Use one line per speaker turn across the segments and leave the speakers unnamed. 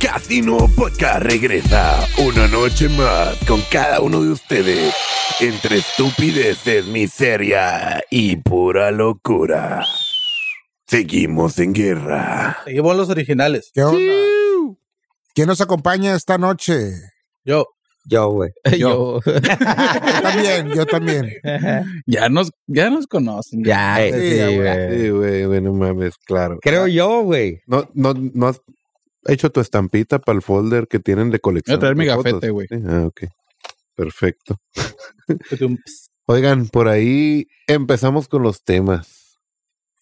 Casino Podcast regresa una noche más con cada uno de ustedes entre estupideces, miseria y pura locura. Seguimos en guerra.
Seguimos los originales.
¿Qué onda? ¿Quién nos acompaña esta noche?
Yo.
Yo, güey.
Yo.
Yo también, yo también.
Ya nos, ya nos conocen.
Ya, güey.
Sí,
sí, güey.
Sí, güey, güey, no mames, claro. Ah,
Creo yo, güey.
No, no, no has hecho tu estampita para el folder que tienen de colección.
Voy a traer mi
tus fotos?
gafete, güey.
Sí, Ah, ok. Perfecto.
Tutum, ps.
Oigan, por ahí empezamos con los temas.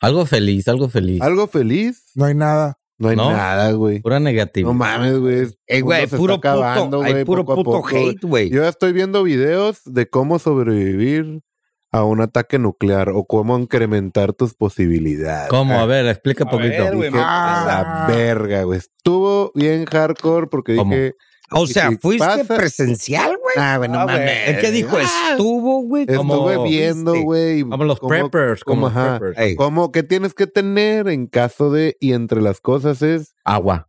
Algo feliz, algo feliz.
¿Algo feliz?
No hay nada.
No hay
No.
nada, güey.
Pura negativa.
No mames, güey.
Eh, güey,
El mundo se
puro
está acabando,
puto. Hay
güey,
puro
poco a
puto
poco,
hate, güey.
Yo ya estoy viendo videos de cómo sobrevivir a un ataque nuclear o cómo incrementar tus posibilidades.
¿Cómo? A ver, explica
A
poquito.
ver, güey,
Dije,
ah.
a la verga, güey. Estuvo bien hardcore porque
¿Cómo?
dije,
o
si
sea,
te
¿fuiste
pasa-
presencial, güey?
ah, bueno,
Ah,
mames.
güey.
Es que dijo, estuvo, güey.
Estuve
como-
viendo,
¿viste?
güey.
Como los
cómo-
preppers, como
cómo,
los
ajá.
preppers. Ey,
Como que tienes que tener en caso de, y entre las cosas es,
agua,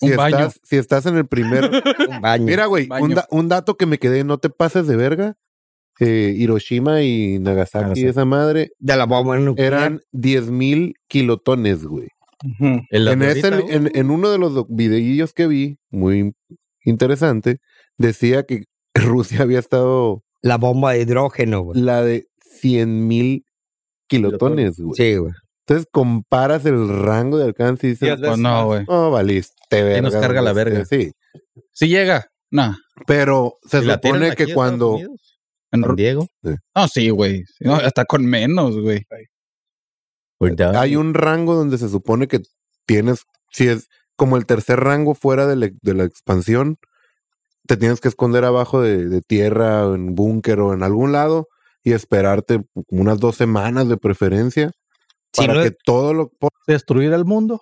si
Un baño.
estás, si estás en el primer
un baño.
Mira, güey,
Baño.
un, da- un dato que me quedé, no te pases de verga. Eh, Hiroshima y Nagasaki,
Nagasaki.
esa madre,
de la bomba nuclear.
eran 10.000 mil kilotones, güey.
Ujú.
En la
En, ese-
torrita,
en, en uno de los doc- videillos que vi, muy interesante, decía que Rusia había estado
La bomba de hidrógeno, güey.
la de 100.000 mil kilotones, güey.
Sí, güey.
Entonces comparas el rango de alcance y dices,
Diez veces
"Oh,
más.
no, güey. Oh, valiste, verga.
nos carga la
valiste".
verga.
Sí,
Si llega. No.
pero se
¿Y la tiran
supone
aquí en
que
Estados
cuando...
Unidos?
En
San
Ru-
Diego.
no, sí, güey. No, hasta con menos, güey.
¿Verdad?
hay un rango donde se supone que tienes, si es como el tercer rango fuera de la, de la expansión, te tienes que esconder abajo de, de tierra, o en búnker o en algún lado y esperarte como unas dos semanas de preferencia
Si
para
no
que
es-
todo lo... po-
Destruir el mundo.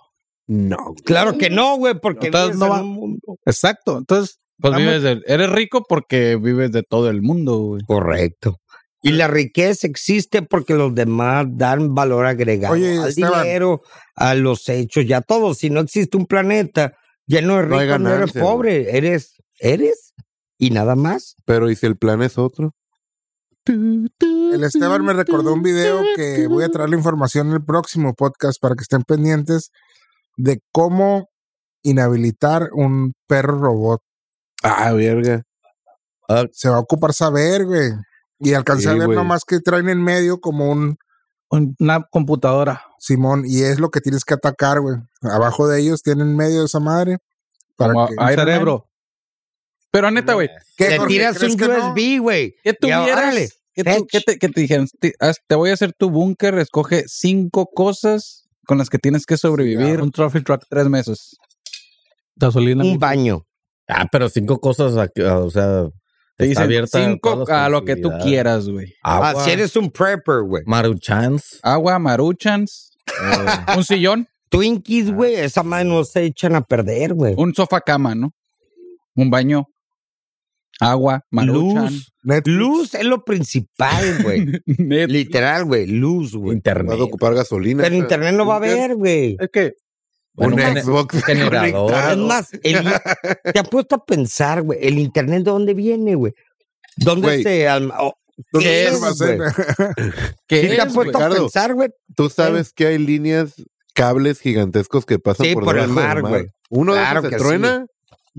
No.
Claro que no, güey, porque
No,
vives
no
en
va-
un mundo.
Exacto. Entonces, pues
Vamos.
vives de- eres rico porque vives de todo el mundo, güey.
Correcto. Y la riqueza existe porque los demás dan valor agregado
Oye,
al
Esteban.
dinero, a los hechos y a todo. Si no existe un planeta lleno de
No hay
ricos, no, eres
ganancia, güey.
pobre, eres, eres y nada más.
Pero ¿y si el plan es otro?
El Esteban me recordó un video que voy a traer la información en el próximo podcast para que estén pendientes de cómo inhabilitar un perro robot.
Ah, verga.
Se va a ocupar saber, güey. Y alcancé
Sí,
a ver
güey.
nomás que traen en medio como un
Una computadora.
Simón y es lo que tienes que atacar, güey. Abajo de ellos tienen en medio de esa madre. Para
Como
que,
un cerebro. Pero neta, güey,
¿Qué,
Te
Jorge?
tiras un
¿Crees que no?
USB, güey.
¿Qué
Ya, órale,
tuvieras? ¿Qué, tú-
fetch.
qué te, qué te dijeron? Te, haz- te voy a hacer tu búnker, escoge cinco cosas con las que tienes que sobrevivir. Un trophy truck, tres meses. Gasolina.
Un baño.
Ah, pero cinco cosas, aquí, ah, o sea,
Te
está
dicen
abierta a
cinco
todas las
a lo que tú
posibilidades.
quieras, güey.
Ah,
Agua,
si eres un prepper, güey.
maruchans,
Agua, maruchans,
eh,
un sillón,
Twinkies, güey, esa madre no se echan a perder, güey.
Ah. un sofá cama, ¿no? Un baño. Agua, maruchan.
Luz.
Netflix.
Luz es lo principal, güey.
net.
Literal, güey, luz, güey.
Vas
internet,
a ocupar gasolina.
Pero internet no va a haber, güey.
Es que
Un
Bueno, un gene-
Xbox.
generador.
Es
conectado.
más, el in- te apuesto a pensar, güey, el internet de dónde viene, güey. ¿Dónde
Güey.
se alma- oh,
¿Dónde
¿Qué
se
es,
almacena?
¿Qué es,
sí te
güey?
apuesto a
Ricardo?
pensar, güey.
Tú sabes que hay líneas, cables gigantescos que pasan
Sí,
por,
por el
debajo del
mar, güey.
Uno
Claro
de
que
esos se
sí.
truena.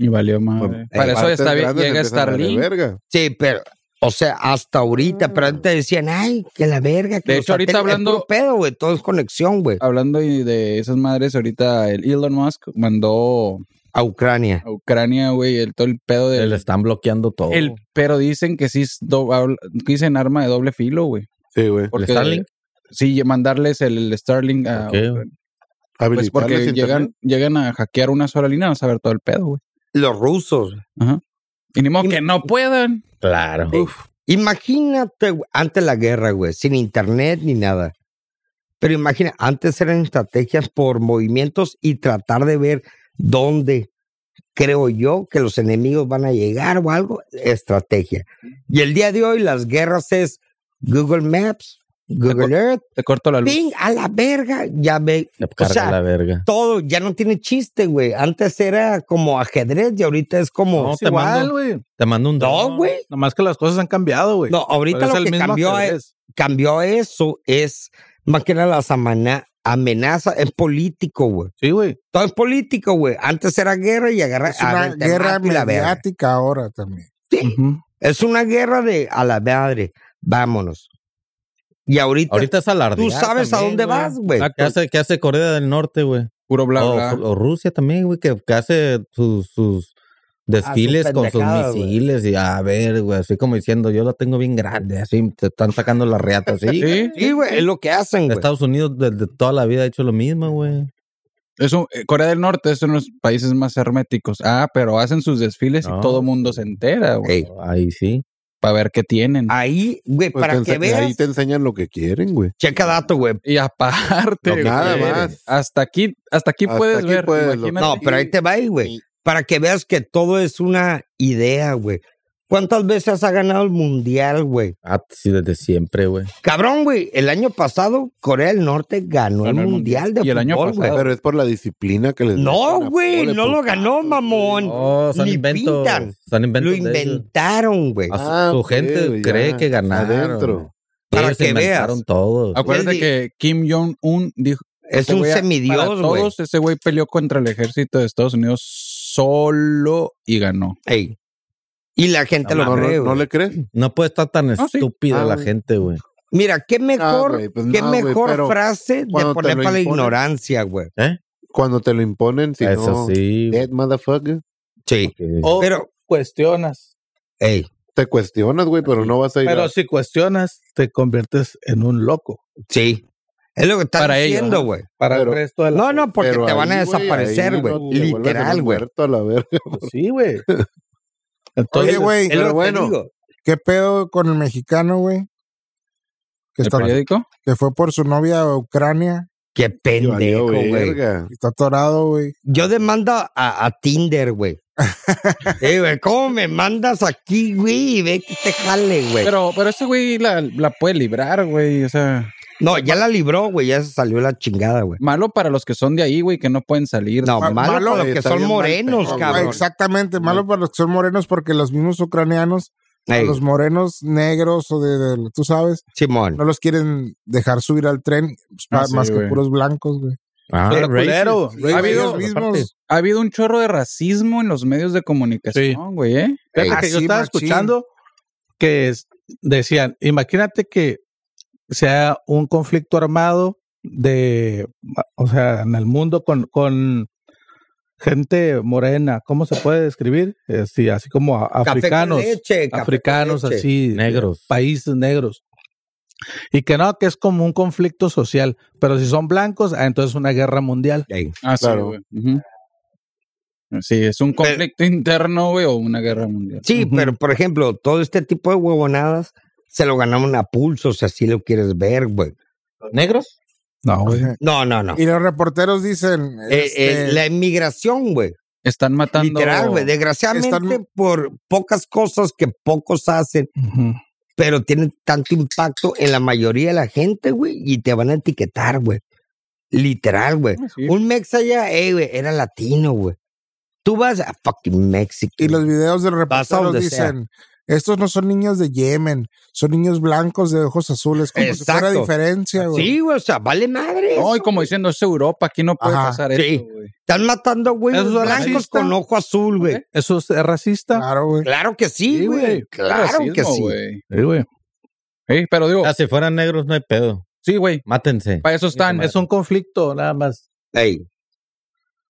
Y valió madre. Para eso
partes
está bien.
grandes
Llega
empiezan a valer
Starlink.
verga.
Sí, pero, o sea, hasta ahorita, pero antes decían, ay, que la verga. Que
De
los
hecho, ahorita
satélites,
hablando-
es puro pedo, güey, todo es conexión, güey,
Hablando y de esas madres, ahorita el Elon Musk mandó
a Ucrania.
a Ucrania, güey, el, todo el pedo
le
del...
están bloqueando todo.
El, pero dicen que sí es do- habl- que dicen arma de doble filo, güey.
Sí, güey.
porque-
Starlink?
Sí, mandarles el, el Starlink a...
Ok.
Pues
Habilitarles
porque
internet.
llegan, llegan a hackear una sola línea, vas a ver todo el pedo, güey.
Los rusos.
Y ni modo
Y-
que no puedan.
Claro.
Imagínate, güey, antes la guerra, güey, sin internet ni nada. Pero imagina, antes eran estrategias por movimientos y tratar de ver dónde creo yo que los enemigos van a llegar o algo, estrategia. Y el día de hoy las guerras es Google Maps, Google Earth,
Te corto la luz.
ping, a la verga, ya ve.
Ya
O
carga
sea,
la verga.
todo ya no tiene chiste, güey. Antes era como ajedrez y ahorita es como.
No,
Es
te
igual,
mando-
güey.
Te mando un
No, güey.
Nomás que las cosas han cambiado, güey.
No, ahorita
Pero es
lo
el
que
mismo
cambió, a-
ajedrez.
cambió a eso es más que nada las amana- amenazas, es político, güey.
Sí, güey.
Todo es político, güey. Antes era guerra y agarrar.
Es una guerra mediática ahora también.
Ujú.
Es una guerra de a la madre. Vámonos. Y ahorita,
Ahorita es alardear
tú sabes a
también,
dónde
güey. Ah,
vas, güey.
Exacto.
¿Qué hace, qué hace Corea del Norte, güey?
Puro bla,
O,
bla.
o Rusia también, güey, que, que hace sus, sus desfiles con sus
pendejada, güey.
misiles y a ver, güey, así como diciendo, yo la tengo bien grande, así te están sacando la reata, así.
Sí,
Sí, güey, es lo que hacen, güey.
Estados Unidos desde toda la vida ha hecho lo mismo, güey.
es un- eh, Corea del Norte es uno de los países más herméticos. Ah, pero hacen sus desfiles
No.
y todo mundo se entera, güey.
Ey,
Ahí sí.
Para ver qué tienen.
Ahí, güey,
Pues
para
te
que
ense- Ahí
veas.
te enseñan lo que quieren, güey.
Checa dato, güey.
Y aparte,
No, nada
Eh,
güey,
más.
Hasta aquí, hasta aquí
Hasta
puedes
aquí
ver.
puedes, loco.
imagínate
No, pues, pero ahí te va, ahí, güey. Para que veas que todo es una idea, güey. ¿Cuántas veces ha ganado el mundial, güey?
Ah, sí, desde siempre, güey.
Cabrón, güey. El año pasado, Corea del Norte ganó el
Ganó el
mundial de
Y el año
fútbol, güey.
pasado.
Pero es por la disciplina que les
No,
meten a
güey,
fútbol,
no
por-
lo ganó, mamón.
Oh, son
Ni
inventos.
pintan.
Son inventos.
Lo
de ellos.
inventaron, güey.
A su,
Ah,
su
ok,
gente
güey,
cree
ya.
que ganaron.
Adentro. Ah,
Para
Ellos
que
inventaron
veas.
todo.
Acuérdate
Él di-
que Kim Jong-un dijo.
Es
"Este
un
güey, para
semidios, güey.
Todos, ese güey peleó contra el ejército de Estados Unidos solo y ganó.
Ey. Y la gente
No,
lo
no,
cree,
no
güey.
le crees.
No puede estar tan
Ah, sí.
estúpida
Ah,
la
güey.
gente, güey.
Mira, qué mejor,
güey, pues
qué
no, güey,
mejor
pero
frase de
cuando te
poner
lo
para la
imponen.
ignorancia, güey.
Cuando te lo imponen, si
Eso
no,
sí. güey.
dead motherfucker,
Sí.
Que-
Oh.
O
Pero,
cuestionas.
ey,
te cuestionas, güey, pero no vas a ir. a-
Pero si cuestionas, te conviertes en un loco.
sí. Es lo que estás
Para ello,
diciendo,
ajá.
güey.
Para
Pero-
el resto de la.
No, no, porque
pero
te van a
ahí, güey,
desaparecer,
ahí
güey.
no te vuelves
Literal,
un
güey.
muerto a la verga.
Sí, güey.
Oye,
Entonces,
güey,
Es lo que
bueno.
digo.
¿qué pedo con el mexicano, güey? Que,
el
está-
periódico.
que fue por su novia a Ucrania
Qué pendejo,
Valió
güey.
verga.
y está atorado, güey.
Yo demanda a, a Tinder, güey. Ey, güey, ¿cómo me mandas aquí, güey? Y Ve que te jale, güey.
Pero, pero ese güey la, la puede librar, güey. O sea,
No, ya la libró, güey. Ya se salió la chingada, güey.
malo para los que son de ahí, güey, que no pueden salir.
No,
Ma-
malo,
malo,
para los
güey,
que
está
son
bien mal
morenos,
pedo, güey.
cabrón.
Exactamente, malo para los que son morenos porque los mismos ucranianos, a
Ey,
los morenos negros o de, de- tú sabes,
Simón.
no los quieren dejar subir al tren pues,
Ah,
pa-
sí,
más que
güey.
puros blancos, güey.
Ah,
pero
racist.
culero.
Sí, güey,
habido-
ellos mismos,
Ha habido un chorro de racismo en los medios de comunicación, güey, ¿eh?
Fíjate
Ey.
que yo
Así,
estaba
machín.
escuchando que es- decían, imagínate que sea un conflicto armado de, o sea, en el mundo con, con gente morena, ¿cómo se puede describir? Así, así como a-
Café con
africanos,
leche, café con
africanos
leche.
así,
Negros.
países negros. Y que no, que es como un conflicto social, pero si son blancos, ah, entonces es una guerra mundial.
Ey.
Ah, sí,
Claro.
güey. Ujú. Sí, es un conflicto interno, güey, o una guerra mundial.
Sí,
Ujú.
pero por ejemplo, todo este tipo de huevonadas se lo ganaron a pulso, si así lo quieres ver, güey.
¿Negros?
No, güey.
No, no, no.
y los reporteros dicen,
Eh,
este,
eh, la inmigración, güey.
Están matando.
Literal, güey. Desgraciadamente,
Están-
por pocas cosas que pocos hacen,
Ujú.
pero tienen tanto impacto en la mayoría de la gente, güey, y te van a etiquetar, güey. Literal, güey.
Ah, Sí.
Un mex allá, eh, güey, era latino, güey. Tú vas a fucking México.
y los videos de los
Vas a
reporteros
donde
dicen, estos no son niños de Yemen, son niños blancos de ojos azules, como si fuera
Exacto.
diferencia, güey.
Sí, güey, o sea, vale madre.
No, y
eso,
como
güey.
diciendo, es Europa, aquí no puede
Ajá,
pasar
sí.
eso, güey.
Están matando, güey,
Eso
los
es
blancos
racista.
con ojo azul, güey.
¿Eso es racista?
Claro, güey.
Claro que sí,
Sí,
güey.
güey.
Claro
Racismo,
que sí.
güey.
Sí, güey.
Sí, pero digo,
Ah, si fueran negros no hay pedo.
sí, güey,
Mátense.
para eso están.
Es un conflicto, nada más.
Ey,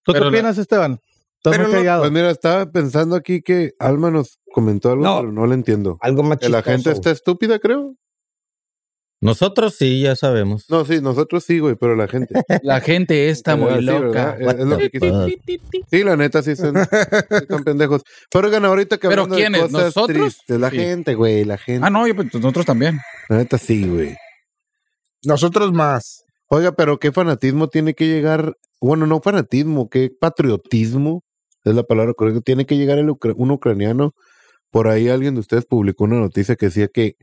¿Tú
Pero
qué
la-
opinas, Esteban? Estás
Pero
muy
no-
callado.
Pues mira, estaba pensando aquí que Alma nos comentó algo,
No.
pero no lo entiendo.
algo más
Que la
chistoso,
gente
güey.
está estúpida, creo.
Nosotros sí, ya sabemos.
No, sí, nosotros sí, güey, pero la gente.
La gente está
Sí,
muy
¿verdad?
loca.
Es- es lo que quise- Sí, la neta, sí están, sí están pendejos. Pero oigan, ahorita que
¿Pero
hablando de
quiénes?
cosas
¿Nosotros?
tristes, la
Sí.
gente, güey, la gente.
Ah, no, yo, pues, nosotros también.
La neta, sí, güey.
Nosotros más.
Oiga, pero qué fanatismo tiene que llegar, bueno, no fanatismo, qué patriotismo es la palabra correcta, tiene que llegar el ucra- un ucraniano. Por ahí alguien de ustedes publicó una noticia que decía que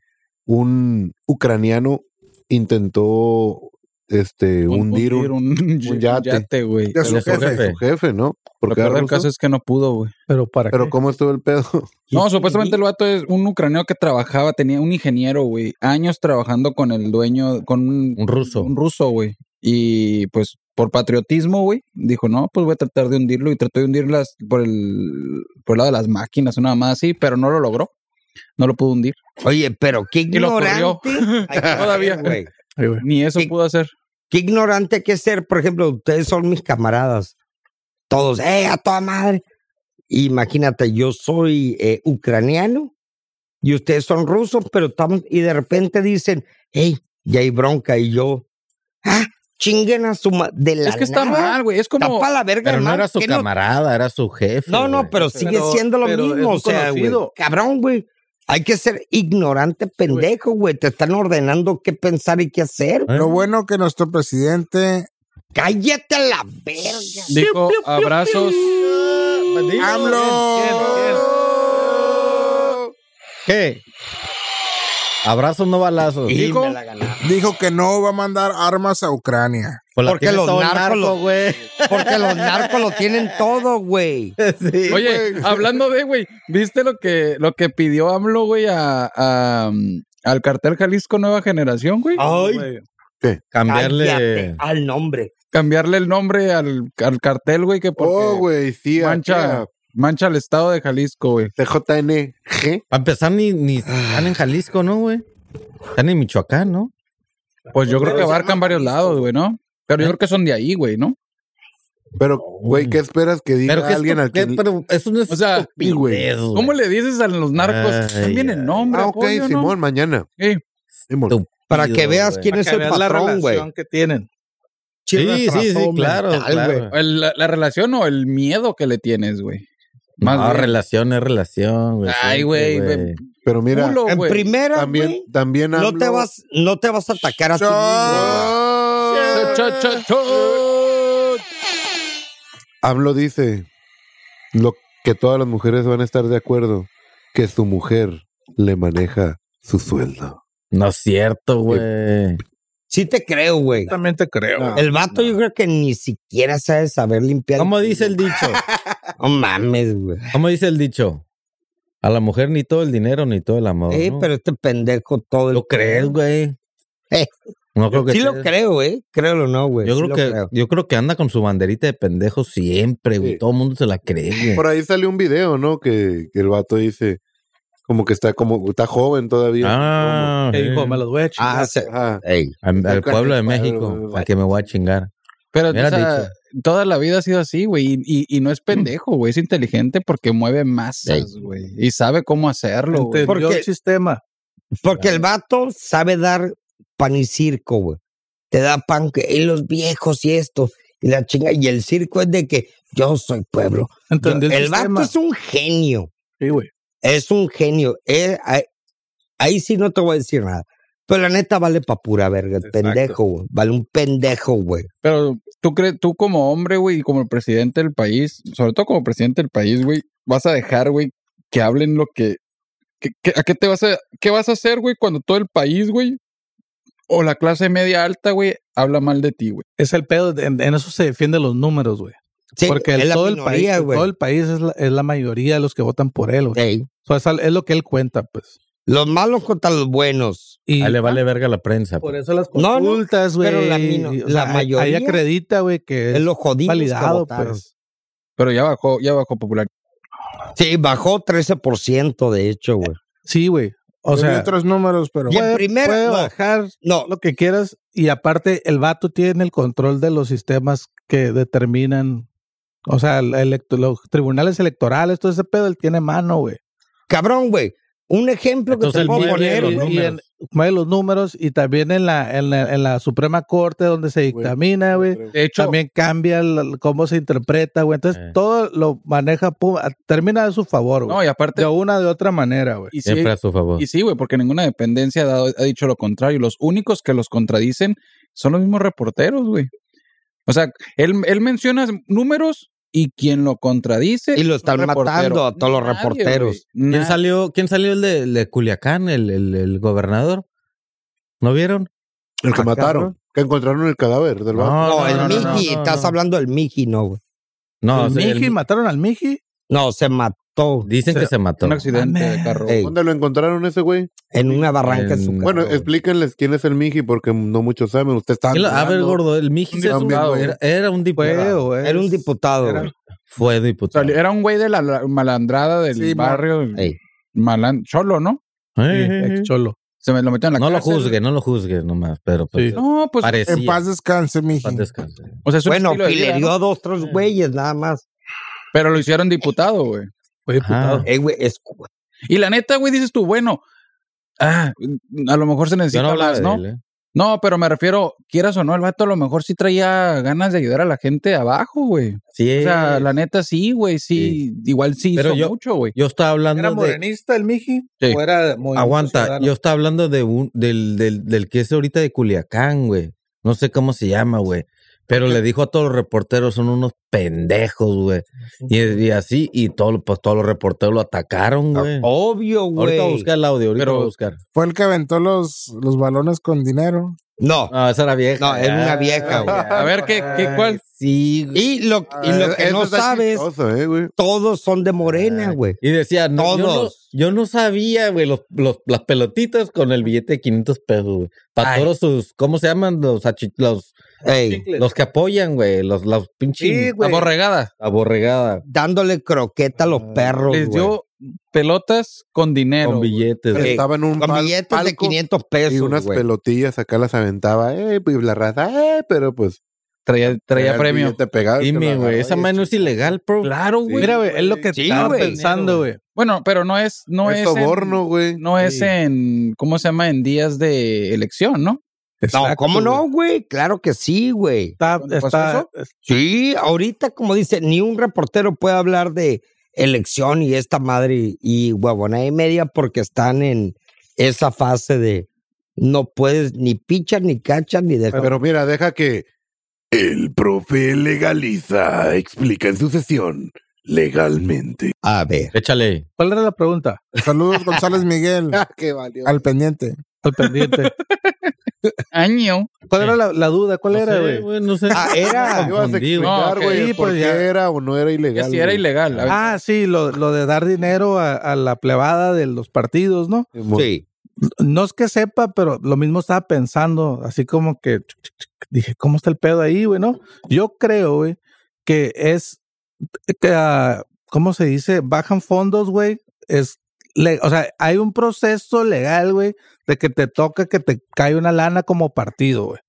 un ucraniano intentó este hundir un,
un
yate.
yate, güey.
De su
de su
jefe.
jefe.
su jefe, ¿no?
Lo
Porque
peor del caso es que no pudo, güey.
Pero para
Pero
qué?
cómo estuvo el pedo.
No, supuestamente el vato es un ucraniano que trabajaba, tenía un ingeniero, güey, años trabajando con el dueño, con un,
Un ruso.
un ruso, güey. Y pues por patriotismo, güey, dijo, no, pues voy a tratar de hundirlo y trató de hundirlas por el, por el lado de las máquinas, una más así, pero no lo logró. No lo pudo hundir.
Oye, pero qué
Y lo corrió.
ignorante. hay que ser,
Todavía.
güey.
Ay, güey.
Ni eso
Sí.
pudo hacer.
Qué ignorante hay que ser. Por ejemplo, ustedes son mis camaradas. Todos, ¡eh, a toda madre! Imagínate, yo soy eh, ucraniano y ustedes son rusos, pero estamos. Y de repente dicen, ¡hey, ya hay bronca! Y yo, ¡ah, chinguen a su ma- de la
es que está
nada,
mal, güey. Es
está
como.
pa' la verga,
Pero no
hermano,
era su
¿qué no-
camarada, era su jefe.
No, no,
güey.
pero sigue
Pero-
siendo lo
pero es
mismo.
un
O sea, güey,
conocido.
cabrón, güey. Hay que ser ignorante, pendejo, güey. Te están ordenando qué pensar y qué hacer.
¿Eh?
Lo bueno que nuestro presidente
Cállate a la verga.
Dijo abrazos.
Pues
AMLO.
¿Qué? Abrazos, no balazos.
Y
Dijo-
me la ganaron.
dijo que no va a mandar armas a Ucrania.
Pues la
porque
tiene
los
todo el
narcos
narco,
los-
güey.
Porque los narcos lo tienen todo, güey.
Sí,
Oye,
güey.
hablando de, güey, ¿viste lo que, lo que pidió AMLO, güey, a, a, mm, al cartel Jalisco Nueva Generación, güey?
Ay, cállate
cambiarle.
al nombre.
Cambiarle el nombre al, al cartel, güey, que porque
Oh, güey, sí.
Mancha.
aquí
mancha el estado de Jalisco, güey.
a CJNG.
Para empezar, ni, ni están en Jalisco, ¿no, güey? Están en Michoacán, ¿no?
Pues yo creo que
Pero se
abarcan
llama
varios lados, güey, ¿no? Pero yo creo que son de ahí, güey, ¿no?
Pero, güey, ¿qué esperas que diga
Pero que
alguien al
alguien
que...
Pero eso no es
O sea,
estupidez,
güey.
güey.
¿Cómo le dices a los narcos?
Ay,
También el
ay.
nombre,
Ah, ok,
apoyo, ¿no?
Simón, mañana.
Sí.
Simón.
Tú.
Para que
Estúpido,
veas
güey.
quién
Para
es
que
el
veas la
patrón, güey.
relación que tienen.
Sí, sí, sí, claro. claro.
El- la, la relación o el miedo que le tienes, güey. Más
no,
bien.
relación es relación, güey.
Ay,
siempre,
güey, güey.
Pero mira,
Culo,
En
güey.
primera,
también,
güey,
también AMLO...
no te vas, no te vas a atacar a ti. mismo, güey.
Cho-
Cho- cho- cho-
AMLO dice lo que todas las mujeres van a estar de acuerdo, que su mujer le maneja su sueldo.
No es cierto, güey.
Sí te creo, güey.
También te creo. güey.
El vato yo creo que ni siquiera sabe saber limpiar.
¿Cómo dice el dicho?
No mames, güey.
¿Cómo dice el dicho? A la mujer ni todo el dinero ni todo el amor.
Eh,
¿no?
pero este pendejo todo el...
¿Lo crees, güey?
Eh.
No creo que
Sí lo
sea-
creo, eh. Créelo o no, güey.
Yo
Sí
creo
lo
que
creo.
yo creo que anda con su banderita de pendejo siempre, güey.
Sí.
Todo el mundo se la cree, güey.
Por ahí salió un video, ¿no? Que, que el vato dice como que está como está joven todavía.
Ah,
Que
sí.
dijo, me los voy a chingar.
Ah, se-
Ajá.
ey.
Al, al pueblo de México, al que me voy a chingar.
Pero
Me
o
hubieras
sea,
dicho.
toda la vida ha sido así, güey. y- Y, y no es pendejo, güey. Es inteligente porque mueve masas, güey. Y sabe cómo hacerlo, güey.
Entendió
Porque-
el sistema.
Porque el vato sabe dar pan y circo, güey. Te da pan que y los viejos y esto. Y la chinga. Y el circo es de que yo soy pueblo. Yo-
Entendió
el
el, sistema.
vato es un genio.
Sí, güey.
Es un genio. Eh, ahí, ahí sí no te voy a decir nada. Pero la neta vale pa' pura verga, el
Exacto.
pendejo, güey. Vale un pendejo, güey.
Pero tú crees, tú como hombre, güey, y como el presidente del país, sobre todo como presidente del país, güey, vas a dejar, güey, que hablen lo que, que- que- ¿A qué te vas a... ¿Qué vas a hacer, güey, cuando todo el país, güey, o la clase media alta, güey, habla mal de ti, güey?
Es el pedo. de- En, en eso se defienden los números, güey.
Sí,
Porque el-
es la
todo,
minoría,
el país,
güey.
todo el país es la, es la mayoría de los que votan por él, güey.
Ey,
O sea, es, es lo que él cuenta, pues.
Los malos contra los buenos.
Y
Ahí le vale verga la prensa.
por
pues.
eso las
No, no,
consultas, güey.
pero la mino-
y, o
la
sea,
mayoría
Ahí acredita, güey, que
Es
es
lo jodido.
validado, pues.
Pero ya bajó, ya bajó popular.
Sí, bajó 13%, de hecho, güey.
Sí, güey. O
O sea,
sea,
otros números, pero
Y en
puede-
primera,
puede
no.
bajar
No,
lo que quieras. Y aparte, el vato tiene el control de los sistemas que determinan. O sea, el electo- los tribunales electorales, todo ese pedo, él tiene mano, güey.
cabrón, güey. Un ejemplo
Entonces,
que te
el
puedo
mueble de
poner,
los
güey.
y en-
números.
mueve los números y también en la, en la, en la Suprema Corte donde se dictamina, güey.
De hecho,
También cambia el- cómo se interpreta, güey. Entonces
Eh.
todo lo maneja, pum, a- termina a su favor, güey.
no, y aparte...
de una de otra manera, güey.
y sí-
Siempre a su favor.
Y sí, güey, porque ninguna dependencia ha, dado- ha dicho lo contrario. Los únicos que los contradicen son los mismos reporteros, güey. O sea, él, él menciona números y quien lo contradice.
Y lo
es un
están
reportero.
matando a todos los
Nadie,
reporteros.
güey.
¿Quién
Nadie.
salió, quién salió el de, el de Culiacán, el, el- el gobernador? ¿No vieron?
El que
Ah,
mataron.
cabrón.
Que encontraron el cadáver del vato.
No, el
no, no,
Miji,
no,
estás
no.
hablando del Miji, no, güey.
No,
¿El
sí, el-
Miji? ¿Mataron al Miji?
No, se mató
dicen
Se-
que se mató.
Un accidente de carro.
Ey,
¿Dónde lo encontraron ese güey?
en una barranca en su
En-
casa.
Bueno,
güey.
explíquenles quién es el Miji, porque no muchos saben. Usted está.
¿Quién lo- A ver, gordo, el Miji
Un
es un-
diputado.
era, era un
Fue,
diputado.
o es-
era un diputado,
era-
güey.
Fue
O sea,
diputado.
era un güey de la la malandrada del
Sí, ma-
barrio.
Ey.
Malan cholo, ¿no?
Eh, eh,
Sí,
eh.
ex cholo.
Se me lo metió en la
No lo
cárcel.
juzgue, no lo juzgue nomás, pero pues,
Sí.
No, pues.
parecía.
En paz descanse, miji.
Paz descanse.
O sea, es un
Bueno,
estilo de vida,
pilerió
¿no? Eh.
a dos, tres güeyes nada más.
Pero lo hicieron diputado, güey.
Fue diputado.
Ajá.
Eh, güey, es-
Y la neta, güey, dices tú, bueno, ah, a lo mejor se
Yo
necesita
no hablaba
más,
de
¿no?
él, ¿eh?
No, pero me refiero, quieras o no, el vato a lo mejor sí traía ganas de ayudar a la gente abajo, güey.
Sí,
O sea, la neta sí, güey, sí, igual sí
Pero
hizo
yo-
mucho, güey.
yo estaba hablando
¿Era
de...
morenista el Miji?
Sí.
¿O era movimiento
Aguanta,
ciudadano?
yo estaba hablando de un, del, del, del que es ahorita de Culiacán, güey. No sé cómo se llama, güey. Pero le dijo a todos los reporteros, son unos pendejos, güey. Y, y así, y todo, pues, todos los reporteros lo atacaron, güey.
obvio,
ahorita voy a
güey.
buscar el audio, ahorita
Pero-
voy a buscar.
Fue el que aventó los, los balones con dinero.
No,
No, esa era Ah, vieja.
No, era una vieja, güey.
A ver, ¿qué, qué cuál?
Sí, güey.
y lo, y
Ah,
lo que no sabes,
eh, güey.
todos son de morena,
Ay.
güey.
Y decía, no, yo no-
Todos.
Yo, no, sabía, güey, los, los- las pelotitas con el billete de 500 pesos, güey. Para
Ay.
todos sus, ¿cómo se llaman? Los, achi- los,
Ey,
los que apoyan, güey. Los, los pinches
Sí,
La
güey.
borregada.
aborregada
dándole croqueta a los perros,
Les
güey.
dio pelotas con dinero.
con
güey.
billetes,
Pero
güey.
Eh,
estaba en un
Con
pal-
billetes de
palco
500 pesos,
y unas
güey.
pelotillas acá las aventaba, eh, pues la raza, eh, pero pues.
Traía, traía premio.
Te pegaba, y te lo
Dime,
agarraba
güey, esa
y
mano es ilegal, bro.
Claro,
Sí.
güey.
Mira, güey, es lo que
Sí,
estaba
güey.
pensando, güey.
Bueno, pero no es, no es.
Es
en-
soborno, güey.
no es en, ¿cómo se llama? En días de elección, ¿no?
No,
Exacto,
¿cómo no,
güey.
güey? Claro que sí, güey.
Está,
¿Cuándo pasó
está,
Sí, ahorita, como dice, ni un reportero puede hablar de elección y esta madre y huevona y media porque están en esa fase de no puedes ni pichas, ni cachas, ni dejar.
Pero mira, deja que.
El profe legaliza, explica en su sesión, legalmente.
A ver.
Échale.
¿Cuál era la pregunta?
Saludos, González Miguel,
Ah, que valió.
al pendiente.
Al pendiente.
Año.
¿Cuál era la, la duda? ¿Cuál
No
era,
sé,
güey?
güey, no sé.
Ah, era.
Ibas a
Confundido.
No,
explicar,
ok.
güey,
Sí,
por
pues
qué
ya.
era o no era
Que
ilegal.
si era
güey.
ilegal. A ver,
Ah, sí, lo, lo de dar dinero a, a la plebada de los partidos, ¿no?
Simón.
Sí.
No es que sepa, pero lo mismo estaba pensando, así como que ch- ch- ch- dije, ¿cómo está el pedo ahí, güey? No, yo creo, güey, que es, que, ah, ¿cómo se dice? Bajan fondos, güey. Es, le- o sea, hay un proceso legal, güey, de que te toca que te cae una lana como partido, güey.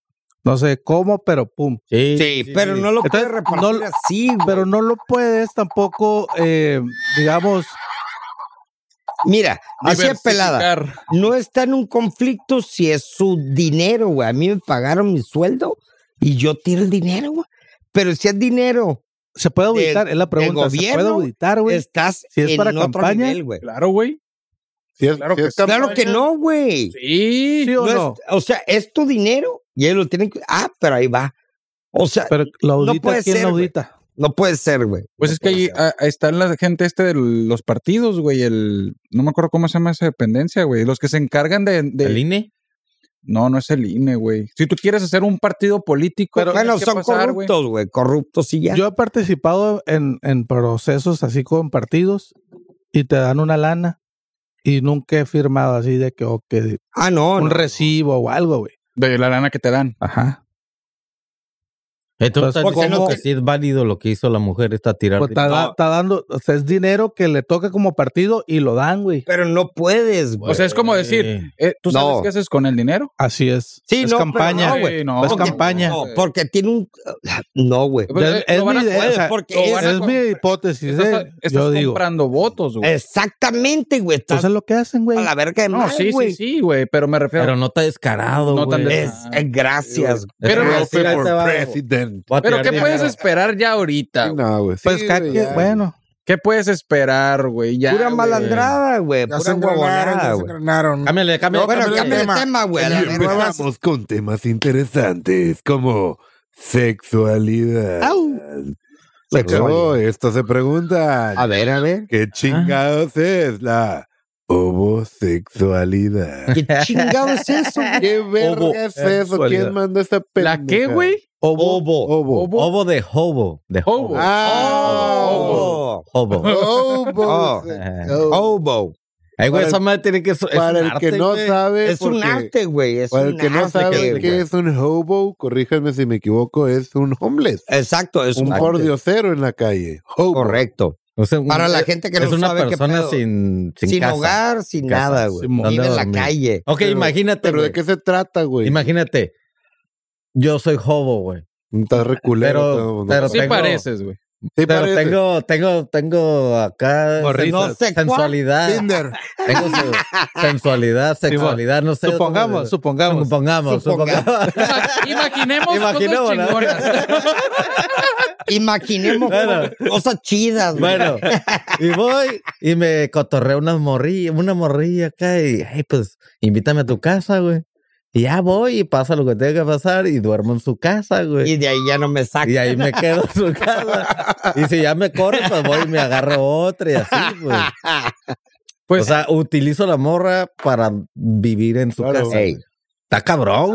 No sé cómo, pero pum.
Sí,
Sí, pero no lo puedes
Entonces,
repartir
no lo-
así, güey.
Pero no lo puedes tampoco, eh, digamos,
Mira, así es pelada.
diversificar.
No está en un conflicto si es su dinero, güey. A mí me pagaron mi sueldo y yo tiro el dinero, güey. Pero si es dinero,
¿se puede
Del-
auditar? es la pregunta. ¿Se puede
gobierno,
auditar, güey?
estás
si es
en
para
otro
campaña,
nivel, güey.
Claro, güey.
Si es-
Claro
si
que
es
sí.
campaña,
Claro que no, güey.
Sí.
¿Sí o
No es-
no?
o sea, es tu dinero y ellos lo tienen que... Ah, pero ahí va. O sea,
Pero lo
No
audita,
puede
¿quién
ser,
lo
güey.
audita?
no puede ser, güey.
Pues
No
es que
puede
ahí
ser.
a- a- está la gente este de los partidos, güey. El, no me acuerdo cómo se llama esa dependencia, güey. Los que se encargan de. de-
¿El INE?
no, no es el INE, güey. Si tú quieres hacer un partido político,
Pero-
tienes
Bueno,
que
son
pasar, güey.
corruptos, güey. Corruptos y ya.
Yo he participado en, en procesos así con partidos y te dan una lana y nunca he firmado así de que, o que
ah, no.
un
no.
recibo o algo, güey.
De la lana que te dan.
Ajá.
Entonces,
Porque
¿cómo
no
que
te-
sí es válido lo que hizo la mujer esta tirar?
Pues está, da- está dando, o sea, es dinero que le toca como partido y lo dan, güey.
Pero no puedes, güey.
O sea, es como decir, eh, ¿tú sabes
No.
qué haces con el dinero?
Así es.
Sí,
es
no, pero
campaña.
no, güey. Pues
Sí,
Es
porque-
campaña.
No, porque tiene un... No, güey.
Pues,
Ya-
eh,
es
lo van
mi
a-
idea,
puedes,
o sea,
porque
lo van a-
es-
es mi hipótesis,
Estás,
eh,
estás
yo digo.
comprando votos, güey.
Exactamente, güey. Estás
Entonces lo que hacen, güey.
a la verga de
No,
mal,
sí,
güey.
sí, sí, güey. Pero me refiero.
Pero no está descarado,
No tan
güey.
des-
Es, eh, gracias.
Pero-
Voy a
este,
Profe
tirar
for
ese vago.
president.
Voy a
Pero
tirar
¿qué
dinero.
puedes esperar ya ahorita?
Sí,
güey?
no, güey.
Pues
Sí,
cada
güey,
quien-
ya.
bueno.
¿Qué puedes esperar, güey? Ya,
Pura
güey.
malandrada, güey.
Ya
Pura
se engranaron,
huevonada,
ya se
güey.
engranaron.
Cámbiale, cámbiale.
Bueno,
Cámbiale
cambia el
tema.
tema, güey. a
Y
la verga.
empezamos con temas interesantes como sexualidad.
Au.
Oh, esto se pregunta.
Ah.
A ver, a ver.
¿Qué chingados es la
Homosexualidad.
¿Qué chingado es eso?
¿Qué verga es eso?
Sexualidad.
¿Quién manda esta
¿La qué,
pendeja?
güey?
Obo.
Obo.
Obo.
Obo.
Obo de hobo. De
Hobo.
hobo.
Ah,
Oh.
obo.
Obo.
Hobo.
Obo.
Oh. Obo.
Ay, güey,
Para
esa madre tiene que... es
Para
un
el que
arte,
no
güey.
sabe,
Es un
porque-
arte, güey. Es
Para
un
el que no
arte,
sabe qué
güey.
es un hobo, corríjanme si me equivoco, es un homeless.
Exacto, es un,
un
arte.
pordiosero en la calle. Hobo.
Correcto.
O sea, un-
Para la gente que
es
no
una
sabe qué
persona
pedo.
sin, sin,
Sin,
casa.
hogar, sin
Casa,
nada, güey.
Simón.
Vive en la
¿Dónde dormir?
calle.
Ok,
Pero-
imagínate,
Pero
güey.
de qué se trata, güey.
Imagínate. Yo soy hobo, güey.
Está reculero.
Pero- pero
Sí
tengo-
pareces, güey.
sí
Pero
parece.
tengo, tengo, tengo acá
Gorritas.
sen- sensualidad.
Tinder.
Tengo se- sensualidad, sexualidad, no sé.
Supongamos, supongamos.
supongamos,
Supongamos.
supongamos.
Ima- Imaginemos
Imaginemos,
cosas
¿no?
chingonas.
Imaginemos
Bueno.
cosas chidas, güey.
Bueno, y voy y me cotorreo una morrilla, una morrilla acá y, hey, pues, invítame a tu casa, güey. Y ya voy y pasa lo que tenga que pasar y duermo en su casa, güey.
Y de ahí ya no me saca.
Y ahí me quedo en su casa. Y si ya me corre, pues voy y me agarro otra y así, güey.
Pues-
o sea, utilizo la morra para vivir en su
Claro.
casa.
Ey,
Está cabrón,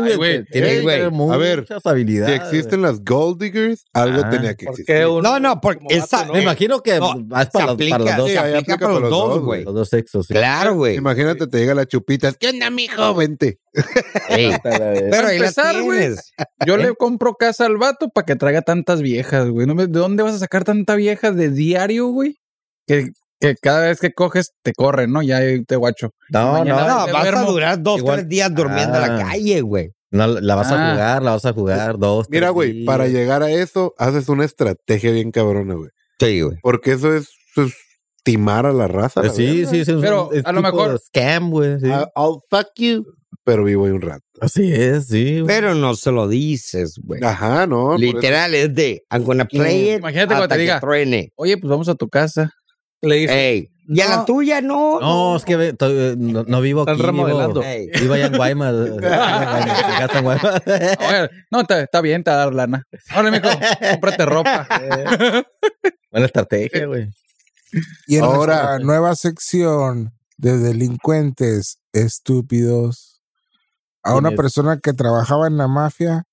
Ay,
güey.
güey.
Tiene
Ey,
que
güey.
tener
A ver,
muchas habilidades.
Si existen las gold diggers, algo
Ah.
tenía que
¿Por
existir.
qué uno?
No, no, porque
Como
esa.
vato,
Me imagino que
No,
es
se
para, los-
aplica,
para los dos,
se
Sí, ahí
aplica
aplica
para los dos, güey.
los dos sexos. sí.
Claro, güey.
Imagínate, te llega la chupita. ¿Qué onda, mijo? Vente.
Ey, Pero ahí la
empezar, güey.
tienes.
Yo le compro casa al vato para que traiga tantas viejas, güey. No me- ¿De dónde vas a sacar tanta vieja de diario, güey? Que, que cada vez que coges te corren, ¿no? Ya eh, te guacho.
No,
Mañana
no,
No,
me
vas a
duermo.
durar dos,
Igual-
tres días durmiendo en la
Ah.
calle, güey.
no, la vas
Ah.
a jugar, la vas a jugar, dos.
Mira,
tres
güey,
días.
para llegar a eso, haces una estrategia bien cabrona, güey.
Sí, güey.
Porque eso es, eso es timar a la raza.
Eh,
la
Sí,
verga.
sí, sí. es
Pero
un- es
a lo
tipo
mejor-
Scam, güey. sí.
I- I'll fuck you, pero vivo ahí un rato.
Así es, sí. güey.
Pero no se lo dices, güey.
Ajá, no. por
Literal, es de I'm gonna play it.
Imagínate cuando
hasta
te
que
diga.
truene.
Oye, pues vamos a tu casa.
Le dice,
Ey. Y a la
No.
tuya, no.
No, es que ve- to- eh, no, no vivo aquí.
Están remodelando.
Vivo,
Ey.
vivo allá en Guaymas. eh, acá en Guaymas.
Oye, no, está está bien, te va a dar lana. Ahora, mijo, cómprate ropa.
Buena estrategia, güey.
Y en
Ahora-
nuestra nueva sección de delincuentes estúpidos, a
¿Quién
una
es?
persona que trabajaba en la mafia,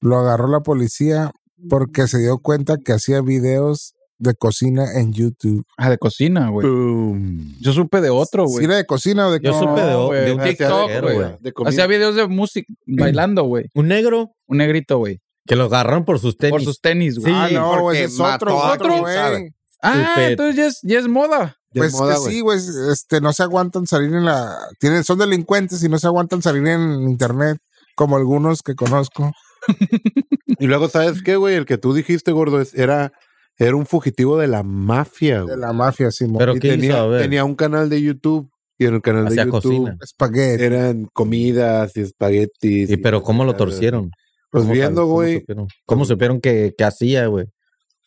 lo agarró la policía porque se dio cuenta que hacía videos de cocina en YouTube.
Ah, de cocina, güey.
Boom.
Yo supe de otro,
¿Sí
güey.
era de cocina o de
Yo
No,
cómo?
supe de, o-
güey,
de un
hacía
TikTok,
de-
güey.
De comida.
Hacía videos de música bailando, güey.
Un negro
Un negrito, güey.
que lo agarraron por sus tenis.
Por sus tenis, güey.
Sí.
Ah, no,
porque
ese es
mató
otro,
a
otro,
alguien,
güey.
¿sabe?
Ah,
Súper.
entonces ya es, ya es moda.
De
Pues
moda,
que sí, güey, este, no se aguantan salir en la... Tienen, son delincuentes y no se aguantan salir en internet, como algunos que conozco.
Y luego, ¿sabes qué, güey? El que tú dijiste, gordo, es- era, era un fugitivo de la mafia,
De
güey.
la mafia, sí,
Pero
Y
qué hizo, a
tenía,
ver.
tenía un canal de YouTube y en el canal
Hacía
de YouTube
cocina.
espagueti.
eran comidas y espaguetis.
Y pero cómo lo
cosas,
torcieron.
Pues
¿Cómo
viendo,
sab- cómo
güey,
supieron? ¿Cómo supieron que, que hacía, güey?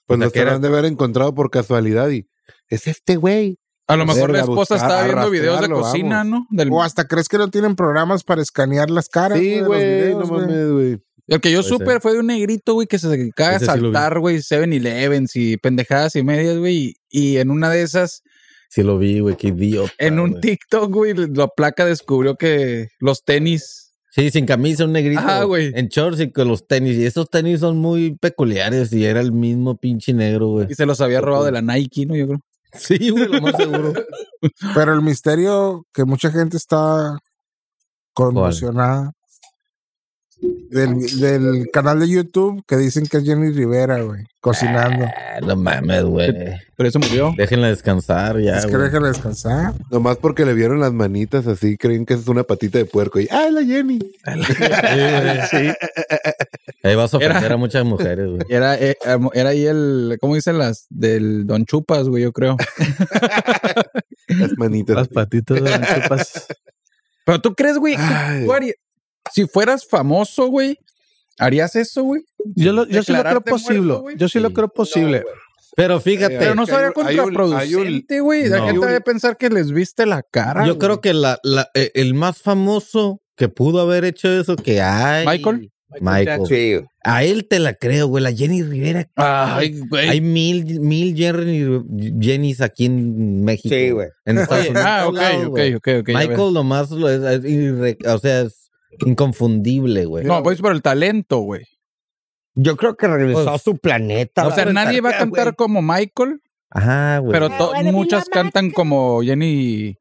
pues
O sea,
los
que era-
habrán de haber encontrado por casualidad y es este güey.
A
Pues
lo mejor
Verga,
la esposa
buscar-
estaba viendo videos de
arrastrarlo,
cocina,
vamos.
¿no? Del,
O hasta crees que no tienen programas para escanear las caras.
Sí,
de los
güey, no
videos, güey.
mames, güey.
el que yo
Puede
supe
ser.
fue de un negrito, güey, que se dedicaba a
Ese sí lo vi.
saltar, güey, 7-Elevens y pendejadas y medias, güey. Y, y en una de esas,
Sí lo vi, güey, qué idiota.
en un
güey.
TikTok, güey, la placa descubrió que los tenis.
Sí, sin camisa, un negrito.
Ajá, güey.
En shorts y con los tenis. Y esos tenis son muy peculiares y era el mismo pinche negro, güey.
Y se los había robado de la Nike, ¿no? Yo creo.
Sí, güey, lo más seguro.
Pero el misterio que mucha gente está conmocionada del, del canal de YouTube que dicen que es Jenny Rivera, güey, cocinando.
Ah, no mames, güey.
Pero eso murió.
Déjenla descansar ya,
es que
güey.
déjala descansar.
Nomás porque le vieron las manitas así, creen que es una patita de puerco. Y, ah, ¡ay, la Jenny!
Sí, güey. Ahí vas a ofender
Era-
a muchas mujeres, güey.
Era, eh, am- era ahí el, ¿cómo dicen las? Del Don Chupas, güey, yo creo.
Las manitas.
Las patitas de las chupas.
Pero tú crees, güey,
Ay.
tú harías- si fueras famoso, güey, ¿harías eso, güey?
Yo, lo- yo sí lo creo
Declararte
posible.
muerto, güey.
yo sí, lo
Sí.
creo posible.
Pero fíjate.
Pero no
Es que hay
sería
un- hay un- hay un-
contraproducente, güey. La
No.
gente debe pensar que les viste la cara.
e, Yo creo que la, la- eh, el más famoso que pudo haber hecho eso que hay.
Michael.
Michael.
Sí, güey.
A él te la creo, güey. La Jenny Rivera.
Ay, güey.
Hay mil, mil Jenny, Jennys aquí en México.
sí, güey.
En Estados Unidos.
Ah,
en
ok,
todos lados,
ok,
güey.
ok, ok. ya veo.
Michael nomás lo es, es irre- o sea, es inconfundible, güey.
No, pues por el talento, güey.
Yo creo que regresó
Pues,
a su planeta.
O sea,
güey.
nadie va a cantar como Michael,
Ajá, güey.
pero to- muchas cantan como Jenny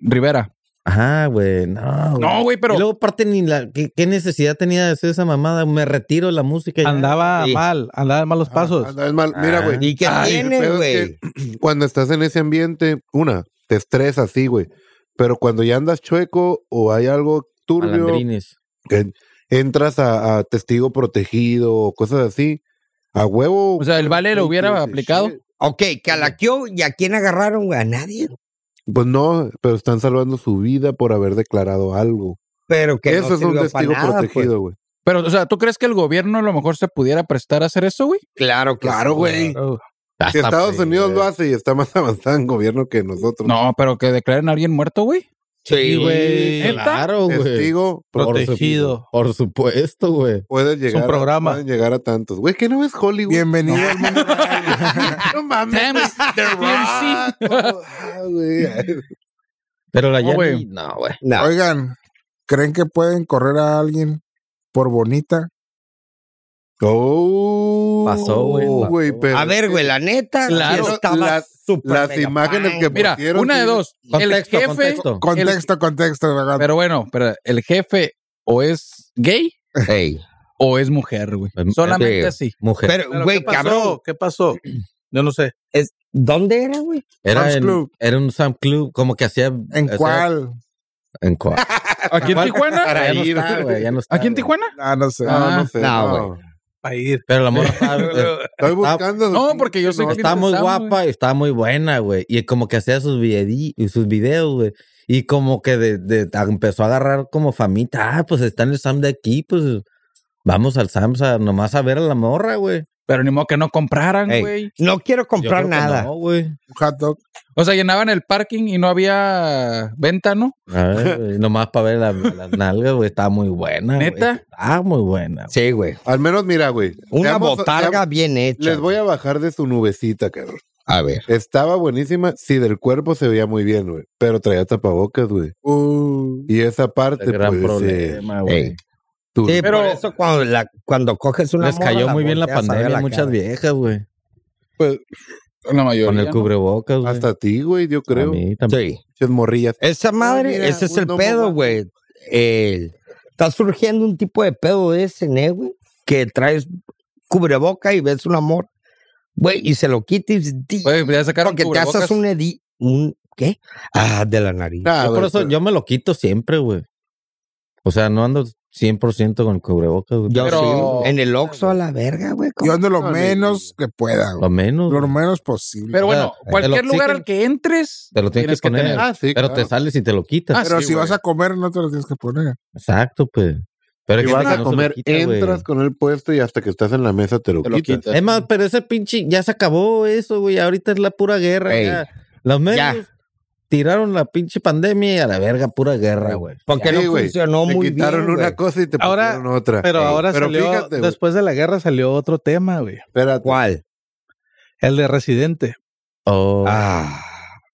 Rivera.
Ajá, güey. No, güey.
No, güey, pero
Y luego parte ni la ¿qué, qué necesidad tenía de hacer esa mamada. Me retiro de la música. y ya.
Andaba
Sí.
mal, andaba en malos pasos.
Ah, no, es mal. Mira, güey.
¿Y qué
Ay, el
tiene,
pedo es
güey?
que Cuando estás en ese ambiente, una, te estresa así, güey. Pero cuando ya andas chueco o hay algo turbio,
Malandrines.
que entras a, a testigo protegido o cosas así, a huevo.
o sea, el vale lo hubiera
Shit.
aplicado.
Ok, calaqueó y a quién agarraron, güey, a nadie.
Pues no, pero están salvando su vida por haber declarado algo.
Pero que
Eso
no
es
sirvió
un
para
testigo
nada, pues.
protegido, güey.
Pero, o sea, ¿tú crees que el gobierno a lo mejor se pudiera prestar a hacer eso, güey?
Claro que
Claro,
sí,
güey.
Uh,
Ah,
Si
Hasta
Estados
pues,
Unidos lo hace y está más avanzado en gobierno que nosotros.
No, pero que declaren a alguien muerto, güey.
Sí,
Sí,
güey.
güey.
¿Neta?
Claro, güey.
Testigo
Por su-
protegido.
Por supuesto, güey.
puede llegar, a-
programa.
pueden llegar a tantos. Güey, que no es Hollywood.
Bienvenido al mundo
No mames.
Thames,
The
Rock.
Oh,
Rock. Ah, güey.
Pero la
No,
Jenny-
güey.
No, güey.
No.
Oigan, ¿creen que pueden correr a alguien por bonita?
Oh,
Pasó, güey, pasó.
pero
A ver, güey, la neta,
Claro.
sí estaba
Las-
súper
las
mega
imágenes
fan,
que-
güey.
Mira,
pusieron,
una de
sí.
dos. el
Contexto,
jefe,
contexto.
Contexto, contexto, ¿verdad?
pero bueno, pero el jefe o es gay
Ey,
o es mujer, güey.
Em,
Solamente
sí.
así.
Mujer.
Pero,
pero
güey,
¿qué pasó?
cabrón.
¿Qué pasó? Yo no sé.
¿Dónde era, güey?
Era,
Sam's
en-
Club.
era un Sam Club, como que hacía.
¿En
hacía-
cuál?
¿En cuál?
¿Aquí en Tijuana?
ya no
ir.
está, güey. Ya no está.
¿Aquí en
güey.
Tijuana?
Ah, no sé.
No, no
Ah,
sé.
no,
no.
Para ir.
Pero la morra estaba, eh,
Estoy buscando.
No, porque yo sé que
estaba muy
Sam, güey.
guapa y estaba muy buena, güey. Y como que hacía sus, videí- y sus videos, güey. Y como que de, de- a- empezó a agarrar como famita. Ah, pues está en el Sam de aquí, pues vamos al Sam a, nomás a ver a la morra, güey.
Pero ni modo que no compraran,
Ey.
güey.
No quiero comprar
Yo creo que
nada.
No, güey.
Un hot dog.
O sea, llenaban el parking y no había venta, ¿no?
A ver, güey, nomás para ver la- las nalgas, güey. Estaba muy buena. güey.
¿Neta?
Estaba muy buena. güey.
Sí, güey.
Al menos, mira, güey.
Una
seamos-
botarga
seamos-
bien hecha.
Les voy a bajar de su nubecita, cabrón.
A ver.
Estaba buenísima. Sí, del cuerpo se veía muy bien, güey. Pero traía tapabocas, güey.
Uh,
Y esa parte,
Gran
pues, eh,
problema, güey.
Ey.
tú-
Sí,
Pero-
por eso cuando, la, cuando coges una
Les
morra,
cayó muy bien la
volteas a ver
pandemia a
la
muchas
cara.
viejas, güey.
La mayoría.
Con el cubrebocas, güey.
hasta a ti, güey, yo
pues, A
creo.
mí también.
Sí.
Pinches morrillas.
Esa madre,
mira,
ese es
un
el
domo
pedo,
guapo.
güey. El- Está surgiendo un tipo de pedo de ese, ¿eh, güey? Que traes cubreboca y ves un amor, güey, y se lo quites. di-
Güey, ya sacaron
Porque te haces
cubrebocas.
un edi... Un, ¿Qué? Ah, de la nariz.
Nah,
yo por
güey,
eso
pero-
yo me lo quito siempre, güey. O sea, no ando 100% con el cubrebocas, güey.
Yo
Pero-
sí, en el Oxxo a la verga, güey. como-
yo ando lo
No,
menos que pueda, güey.
Lo menos.
Lo menos posible.
Pero
O
bueno,
sea,
cualquier
el
lugar
oxígeno-
al que entres,
Te lo tienes que poner.
tener.
Ah, sí,
pero
claro.
te sales y te lo quitas.
Ah,
Pero
sí,
si
güey.
vas a comer, no te lo tienes que poner.
Exacto, pues. Pero hay
Si
gente
vas
que
a
no se lo
comer,
quita, güey.
entras con el puesto y hasta que estás en la mesa te lo,
te lo
quitas.
quitas.
Es más, pero ese pinche ya se acabó eso, güey. Ahorita es la pura guerra.
Ey.
ya. Los medios
Ya.
tiraron la pinche pandemia y a la verga, pura guerra, güey.
Porque
Sí,
no
güey.
funcionó
te
muy
quitaron
bien,
una
güey.
cosa y te
Ahora-
pusieron otra.
Pero
Ey,
ahora
pero
salió,
fíjate, güey.
después de la guerra salió otro tema, güey.
Espérate.
¿Cuál?
El de Residente.
Oh,
Ah,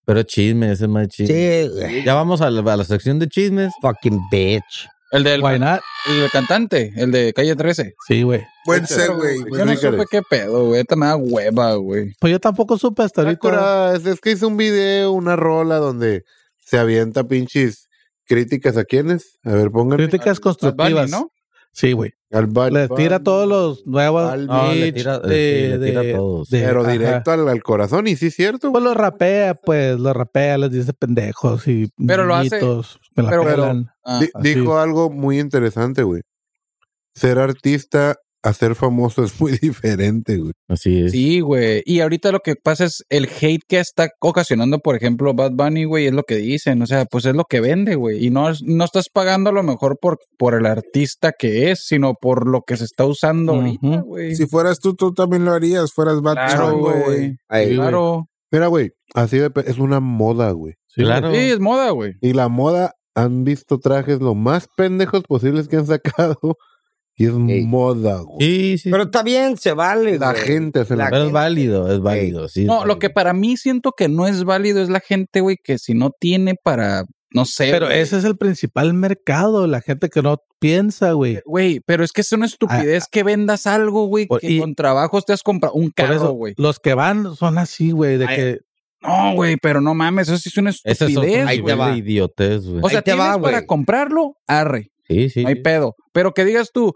Pero chisme, ese es más
sí,
chisme.
güey.
Ya vamos a la, a la sección de chismes.
Fucking bitch.
el del
Why not?
el del cantante, el de calle 13.
Sí, güey.
Buen ser, güey.
Yo
Yo no
buen ser.
Explícales.
supe qué pedo, güey. Esta me da hueva, güey.
Pues yo tampoco supe hasta
Está
ahorita.
curada, Es, es que hizo un video, una rola donde se avienta pinches críticas a quienes. A ver, pongan
Críticas
Bad Bunny,
constructivas.
¿no?
Sí, güey.
al Bad
Les
Bunny,
tira todos los nuevos
Al
No, le
hits
tira-
de,
sí, le tira
de-
todos.
de-
Pero
ajá.
directo al, al corazón, y sí, cierto. güey.
Pues los rapea, pues los rapea, les dice pendejos y
Pero lo hace-
niñitos, me la
pero-
pelan.
Ah,
Di-
ah, sí.
dijo algo muy interesante, güey. Ser artista a ser famoso es muy diferente, güey.
Así es.
sí, güey. Y ahorita lo que pasa es el hate que está ocasionando, por ejemplo, Bad Bunny, güey, es lo que dicen. O sea, pues es lo que vende, güey. Y no, es- no estás pagando a lo mejor por, por el artista que es, sino por lo que se está usando
Ujú.
ahorita, güey.
Si fueras tú, tú también lo harías. Fueras Bad
claro,
Bunny,
güey.
Ahí.
Claro.
Mira, güey, así de pe- es una moda, güey.
Claro.
Sí, es moda, güey.
Y la moda han visto trajes lo más pendejos posibles que han sacado Y es
Ey.
moda, güey.
Sí, sí.
Pero está bien, se vale.
La
güey.
gente se la...
La-
Pero es válido, es válido. Sí,
No, lo que para mí siento que no es válido es la gente, güey, que si no tiene para, no sé.
Pero
güey.
ese es el principal mercado, la gente que no piensa, güey.
Güey, pero es que es una estupidez que vendas algo, güey,
Ah, Por-
que
y-
con trabajos te has comprado un
Por
carro,
eso,
güey.
los que van son así, güey, de
Ay,
que
No, güey, pero no mames, eso sí es una
Ese es otro
estupidez.
Ahí te
nivel
va.
de idiotez, güey.
o sea,
Ahí te
tienes
va, güey.
para comprarlo, arre,
Sí, sí.
no hay
sí.
pedo. Pero que digas tú,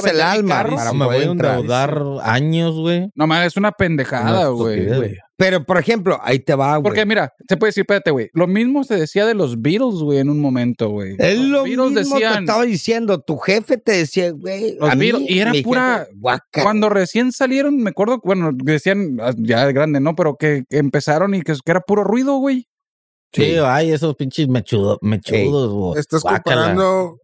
Ya
el
vendí mi
alma
carro.
para
me voy
poder
a
entrar.
endeudar años, güey.
no mames, es una pendejada,
Una
güey.
estupidez.
güey.
Pero, por ejemplo, ahí te va, güey.
Porque mira, se puede decir, espérate, güey, lo mismo se decía de los Beatles, güey, en un momento, güey.
Es
Los
lo
Beatles
mismo te
decían,
estaba diciendo. Tu jefe te decía, güey.
Los
a mí,
Beatles, y era
mi
pura-
jefe, guácala.
Cuando recién salieron, me acuerdo, bueno, decían, ah, ya es grande, ¿no? Pero que, que empezaron y que, que era puro ruido, güey.
Sí, ay, esos pinches mechudo- mechudos, güey.
Estás
Guácala.
comparando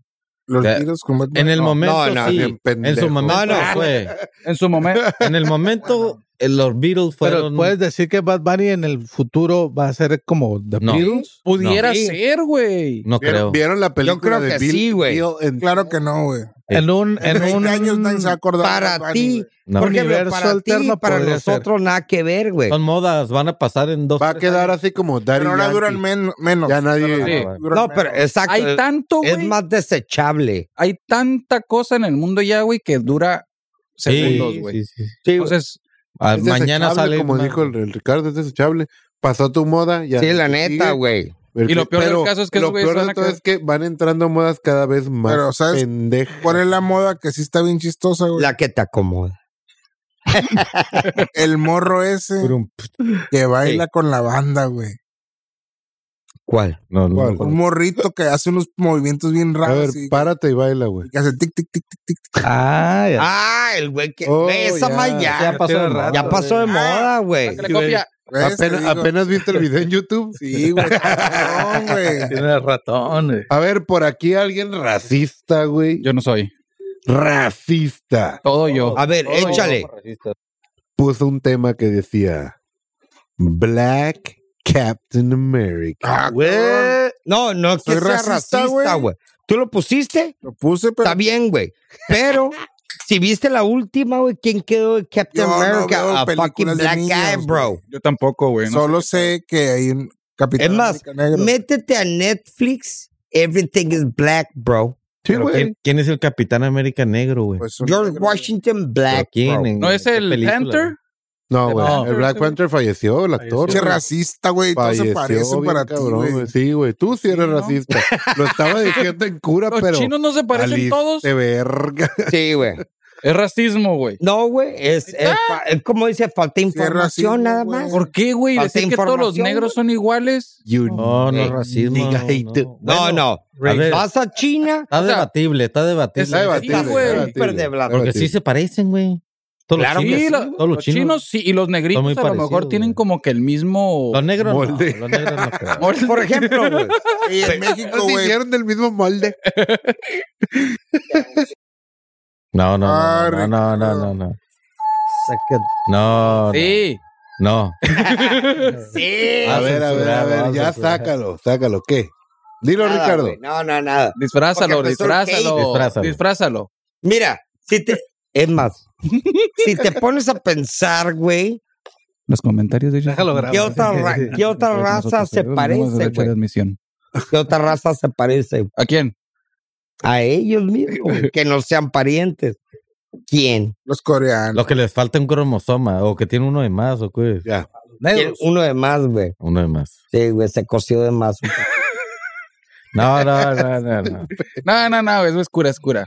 los
Te-
Beatles con Batman.
En el
No,
momento,
no, no,
sí.
bien pendejo.
En su momento
No, no.
fue.
En su momento.
En el momento, eh, los Beatles
Pero
fueron...
puedes decir que Bad Bunny en el futuro va a ser como The
No.
Beatles.
Pudiera
No. Sí.
ser, güey.
no creo.
¿Vieron, vieron la película
creo
de
que
Bill
sí, güey.
Bill and-
Claro que no, güey.
eh.
En un,
En,
en
20
un
años nadie se va a acordar. de
para
Bad Bunny,
ti.
güey.
No.
Por ejemplo,
Universo
para ti,
alterno
para
podría ser.
nosotros nada que ver, güey.
Son modas, van a pasar en dos.
Va a
tres
quedar
años.
así como Daddy
Pero ahora
Yankee.
duran men- menos.
Ya nadie-
Ahora
Sí.
duran
No,
menos.
pero exacto.
Hay tanto,
Ah, es
güey.
más desechable.
Hay tanta cosa en el mundo ya, güey, que dura
Sí,
segundos, güey.
sí, sí.
Entonces,
Ah,
Es
mañana
desechable,
sale.
Como
una-
dijo el, el Ricardo, es desechable. Pasó tu moda. Ya
sí, la
sigue.
neta, güey.
El
Y lo
que-
peor del
pero
caso es que
lo
esos güeyes
peor de
van a
todo
quedar-
es que van entrando modas cada vez más
Pero, ¿sabes?
pendejas.
¿Cuál es la moda que sí está bien chistosa, güey?
La que te acomoda.
El morro ese que baila con la banda, güey.
¿Cuál?
No, no,
¿Cuál?
no.
Un morrito que hace unos movimientos bien
A ver,
raros y
párate y baila, güey.
que hace tic, tic, tic, tic, tic. tic.
Ah, ya.
Ah, el güey que.
Oh,
esa
ya,
más ya.
ya pasó de
Ya
rato, güey.
pasó de moda, güey.
sácale copia.
¿Ves? Te
Ah, Apenas,
digo.
apenas viste el video en YouTube.
Sí, güey. No, güey. Ah,
Tiene ratón, güey.
A ver, por aquí alguien racista, güey.
yo no soy.
Racista.
Todo yo.
A ver,
Todo yo.
échale.
Puso un tema que decía Black Captain America.
Ah, cabrón.
Güey. No, no es que
Soy
sea
racista,
racista,
güey.
güey. ¿Tú lo pusiste?
Lo puse, pero
Está bien, güey. Pero, si viste la última, güey, ¿quién quedó de
Yo
Captain
no
America?
veo
a
películas
fucking
de
black guy,
niños,
bro.
Yo tampoco, güey. no
solo sé que hay un capitán
Es más,
América negro.
Métete a Netflix. Everything is black, bro.
Sí,
Pero
güey.
¿quién, quién es el Capitán América negro, güey?
Pues un
George
negro.
Washington Black.
¿Pero quién?
bro.
¿En-
¿No es
en qué
el
película,
Panther?
güey?
No, güey.
No.
El Black Panther falleció, el actor.
Pinche racista, güey. Todos se
Falleció,
parecen
bien
para ti,
cabrón,
güey.
güey. Sí, güey. Tú sí eres
¿no?
racista. Lo estaba diciendo en cura,
Los
pero. eh,
chinos no se parecen
valiste
todos.
verga.
Sí, güey.
Es racismo, güey.
No, güey. Es, es fa- es como dice, falta
es racismo,
información nada
güey.
más.
¿Por qué, güey?
Falta
Decir que todos los
información,
negros son iguales.
You
No, no
Ey,
es racismo.
nigga
no,
hater.
no.
No, no.
A ver,
Vas a China.
está
o sea,
debatible, está debatible.
está
debatible,
Sí, güey.
está debatible,
Súper debatible.
Porque sí se parecen, güey. Todos los
Claro
chinos,
que
Sí,
sí,
la-
güey.
todos
los chinos, sí. Y los negritos
muy
a lo mejor
parecidos,
tienen
güey.
como que el mismo...
Los negros no,
Molde.
los negros no creo.
Por ejemplo, güey.
Y en México,
se
güey.
hicieron del mismo molde.
No, no,
Ah,
no, no, no, no, no, no,
Saca-
no,
Sí.
no,
Sí.
A ver, a ver, a ver.
censurado,
Ya
censurado.
sácalo, sácalo. ¿Qué? Dilo,
Nada,
Ricardo.
güey. No, no, nada.
Disfrázalo,
Porque empezó el hate.
disfrázalo.
Disfrázalo.
Disfrázalo.
Mira, si te. Es más, si te pones a pensar, güey,
Los comentarios de ellos.
Déjalo grabar.
¿qué otra, ra- qué otra raza se parece, güey? ¿Qué otra raza se parece?
¿A quién?
A ellos mismos, güey, que no sean parientes. ¿Quién?
Los coreanos.
Lo que les falta un cromosoma o que tiene uno de más o qué,
¿Quién? Uno de más, güey.
uno de más.
Sí, güey, se coció de más.
No, no, no, no, no.
No, no, no, eso es cura, es cura.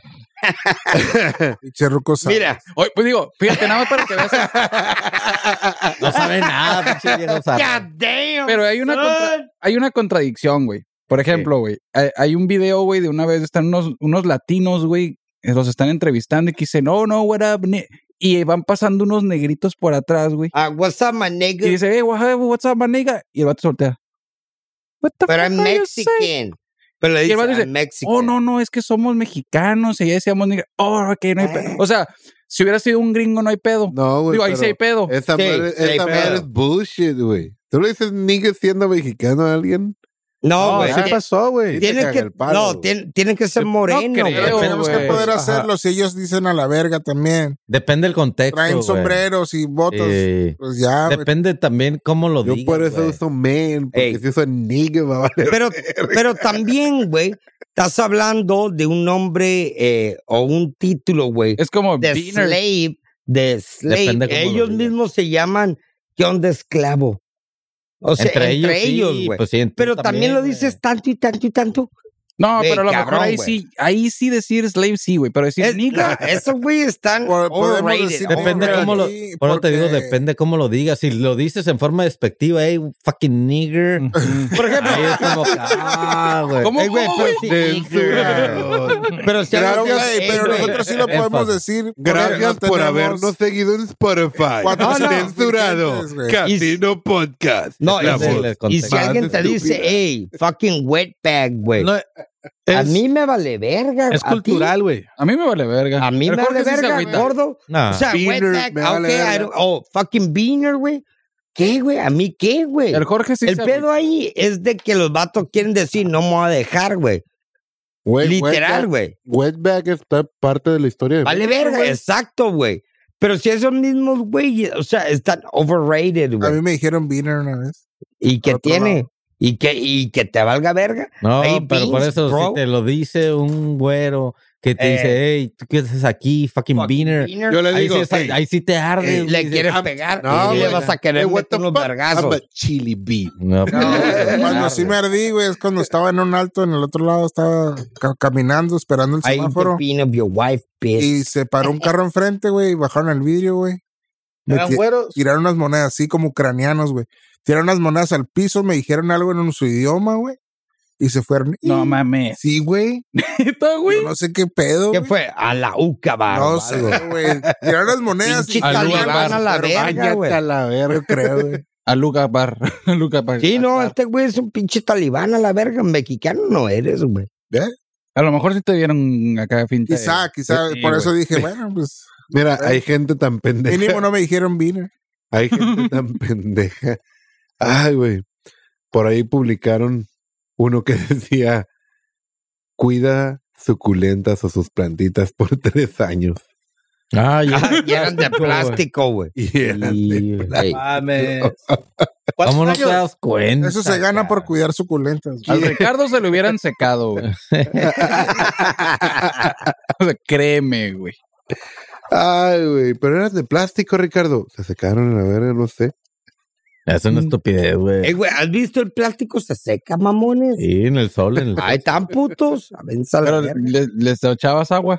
Pinche ruco sal-
Mira,
Oye, pues digo, fíjate, nada más para que veas.
No sabe nada, pinche viejo sabe.
God damn.
Pero hay una, contra- hay una contradicción, güey. Por ejemplo, güey, hay, hay un video, güey, de una vez están unos, unos latinos, güey, eh, los están entrevistando y que dicen, no, no, what up, ne-" y van pasando unos negritos por atrás, güey.
Ah, what's up, my
Y
nigga?
dice, hey, what up, what's up, my nigga? Y el vato soltea. What the
Pero
fuck
I'm
are you saying?"
Mexican. Pero le
Y el vato
dice,
dice,
I'm Mexican.
Oh, no, no, es que somos mexicanos y ya decíamos, nigga. Oh, ok, no hay pedo. O sea, si hubiera sido un gringo, no hay pedo.
No, güey.
Digo, ahí sí hay
pero
pedo.
Esa
Sí,
madre
sí hay
esa madre
pedo.
es bullshit, güey. ¿Tú le dices nigga siendo mexicano a alguien?
No,
No,
güey.
sí
tie-
pasó, güey.
tienen
caga
que,
el palo,
no,
güey.
tien- tienen que ser morenos.
creo,
güey.
güey.
Tenemos que
güey.
poder
Ajá.
hacerlo si ellos dicen a la verga también.
Depende del contexto.
Traen
güey.
sombreros y botas.
Sí.
Pues ya, güey.
Depende también cómo lo
Yo
digas.
por eso
güey.
uso men, porque
Ey.
si uso nigga, va a valer.
Pero, pero también, güey, estás hablando de un nombre eh, o un título, güey,
Es como
de
beaner.
slave, de slave.
Depende cómo lo
ellos
digas.
mismos se llaman, ¿qué onda esclavo? O sea, entre, ellos,
sí,
güey.
pues sí, entonces
pero también, lo
güey.
dices tanto y tanto y tanto.
No,
Güey,
pero a lo
cabrón,
mejor ahí
güey.
sí, ahí sí decir slave sí, güey, pero decir
Es-
nigga.
Esos güey están
Po- podemos
overrated,
decir-
Depende
overrated.
cómo lo.
Sí,
Por eso te digo,
porque-
depende cómo lo digas. Si lo dices en forma despectiva, hey, fucking nigger.
Por ejemplo,
Ahí es como, ah, güey.
¿Cómo,
eh, güey,
cómo,
pero
güey?
sí,
Del
güey. Pero si
Claro,
hablas-
güey,
eh,
pero
güey.
nosotros sí lo
Énfasis.
podemos decir. porque
Gracias
no
por
tenemos-
habernos seguido en Spotify.
Cuatro
No, no.
millones de
Censurado.
oyentes, güey.
Casino Podcast.
No,
La
es el-
voz.
el
Y
contexto.
si alguien te dice, hey, fucking wet bag, güey.
No,
a
es,
mí me vale verga.
es
a ti,
cultural, güey.
A mí me vale verga.
A mí
Pero
me
Jorge
vale
sí se
verga,
agüita.
gordo.
Nah.
o sea,
Ah. Beaner,
wet
me
bag,
vale
okay, I
verga.
don't- oh, fucking beaner, güey. ¿Qué, güey? ¿A mí qué, güey?
El Jorge sí
El
se
pedo ahí es de que los vatos quieren decir, no me voy a dejar, güey.
Güey,
Literal, güey.
Wetback está parte de la historia de
Vale verga, exacto, güey. Pero si esos mismos, güey, o sea, están overrated,
A mí
güey.
me dijeron Beaner una vez.
¿Y qué
otro
tiene?
lado.
¿Y que, ¿Y que te valga verga?
No,
Hey,
pero por
Beans,
eso
bro.
si te lo dice un güero que te
Eh.
dice, hey, ¿tú qué haces aquí, fucking,
Fucking
beaner?
beaner. eh,
Yo le
Ahí,
digo,
sí, es-
"Hey,
ahí sí te arde.
hey,
güey.
Le quieres
I'm-
pegar
No,
y le
güey.
vas a querer
Hey, what the
meter unos
fuck? I'm
vergazos.
a chili bee.
No,
pues, No,
pues,
Cuando
arde.
sí me ardí, güey, es cuando estaba en un alto, en el otro lado, estaba ca- caminando, esperando el
I eat
semáforo.
the peen of your wife, bitch.
Y se paró un carro enfrente, güey, y bajaron el vidrio, güey. Me
Eran
ti-
güeros.
tiraron unas monedas así como ucranianos, güey. Tiraron unas monedas al piso, me dijeron algo en su idioma, güey. Y se fueron.
No mames.
Sí, güey.
Neta, güey.
Yo No sé qué pedo.
¿Qué
güey.
fue? A la uca, barro,
No
algo.
sé, güey. Tiraron las monedas
Pinche
y
Al
talibán
lugar,
a la verga, güey.
la verga.
Yo creo, güey.
A Luca Bar. A Luca Bar.
Sí, no, este güey es un pinche talibán a la verga. Mexicano no eres, güey.
A lo mejor sí te vieron acá finta. de-
Quizá, quizá.
Sí,
por
güey.
eso dije, bueno, pues
Mira, hay gente tan pendeja.
mínimo no me dijeron vine.
Hay gente tan pendeja. Ay, güey. Por ahí publicaron uno que decía, cuida suculentas o sus plantitas por tres años.
Ah,
Ah, y eran de
plástico,
plástico, güey.
güey.
Y eran de
Y- ey.
¿Cómo no te das cuenta?
Eso se gana por cuidar suculentas.
Al
güey.
Ricardo se lo hubieran secado, güey. O sea, créeme, güey.
Ay, güey, pero eran de plástico, Ricardo. Se secaron a la verga, no sé.
Es una estupidez,
Ey,
güey.
Eh, güey, ¿has visto el plástico se seca, mamones?
Sí, en el sol, en el
Ay, tan putos. A ver, sal-
Pero le- les echabas agua.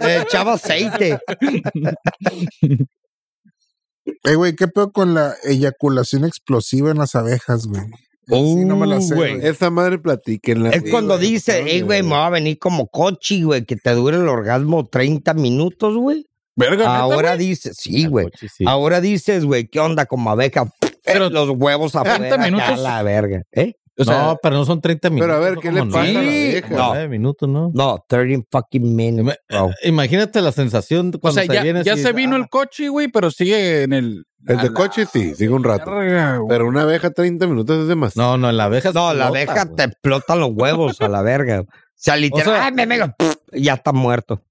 Le echaba aceite.
Eh, güey, ¿qué pedo con la eyaculación explosiva en las abejas, güey? Sí, no me la sé,
Uh,
güey.
Esa madre platíquenla.
Es
güey.
cuando dice,
no,
ey, güey, me va a venir como cochi, güey, que te dure el orgasmo 30 minutos, güey.
Verga,
Ahora dices, sí, güey.
Ah, pues,
Ah,
Sí.
Ahora dices, güey, ¿qué onda como abeja?
Pero-
los huevos afuera.
30 minutos.
ya la verga. ¿Eh?
O sea,
no, pero no son 30 minutos.
Pero a ver, ¿qué le
¿cómo
pasa a la
Sí,
abeja?
como nueve minutos, ¿no?
No, 30 fucking minutes, bro.
Imagínate la sensación
o
cuando
sea,
te
ya,
vienes
ya
y- "Ah,
se vino el coche, güey, pero sigue en el.
"Ah, El
a
de
la
coche sí, sigue un rato.
verga, güey.
Pero una abeja 30 minutos es demasiado.
No, no, la abeja.
No, la
explota,
abeja
güey.
te explota los huevos a la verga. O sea, literal,
O sea-
ay, me vengo, pf, ya está muerto.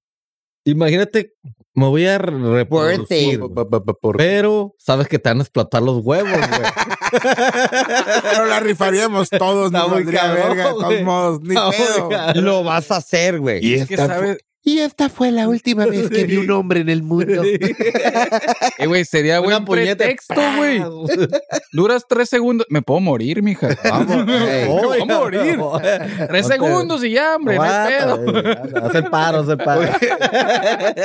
Imagínate, me voy a re- reproducir.
Pa- pa- pa- por-
Pero sabes que te van a explotar los huevos, güey.
Pero la rifaríamos todos,
Está
no
muy
valdría
cabrón,
verga, de todos
güey.
modos, ni
Está muy
pedo.
cabrón.
Lo vas a hacer, güey.
Y
Es que,
esta,
¿sabes?
y esta fue la última vez que vi un hombre en el mundo.
Eh, güey, sería
Una
buen
puñeta,
pretexto,
¡pah!
güey. Duras tres segundos. Me puedo morir, mija.
Vamos,
Me
ey.
voy a morir. Tres
No te-
segundos y ya, hombre, no hay
Aguanta,
pedo.
güey. Haz el paro, haz el paro.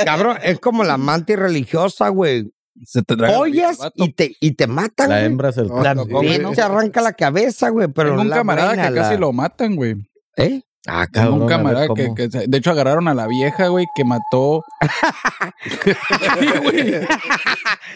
Cabrón, es como la amante religiosa, güey.
Se te traga el
Pollas
vato.
y te, y te matan,
La
güey.
hembra es el.
La
No,
bien
hombre.
te arranca la cabeza, güey, pero
Tengo un
la
camarada
buena,
que
la-
casi lo matan, güey.
¿Eh?
Ah,
Tengo
cabrón,
un
a ver
camarada que,
cómo.
que se- de hecho agarraron a la vieja, güey, que mató. Sí, güey.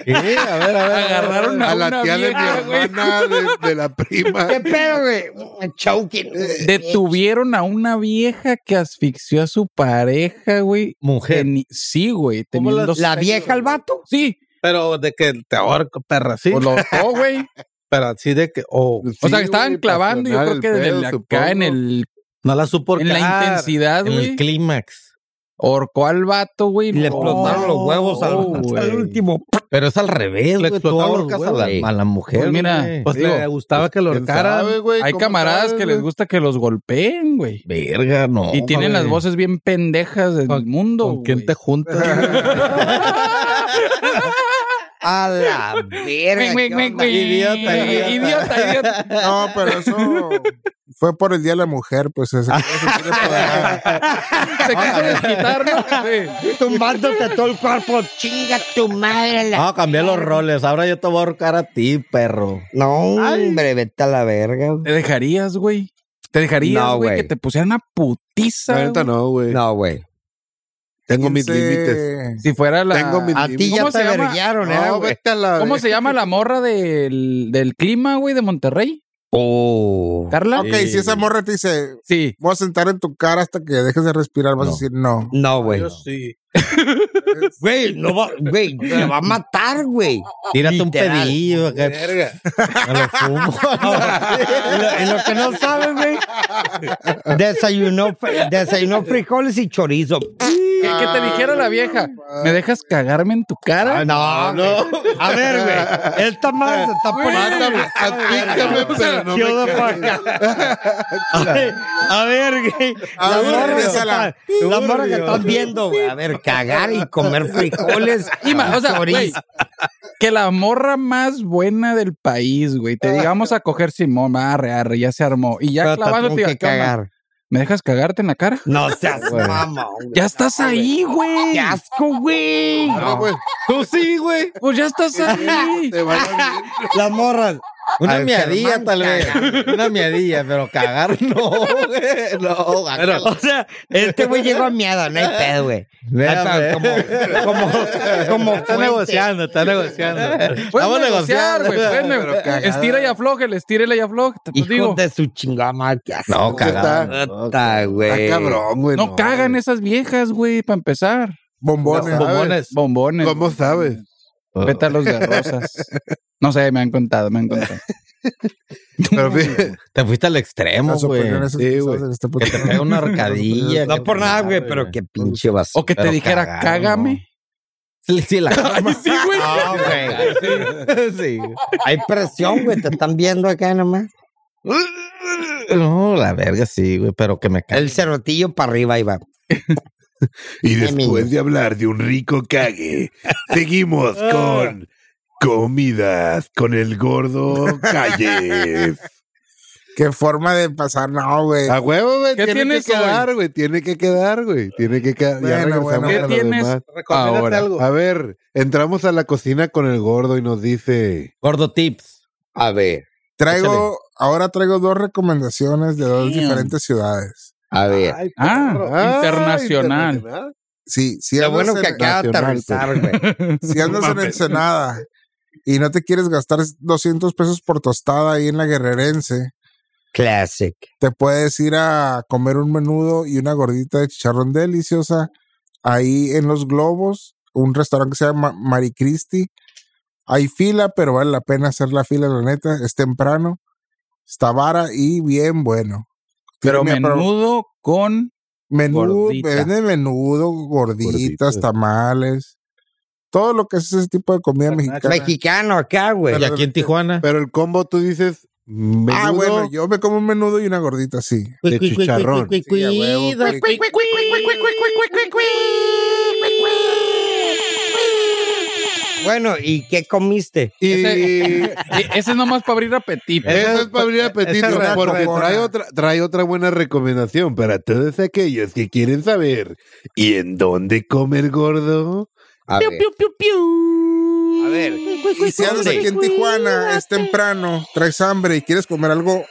Sí, a ver, a ver.
Agarraron a,
a la
una
tía de mi
vieja, güey.
hermana, de, de la prima.
¿Qué pedo, güey? Mm, Choking.
Detuvieron a una vieja que asfixió a su pareja, güey.
Mujer.
Teni- sí, güey.
¿Cómo
teniendo
¿La
sexo,
vieja al
güey.
vato?
Sí.
Pero de que te ahorco, perra, sí.
Pues lo ató, güey.
Pero así de que, o
O sea, que estaban clavando, yo creo que desde la- acá en, el,
no la supo
en la
ahorcar.
intensidad,
En el
güey.
clímax.
Orcó al vato, güey.
Y le
no,
explotaron los huevos al,
güey.
hasta el último.
Pero es al revés,
Le
güey. Tú
explotaron los
ahorcas a
huevos.
la, a la mujer.
Pues mira,
güey.
Pues
Digo,
le gustaba que lo ahorcaran.
Hay camaradas que les gusta que los golpeen, güey.
Verga, no.
Y tienen las
güey.
voces bien pendejas del
¿Con-
mundo.
¿Con quién
güey.
te juntas?
A la verga.
Güey, güey,
¿qué
güey,
onda?
güey.
Idiota, idiota.
Idiota, idiota.
No, pero eso fue por el Día de la Mujer, pues se quedó sin tiro para-
Se quiso desquitar, ¿no? Sí.
Tumbándote todo el cuerpo. Chinga tu madre. La...
Ah, cambié los roles. Ahora yo te voy a ahorcar a ti, perro.
No, hombre, vete a la verga.
¿Te dejarías, güey? ¿Te dejarías,
No,
güey,
güey.
que te pusieran una putiza?
La neta
güey?
no, güey.
No, güey.
Tengo mis
Quince-
límites.
Si fuera la...
Tengo mis
A ti
límites.
ya
¿Cómo
te
se llama?
verguearon, ¿eh,
No,
güey?
vete a la
¿Cómo se llama la morra del, del clima, güey, de Monterrey?
Oh.
¿Carla?
Ok, si esa morra te dice,
Sí.
voy a sentar en tu cara hasta que dejes de respirar, vas a
No.
decir no.
No, güey.
Yo sí.
Güey, no va, güey, se va a matar, güey.
Tírate un
Literal.
pedillo acá. Me lo fumo.
Y lo, y lo que no sabes, güey.
Ah.
Desayunó, fri- desayunó frijoles y chorizo.
Que, que te dijera la vieja, ¿me dejas cagarme en tu
Ah,
cara?
Ah, no, no. A ver, güey. Esta madre se está poniendo.
Mátame, asfíxame, pero no
¿Qué
me
onda
cagues.
pa' acá? A ver, a ver, güey.
A
La
ver,
morra que
regresala.
está- La morra que estás viendo, güey. A ver, cagar y comer frijoles y
Y ma- o sea, güey,
chorizo.
que la morra más buena del país, güey, te digamos a coger Simón, arre, arre, ya se armó. Y ya
Pero te tengo
clavándote,
que
¿qué onda?
cagar.
¿me dejas cagarte en la cara?
No seas mamón. güey.
Ya estás ahí, güey.
¡Qué asco, güey!
No, güey.
Tú sí, güey.
Pues ya estás ahí.
Te van a
Las morras.
Una
Al
miadilla,
Germán
tal vez. Una miadilla, pero cagar no, güey. No,
Pero, o sea, este güey llegó a miada, no hay pedo, güey.
Véame.
Como, como, como
Está
fuente.
negociando, está negociando.
Vamos
Vamos
a
a
negociar, güey.
negociar.
puedes nego- Estira y afloje, estira y afloje. Te pues,
Hijo
digo,
de su chingada madre, qué asco.
No, cagar. no,
Puta, güey.
Está cabrón, güey.
no cagan esas viejas, güey, para empezar.
Bombones.
No,
Bombones.
Bombones.
¿Cómo sabes?
Pétalos de rosas. No sé, me han contado, me han contado.
Pero fíjate,
Te fuiste al extremo,
Las
güey.
opiniones
Sí,
expresadas
güey.
en este
Que te
podcast.
pega una arcadilla.
pues, No por nada, güey, pero
que
qué pinche vas.
O que te
Pero
dijera,
cagar,
cágame.
Sí, sí, la
Ay, sí, güey.
No, güey.
sí.
Hay presión, güey, te están viendo acá nomás.
No, la verga sí, güey, pero que me cae.
El cerrotillo para arriba, ahí va.
Y
Amigo.
después de hablar de un rico cague, seguimos
Ah.
con comidas con el gordo Calles.
Qué forma de pasar, no, güey.
A huevo, güey.
¿Qué
Tiene
tienes
que quedar, güey. Tiene que quedar, güey. Tiene que quedar.
Bueno,
ya regresamos
bueno.
a
¿Qué
lo
tienes?
demás.
Recomiéndate
Ahora.
algo.
A ver, entramos a la cocina con el gordo y nos dice.
Gordo tips.
A ver,
Traigo, ahora traigo dos recomendaciones de dos
Damn.
diferentes ciudades.
a ver.
Ah,
"Ah,
internacional.
Sí, sí.
Lo bueno que acaba de
nacional,
aterrizar, güey.
Si andas en Ensenada y no te quieres gastar 200 pesos por tostada ahí en la Guerrerense,
Classic.
te puedes ir a comer un menudo y una gordita de chicharrón deliciosa ahí en Los Globos, un restaurante que se llama Ma- Maricristi. Hay fila, pero vale la pena hacer la fila, la neta. Es temprano, está vara y bien bueno.
Pero
Mira,
menudo con.
Menudo,
Gordita.
vende menudo, gorditas,
Gorditas.
tamales, todo lo que es ese tipo de comida
Garnachas.
mexicana.
Mexicano acá, güey.
Y aquí en Tijuana.
Pero el combo tú dices. Menudo
Ah, bueno, yo me como un menudo y una gordita, sí.
de chicharrón.
Sí, a huevo, cui-
Bueno, ¿y qué comiste?
Y Eh,
Ese- E- Ese es nomás para abrir apetito.
eso es para abrir apetito,
esa es
porque
buena.
trae otra, trae otra buena recomendación para todos aquellos que quieren saber.
¿Y en dónde come el gordo?
A ver. A ver.
Y si andas aquí en Tijuana, es temprano, traes hambre y quieres comer algo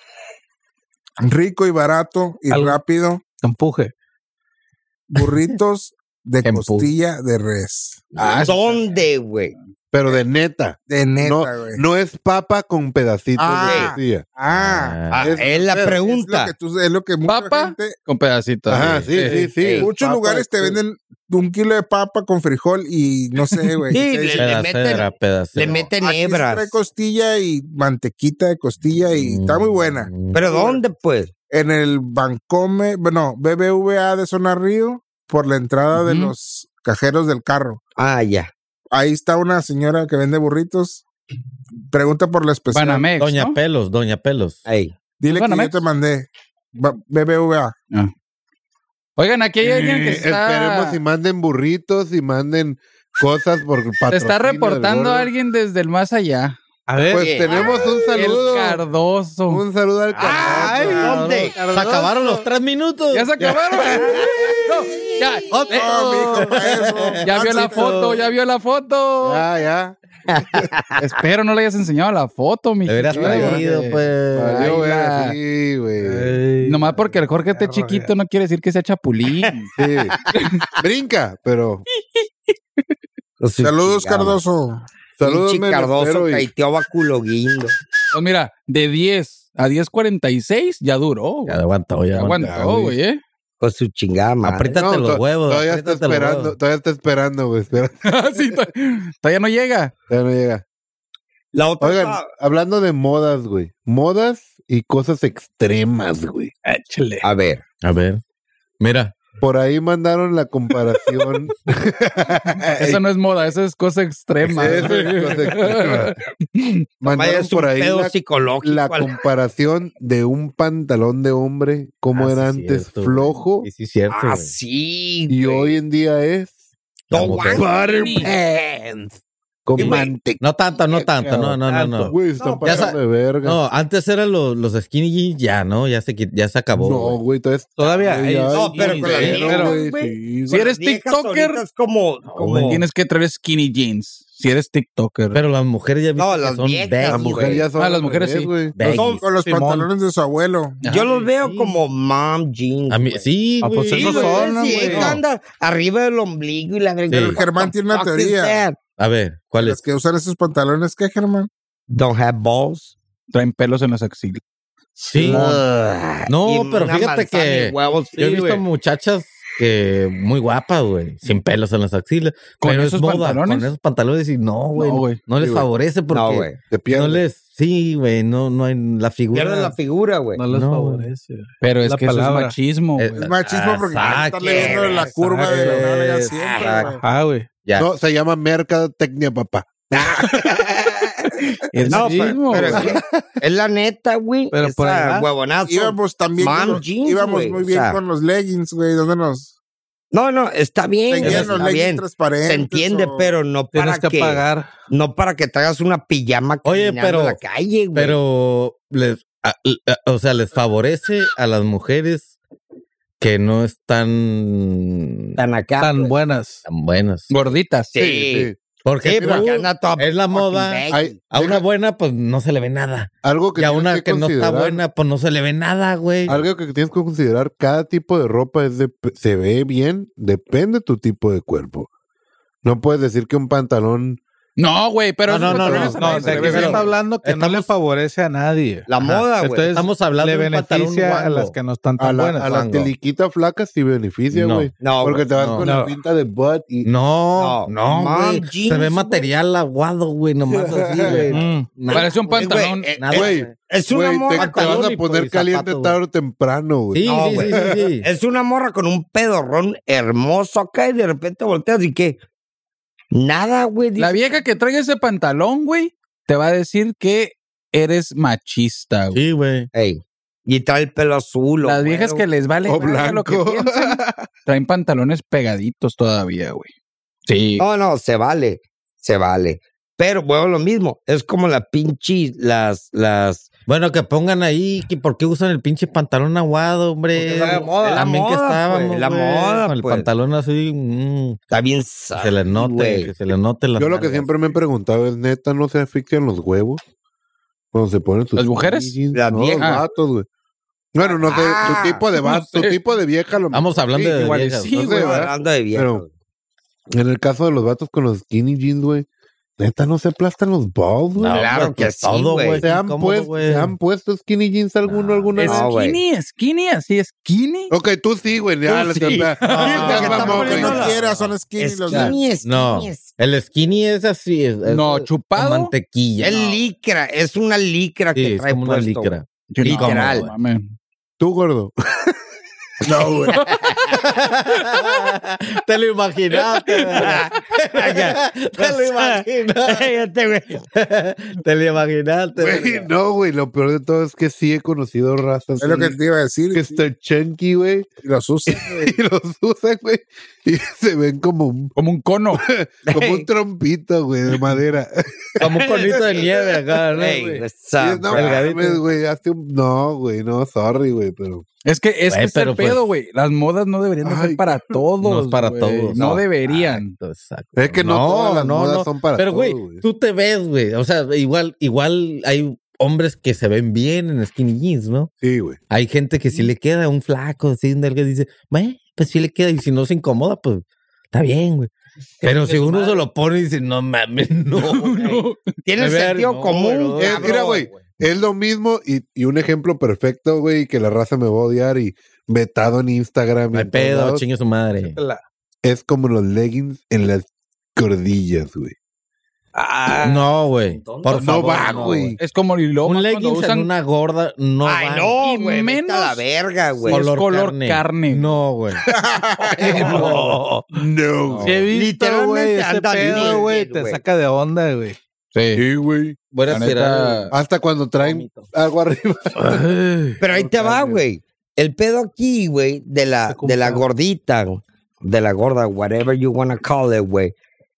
rico y barato y
Algo.
rápido,
Te empuje.
burritos de
Empú.
costilla de res.
¿Dónde, güey?
Pero de neta.
De
No,
neta, güey.
no es papa con pedacitos de
Ah.
tortilla.
Ah,
Ah, es
es-
la
es-
es lo
pregunta.
que tú- es lo que mucha
¿Papa?
gente-
Con pedacitos.
Ajá, sí, sí, sí.
Ey,
muchos
Papa,
lugares te
sí.
venden un kilo de papa con frijol y no sé, güey.
Sí,
¿qué te dicen?
le
Pedacera,
meten-
pedacera.
Le meten
Aquí se
hebras.
trae costilla y mantequita de costilla y está muy buena.
Mm.
¿Pero dónde, pues?
En el Bancome, bueno, BBVA de Zona Río, por la entrada de
Ujú.
los cajeros del carro.
Ah, ya.
Ahí está una señora que vende burritos. Pregunta por la especial.
Banamex,
Doña
¿no?
Pelos, Doña Pelos.
Ahí.
Dile que yo
Banamex.
te mandé. Ba- BBVA.
Oigan, aquí hay alguien que
Eh, Esperemos
está...
y manden burritos y manden cosas por
Te está
patrocinio del
reportando
gordo.
alguien desde el más allá.
A ver,
Pues tenemos un
El
saludo.
Cardoso.
Un saludo al
Ay,
Cardoso.
¿dónde?
Se acabaron los tres minutos.
Ya se acabaron. No, ya.
Otro,
Eh,
mijo, pa' eso.
ya vio la foto, ya vio la foto.
Ya, ya.
Espero no le hayas enseñado la foto, mi
Te hubieras
chiquito,
traído,
porque-
pues.
Valió
Ay,
verga,
la-
sí, güey.
Ey,
Nomás porque el Jorge esté
perro,
chiquito no quiere decir que sea chapulín. Pues
Sí. Brinca, pero
Saludos,
Chingado.
Cardoso.
saludos
Pinche
me los
Cardoso
espero y-
caiteó a culo guindo.
Pues mira, de 10 a 10.46 ya duró.
Ya aguantó, ya
Ya aguantó, güey. eh.
Con su chingada madre.
Apriétate
No,
los
to-
huevos.
Todavía está
apriétate los
esperando,
huevos.
todavía está esperando, güey. espera,
Sí, to- todavía no llega.
todavía no llega.
La otra
Oigan,
estaba-
hablando de modas, güey. Modas y cosas extremas, güey.
échale.
A ver.
A ver. Mira,
Por ahí mandaron la comparación.
Eso no es moda, eso es cosa extrema.
Eso es cosa extrema.
Vaya
mandaron
su
por ahí
pedo
la,
psicológico.
la
a la-
comparación de un pantalón de hombre, como
Ah, sí,
era antes
cierto, güey.
flojo
y sí es cierto.
Ah,
güey.
sí.
y
güey.
hoy en día es
No,
La mujer.
guango, pants.
con
Y, güey,
mantequilla.
No tanto, no tanto, no, no, no, no.
Güey, están
No,
pues,
pasando de verga.
No, antes eran los, los skinny jeans, ya, ¿no? Ya se, qui- ya se acabó.
No,
güey.
güey, entonces.
Todavía.
Ay,
ey,
ay,
No, pero
sí,
con la
pero,
vieja,
güey,
güey.
sí,
Si eres
Viejas
TikToker,
ahorita es como, como-
tienes que traer skinny jeans. Si eres TikToker.
Pero las mujeres ya viste
No,
que
las
son
viejas,
La
baggy,
mujer
güey.
ya son.
Ah, las mujeres sí.
güey.
Baggy.
Son con los
Simón.
pantalones de su abuelo.
Yo los veo como mom jeans.
A mí,
güey.
sí,
Ah,
güey.
pues esos
Sí, güey,
son, ¿no,
sí,
güey?
es que anda arriba del ombligo y la verga.
Sí.
What
Germán
the
tiene una
fuck is
teoría.
that?
A ver, ¿cuál
Los
es?
que usan esos pantalones, ¿qué, Germán?
Don't have balls.
Traen pelos en las axilas.
Sí. No,
Y
pero
una
fíjate
manzana
que
y huevos,
Yo he
sí,
visto
güey.
muchachas que muy guapas, güey, sin pelos en las axilas.
¿Con
pero
esos
es moda,
pantalones?
con esos pantalones y no, güey.
No,
No,
güey.
les
Sí, güey.
favorece porque
No,
no,
güey.
Te pierdes.
les sí, güey, no no hay la figura.
Pierden la figura, güey.
No les
No,
favorece.
Pero es
La
que eso es
palabra.
machismo,
Eh,
güey.
Es machismo porque
Ah,
está leyendo la
saques,
curva de la nalga
saques,
siempre. güey.
Ah, güey.
Ya.
No, se llama mercadotecnia, papá.
Es
Ah, No, pero-
machismo,
pero
güey.
es que- es la neta, güey.
Pero por ahí
Esa
va.
huevonazo.
Íbamos también.
Mom
con los-
jeans,
íbamos
güey,
muy
o
bien
sea.
con los leggings, güey. ¿Dónde nos
No, no, está bien. güey,
seguían los
Está
leggings
bien.
transparentes?
Se entiende,
o-
pero no para
Tienes
que,
que pagar.
no para que traigas una pijama
Oye,
caminando
pero-
en la calle, güey.
Pero les a- a- o sea, les favorece a las mujeres que no están
tan acá. pues.
Tan
Pues,
güey.
buenas.
tan buenas.
Gorditas.
Sí, sí.
Sí.
Porque
Sí,
tú-
porque anda toda
es la
fucking
moda.
baggy.
Hay-
a una buena pues no se le ve nada.
Algo que
Y a
tienes
una que no está
considerar-
buena pues no se le ve nada, güey.
Algo que tienes que considerar, cada tipo de ropa es de, se ve bien, depende tu tipo de cuerpo. No puedes decir que un pantalón
No, güey, pero
No,
esos
no, no,
pantalones
no,
a
no,
nadie
se
se
de
le
que
ve
se
pero-
está
bien.
hablando que no le favorece a nadie.
La
Ajá.
moda, güey.
Entonces,
Estamos hablando
le
de un pantalón
beneficia a
guango.
las que no están
a
tan
la,
buenas.
a la
Juanjo.
tiliquita flaca sí beneficia,
No.
güey.
No,
porque
güey,
te vas
no.
con
No.
la pinta de butt y
No, no,
No,
güey.
mom
Se
jeans,
ve
güey.
material aguado, güey, nomás así, güey.
Mm.
Nada,
Parece un
güey.
pantalón.
Güey, eh,
Nada,
güey,
Es una
Güey, te,
morra
te vas
pantalón
a
y-
poner
y zapato,
caliente
güey.
tarde o temprano, güey.
Sí,
No,
sí, sí,
güey.
sí, sí.
Es una morra con un pedorrón hermoso acá y de repente volteas y qué. Nada, güey. dices,
La vieja que traiga ese pantalón, güey, te va a decir que eres machista, güey.
Sí, güey.
Ey, y trae el pelo azul. o
Las viejas que
güero.
les vale
O
verga lo que
blanco.
piensan, traen pantalones pegaditos todavía, güey. Sí.
No, no, se vale. Se vale. Pero, bueno, lo mismo. Es como la pinche, las, las.
Bueno, que pongan ahí que por qué usan el pinche pantalón aguado, hombre.
Porque es la moda,
También
la
que
moda,
estábamos,
pues, la
güey,
moda,
con el
pues.
pantalón así, mm,
Está bien.
que se
Ah,
le note, que se le note la
Yo lo que siempre me he preguntado es, neta, ¿no se asfixian los huevos? Cuando se ponen sus...
¿Las mujeres?
jeans,
Las
no, los
viejas.
vatos, güey. Bueno, no sé,
Ah,
tu tipo de vato,
no sé.
tu tipo de vieja lo
Vamos hablando
Sí,
de
igual
viejas.
sí,
no sé,
güey,
¿verdad?
Hablando de viejas.
Pero- En el caso de los vatos con los skinny jeans, güey, Neta, no se aplastan los balls, güey.
Claro
hombre,
que
pues
sí,
todo,
güey.
güey.
¿Se, han
Incómodo,
puesto,
güey.
¿Se han puesto skinny jeans alguno alguna
Es
vez?
No, güey.
skinny, skinny, así es skinny.
Oh,
Ok, tú sí, güey. Ya,
Tú
la-
sí.
ya- ya-
Ah,
ya
que están
vamos,
poniendo
güey.
la-
no quiera, son skinny los de-
Skinny, skinny,
No.
es-
El skinny es así. Es, es-
No,
es
chupado.
Mantequilla.
Es licra, es una licra
Sí,
que
es
trae
como una
puesto, güey.
licra.
Yo no,
literal.
no mames.
Tú, gordo.
No, güey.
Te lo imaginaste. ¿verdad? Te lo imaginaste.
Cállate, güey.
Te lo imaginaste.
Güey,
¿verdad?
no, güey. Lo peor de todo es que sí he conocido razas.
Es lo que
sí,
te iba a decir.
que está chunky, güey.
y los usan.
Y los usan, güey. Y se ven como un,
Como un cono.
como un trompito, güey, de madera.
Como un conito de nieve acá, ¿no,
Ey,
güey?
what's up,
Y no
bro?
delgadito.
mames, güey. hazte un- No, güey. No, sorry, güey. Pero
Es que es
Güey,
que ese
pero pues-
pedo, güey. Las modas no deberían de
Ay,
ser para todos.
No es para
güey.
todos.
No, deberían.
Exacto, exacto.
es que no, todas las modas son para
Pero,
todos,
güey, tú te ves, güey. O sea, igual, igual hay hombres que se ven bien en skinny jeans, ¿no?
Sí, güey.
Hay gente que si le queda un flaco, así, un delgado, dice, bueno, pues si le queda. Y si no se incomoda, pues está bien, güey.
Pues,
Pero si uno se lo pone y dice, no mames, no.
No.
Tiene
A ver,
sentido
no,
común.
bro.
Eh,
cabrón.
mira, güey, es lo mismo y, y un ejemplo perfecto, güey, que la raza me va a odiar y vetado en Instagram. y
No hay
en todos
pedo,
lados,
chingue su madre.
es como los leggings en las cordillas, güey.
no, güey.
tonto.
Por
No
favor,
va,
Ah, no,
güey.
Ah, Es como y luego
Un
más cuando
leggings
usan
en una gorda no
Ay,
va.
no,
Y
güey. Vete a la
menos-
verga, güey.
Color, color carne.
No, güey.
No.
No,
Sí, he visto,
Literalmente
güey, ese
andan
pedo,
bien,
güey, te
güey.
saca de onda, güey.
Sí.
Sí, güey.
Voy
La
a tirar.
neta,
Hasta cuando traen algo arriba.
Pero ahí te va, güey. El pedo aquí, güey, de la, de la gordita, de la gorda, whatever you wanna call it, güey.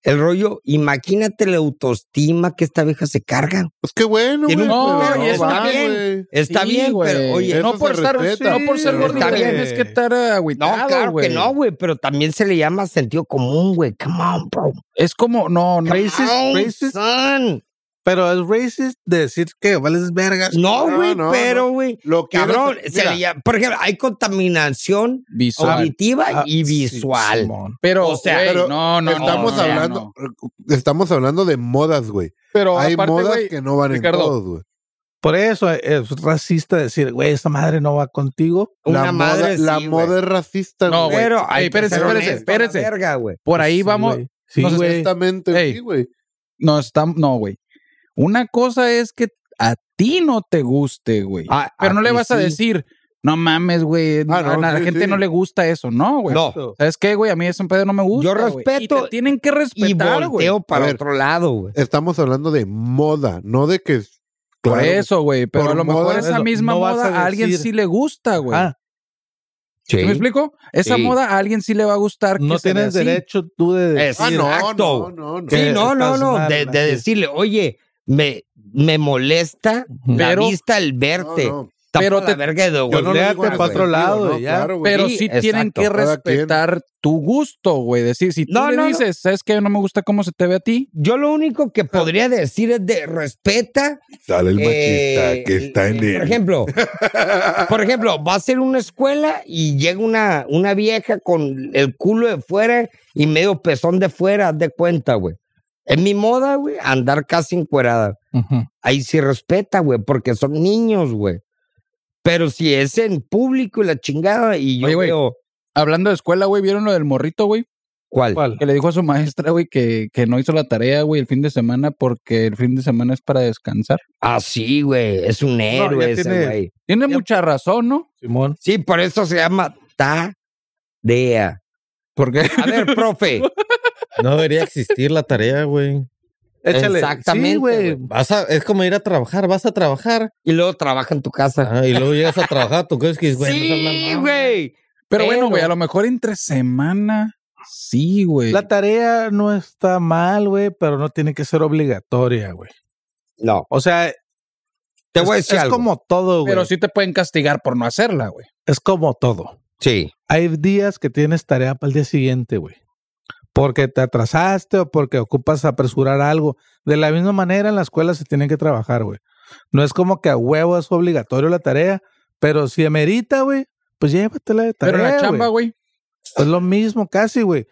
El rollo, imagínate la autoestima que esta vieja se carga.
Pues qué bueno, güey.
un
Tiene
pero
perro y
está
va,
bien.
güey.
Está
Sí,
bien,
güey.
pero oye,
Eso
no por,
se
estar,
respeta,
no por ser
pero
gordito
está bien.
tienes que estar
No,
agüitado,
claro
güey.
que no, güey, pero también se le llama sentido común, güey. Come on, bro.
Es como, no, no.
Racist,
Come on,
racist.
son.
Pero es racist decir que vales vergas.
No,
No,
güey,
no,
pero, güey.
Lo que
Cabrón,
eres-
se
mira,
le llama, por ejemplo, hay contaminación
Visual.
auditiva
Ah,
y
sí,
visual.
Simón.
Pero,
O sea,
güey,
pero
no, no, no,
estamos
no, no,
hablando,
no.
estamos hablando de modas, güey.
Pero
Hay
aparte,
modas
güey,
que no van
Ricardo,
en todos, güey.
Por eso es racista decir, güey, esta madre no va contigo.
Una
la
madre,
moda, la
sí,
moda
güey.
es racista,
No,
güey.
Pero,
Ey,
hay que
espérese,
ser
espérese,
honesto, la
espérese.
verga, güey.
por ahí
Sí,
vamos.
güey. Sí,
no sé,
güey.
Honestamente,
Ey.
sí, güey.
No, está, no, güey. Una cosa es que a ti no te guste, güey.
Ah, A-
pero no le
ti
vas a
sí.
decir, no mames, güey.
Ah,
a
no,
la
sí,
gente
sí.
no le gusta eso, no, güey.
No,
¿Sabes qué, güey? A mí ese pedo no me gusta.
Yo
güey.
respeto
Y te tienen que
y
respetar, güey.
volteo para
A ver.
otro lado, güey.
Estamos hablando de moda, no de que.
Por
Claro,
eso, güey. Pero
Por
a lo mejor
moda,
esa
eso,
misma
no vas
moda
a
a, alguien
decir-
sí le gusta, güey.
Ah,
Sí.
¿Sí ¿Me explico? Esa
Sí.
moda a alguien sí le va a gustar. que
no
se vea
tienes
así. Eh,
derecho tú de decir.
Ah, no,
Exacto.
no, no, no.
Sí, no, no,
estás
no.
mal,
De, de
así es.
decirle, oye, me, me molesta la
Pero-
vista al
No,
verte.
no.
pero
Pero
la
te-
verga de
Yo no
volver.
lo digo
Volteate
en ese
pa' otro
sentido,
lado
no,
y ya.
claro, güey.
Pero
Sí,
sí, tienen
exacto,
que
cada quien.
respetar tu gusto, güey. Decir, si tú
No,
le
no, no.
dices, ¿sabes qué? No me gusta cómo se te ve a ti.
Yo lo único que podría decir es de respeta.
Sale el machista
eh,
que está en
eh, Por
él.
ejemplo, por ejemplo, va a ser una escuela y llega una, una vieja con el culo de fuera y medio pezón de fuera, haz de cuenta, güey. Es mi moda, güey, andar casi encuerada.
Ujú.
ahí sí respeta, güey, porque son niños, güey. Pero si es en público y la chingada, y yo
Oye, güey.
veo,
Hablando de escuela, güey, ¿vieron lo del morrito, güey?
¿cuál?
¿Cuál?
Que le dijo a su maestra, güey, que, que no hizo la tarea, güey, el fin de semana porque el fin de semana es para descansar.
Ah, sí, güey, es un héroe
ya
ese,
tiene-
güey.
Tiene
Ya.
mucha razón, ¿no?
Simón.
Sí, por eso se llama tarea.
Porque
A ver, profe.
No debería existir la tarea, güey.
Échale.
Exactamente,
Sí, güey.
güey.
Vas a, es como ir a trabajar, vas a trabajar.
y luego trabaja en tu casa.
Ah, y luego llegas a trabajar, tú crees que güey, no seas
sí,
mamón.
güey.
Pero
Pero-
bueno, güey, a lo mejor entre semana sí, güey.
La tarea no está mal, güey, pero no tiene que ser obligatoria, güey.
No,
O sea,
te
es,
voy a decir
es
algo.
como todo, güey.
Pero sí te pueden castigar por no hacerla, güey.
Es como todo.
Sí.
Hay días que tienes tarea para el día siguiente, güey. Porque te atrasaste o porque ocupas apresurar algo. De la misma manera en la escuela se tienen que trabajar, güey. No es como que a huevo es obligatorio la tarea, pero si emerita, güey, pues llévatela de tarea.
Pero la chamba,
güey.
güey.
Es lo mismo casi, güey.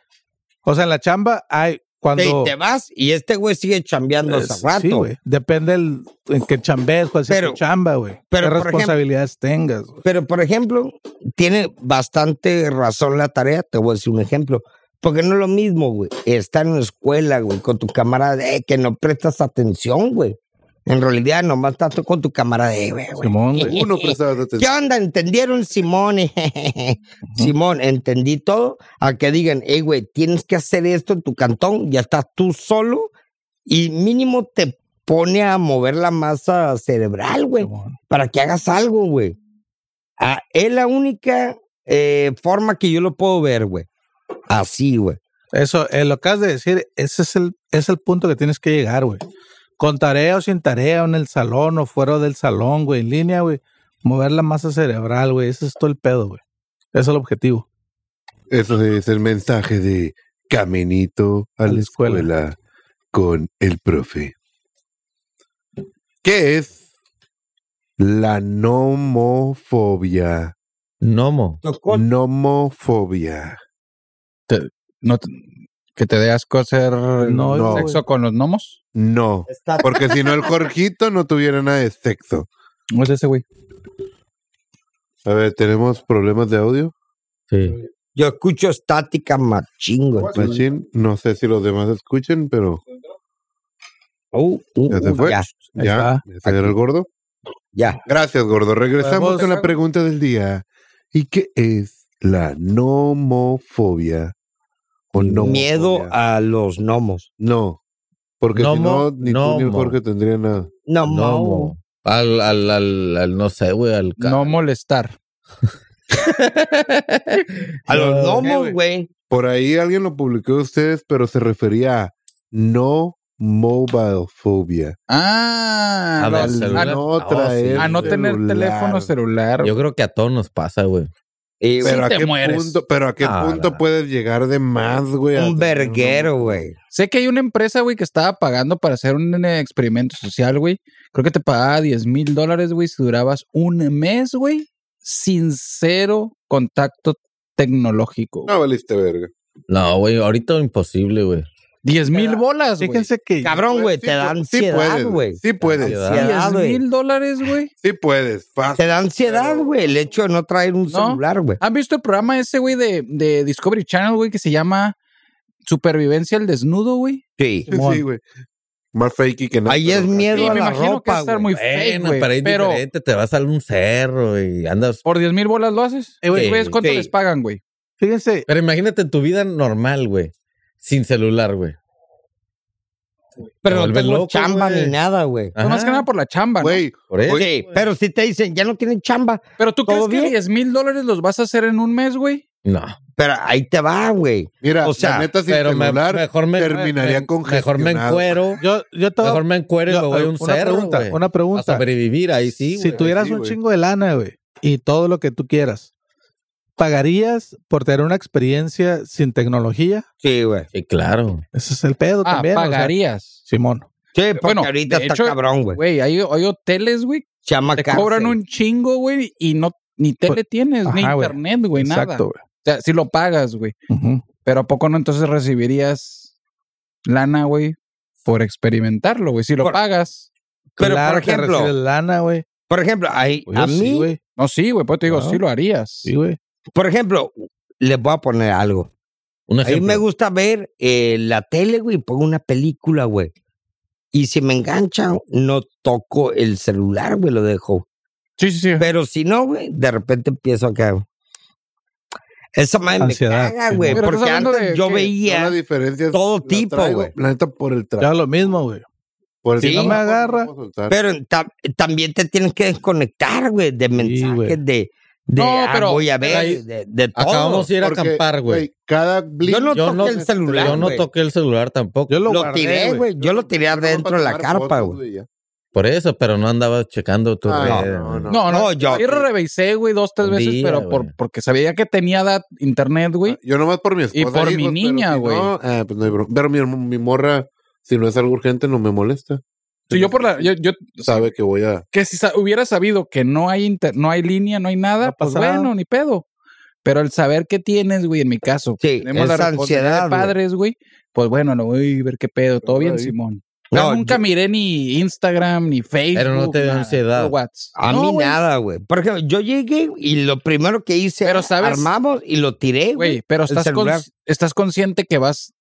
O sea, en la chamba hay
Te,
Cuando,
te vas y este güey sigue chambeando
eh,
hace rato.
sí, güey. Depende el, en qué chambees, cuál sea
Pero-
tu chamba, güey.
pero,
Qué
por ejemplo-
responsabilidades tengas, güey.
Pero, por ejemplo, tiene bastante razón la tarea. Te voy a decir un ejemplo. Porque no es lo mismo, güey. Estar en la escuela, güey, con tu camarada, eh, que no prestas atención, güey. En realidad, nomás estás tú con tu camarada, eh, güey, güey.
Simón, güey.
Uno prestaba atención.
¿Qué onda? ¿Entendieron, Simón? Simón, entendí todo. A que digan, hey, güey, tienes que hacer esto en tu cantón, ya estás tú solo y mínimo te pone a mover la masa cerebral, güey,
Simón.
para que hagas algo, güey. Ah, es la única eh, forma que yo lo puedo ver, güey. Así, güey.
Eso, eh, lo que has de decir, ese es el, es el punto que tienes que llegar, güey. Con tarea o sin tarea, o en el salón o fuera del salón, güey, en línea, güey. Mover la masa cerebral, güey. Ese es todo el pedo, güey. Ese es el objetivo.
Eso es el mensaje de Caminito a, la escuela. con el profe. ¿Qué es la nomofobia?
Nomo.
Nomofobia.
No te- que te dé asco hacer
No,
no,
sexo con los gnomos.
No,
Está-
porque si no el Jorgito no tuviera nada de sexo.
No es ese güey.
A ver, ¿tenemos problemas de audio?
Sí.
Yo escucho estática machín, güey.
Pues, Machín, no sé si los demás escuchen, pero
Uh, uh,
¿Ya se fue?
ya,
Ahí
ya,
está.
ese era el gordo.
ya.
Gracias, gordo. Regresamos
Podemos-
con la pregunta del día. ¿Y qué es la nomofobia? ¿O no?
Miedo a los gnomos.
No. Porque
Nomo-
si no, ni tú ni el
nomo.
Jorge tendrían nada.
No,
Nomo. Al, al, al, al, no sé, güey, al ca-
No molestar.
A los
No.
gnomos, güey.
Por ahí alguien lo publicó de ustedes, pero se refería a no mobilefobia.
Ah,
A
no,
ver,
al-
celular.
a,
No
Ah,
traer.
sí.
a no tener
celular.
teléfono celular.
Yo creo que a todos nos pasa, güey.
Y
Pero,
Sí
a
te
qué
mueres.
punto, pero a qué
Ah,
punto
la-
puedes llegar de más, güey. a
un
tener una-
verguero, güey.
Sé que hay una empresa, güey, que estaba pagando para hacer un eh, experimento social, güey. Creo que te pagaba 10 mil dólares, güey, si durabas un mes, güey, sin cero contacto tecnológico.
No valiste verga.
No, güey, ahorita imposible, güey.
10 mil bolas, güey.
Fíjense que
Cabrón, güey,
Sí
te da
pu-
ansiedad,
puedes,
güey.
Sí puedes.
ansiedad.
10
Ansiedad, güey.
mil dólares, güey.
Sí puedes. Fácil.
Te da ansiedad, güey, el hecho de no traer un
No.
celular, güey.
¿Han visto el programa ese, güey, de, de Discovery Channel, güey, que se llama Supervivencia al Desnudo, güey?
Sí.
Sí, güey. Más fakey que nada.
Ahí
pero-
es miedo
Sí,
a
me
la
imagino que va
ropa,
a estar
güey.
muy fake,
Bueno,
güey.
pero ahí es
Pero
diferente. Te vas a un cerro y andas.
por 10 mil bolas lo haces. Eh, güey,
Sí,
güeyes, ¿cuánto
sí.
les pagan, güey?
Fíjense,
Pero imagínate tu vida normal, güey. Sin celular, güey.
Pero no
vuelves
tengo
loco,
chamba
güey.
ni nada, güey.
Pues más
Ajá,
que nada por la chamba, ¿no?
Güey,
por eso.
Sí, pero si te dicen, ya no tienen chamba,
Pero tú crees
¿todo
que
bien?
10 mil dólares los vas a hacer en un mes, güey.
No.
pero ahí te va, güey.
mira,
O sea,
la neta sin
Pero me-
celular
mejor me
terminaría
me- Mejor me
congestionado.
encuero.
yo, yo te voy a-
Mejor me encuero y
yo-
me voy a un
una
cerro,
pregunta,
güey.
una
A
pregunta.
sobrevivir ahí sí,
si
güey.
tuvieras
sí,
un
güey.
chingo de lana, güey, y todo lo que tú quieras, ¿pagarías por tener una experiencia sin tecnología?
Sí, güey.
Sí, claro.
Ese es el pedo
Ah,
también. o sea,
pagarías.
Simón.
Sí, porque
Bueno,
ahorita
de
está
hecho,
cabrón, güey.
Güey, hay, hay hoteles, güey,
Se llama
te
cárcel.
cobran un chingo, güey, y no ni tele tienes, ni
Pues, ajá, güey.
internet,
Pues
güey, nada.
Exacto,
O sea, si lo pagas, güey.
güey. Ujú.
Pero ¿a poco no entonces recibirías lana, güey, por experimentarlo, güey? Si lo
Por-
pagas.
Pero,
Claro
por
que
ejemplo,
recibes lana, güey.
por ejemplo, ahí,
Yo
a
sí,
mí,
güey.
No, sí, güey, pues te digo,
Claro.
sí lo harías.
Sí, güey.
por ejemplo, les voy a poner algo.
Un
A mí
ejemplo.
me gusta ver eh, la tele, güey, pongo una película, güey. Y si me engancha, no toco el celular, güey, lo dejo.
sí, sí. sí.
Pero si no, güey, de repente empiezo acá. Esa madre
Ansiedad,
me caga,
sí,
güey,
Pero estás
porque
hablando de
antes yo
que
Yo la
veía.
diferencia es-
todo
la
tipo,
traigo,
güey.
La neta por el
Ya
trabajo.
lo mismo, güey.
Por el
Sí.
trabajo,
No me
agarra.
vamos a soltar.
Pero ta- también te tienes que desconectar, güey, de mensajes,
güey.
de, de
No,
ah,
pero
voy a ver,
ahí-
de, de todo.
Acabamos de ir a
Porque,
acampar, güey.
Cada blip
Yo no
Yo
toqué
no-
el celular,
Yo no
güey.
toqué el celular tampoco.
Yo lo,
Lo
guardé,
tiré, güey. Yo lo tiré adentro de la carpa, güey.
Por eso, pero no andaba checando tu
Ah,
red.
no, no,
No, no,
No, yo-
Sí revisé, güey, dos, tres
Un
veces,
día,
pero por,
güey.
porque sabía que tenía dat- internet,
Ah,
güey.
Ah, Yo nomás por mi esposa.
por mi
hijos,
niña,
pero si
güey.
no, ah, pues no hay bronca. Pero mi, mi morra, si no es algo urgente, no me molesta.
Si yo por la, yo, yo
Sabe que voy a.
que si sa- hubiera sabido que no hay inter- no hay línea, no hay nada,
No
pues
pasa nada.
bueno, ni pedo. Pero el saber que tienes, güey, en mi caso,
Sí,
tenemos la
esa
responsabilidad
ansiedad,
de
güey.
padres, güey. Pues bueno, lo voy a ver qué pedo. Todo bien,
Ahí.
Simón.
No,
Yo nunca
yo-
miré ni Instagram, ni Facebook.
Pero no te dio
nada,
ansiedad.
puro WhatsApp.
A
No,
mí
güey.
nada, güey. Por ejemplo, yo llegué y lo primero que hice,
Pero, ¿sabes?
armamos y lo tiré, güey.
Güey, pero
el
estás, con-
celular.
estás consciente que vas,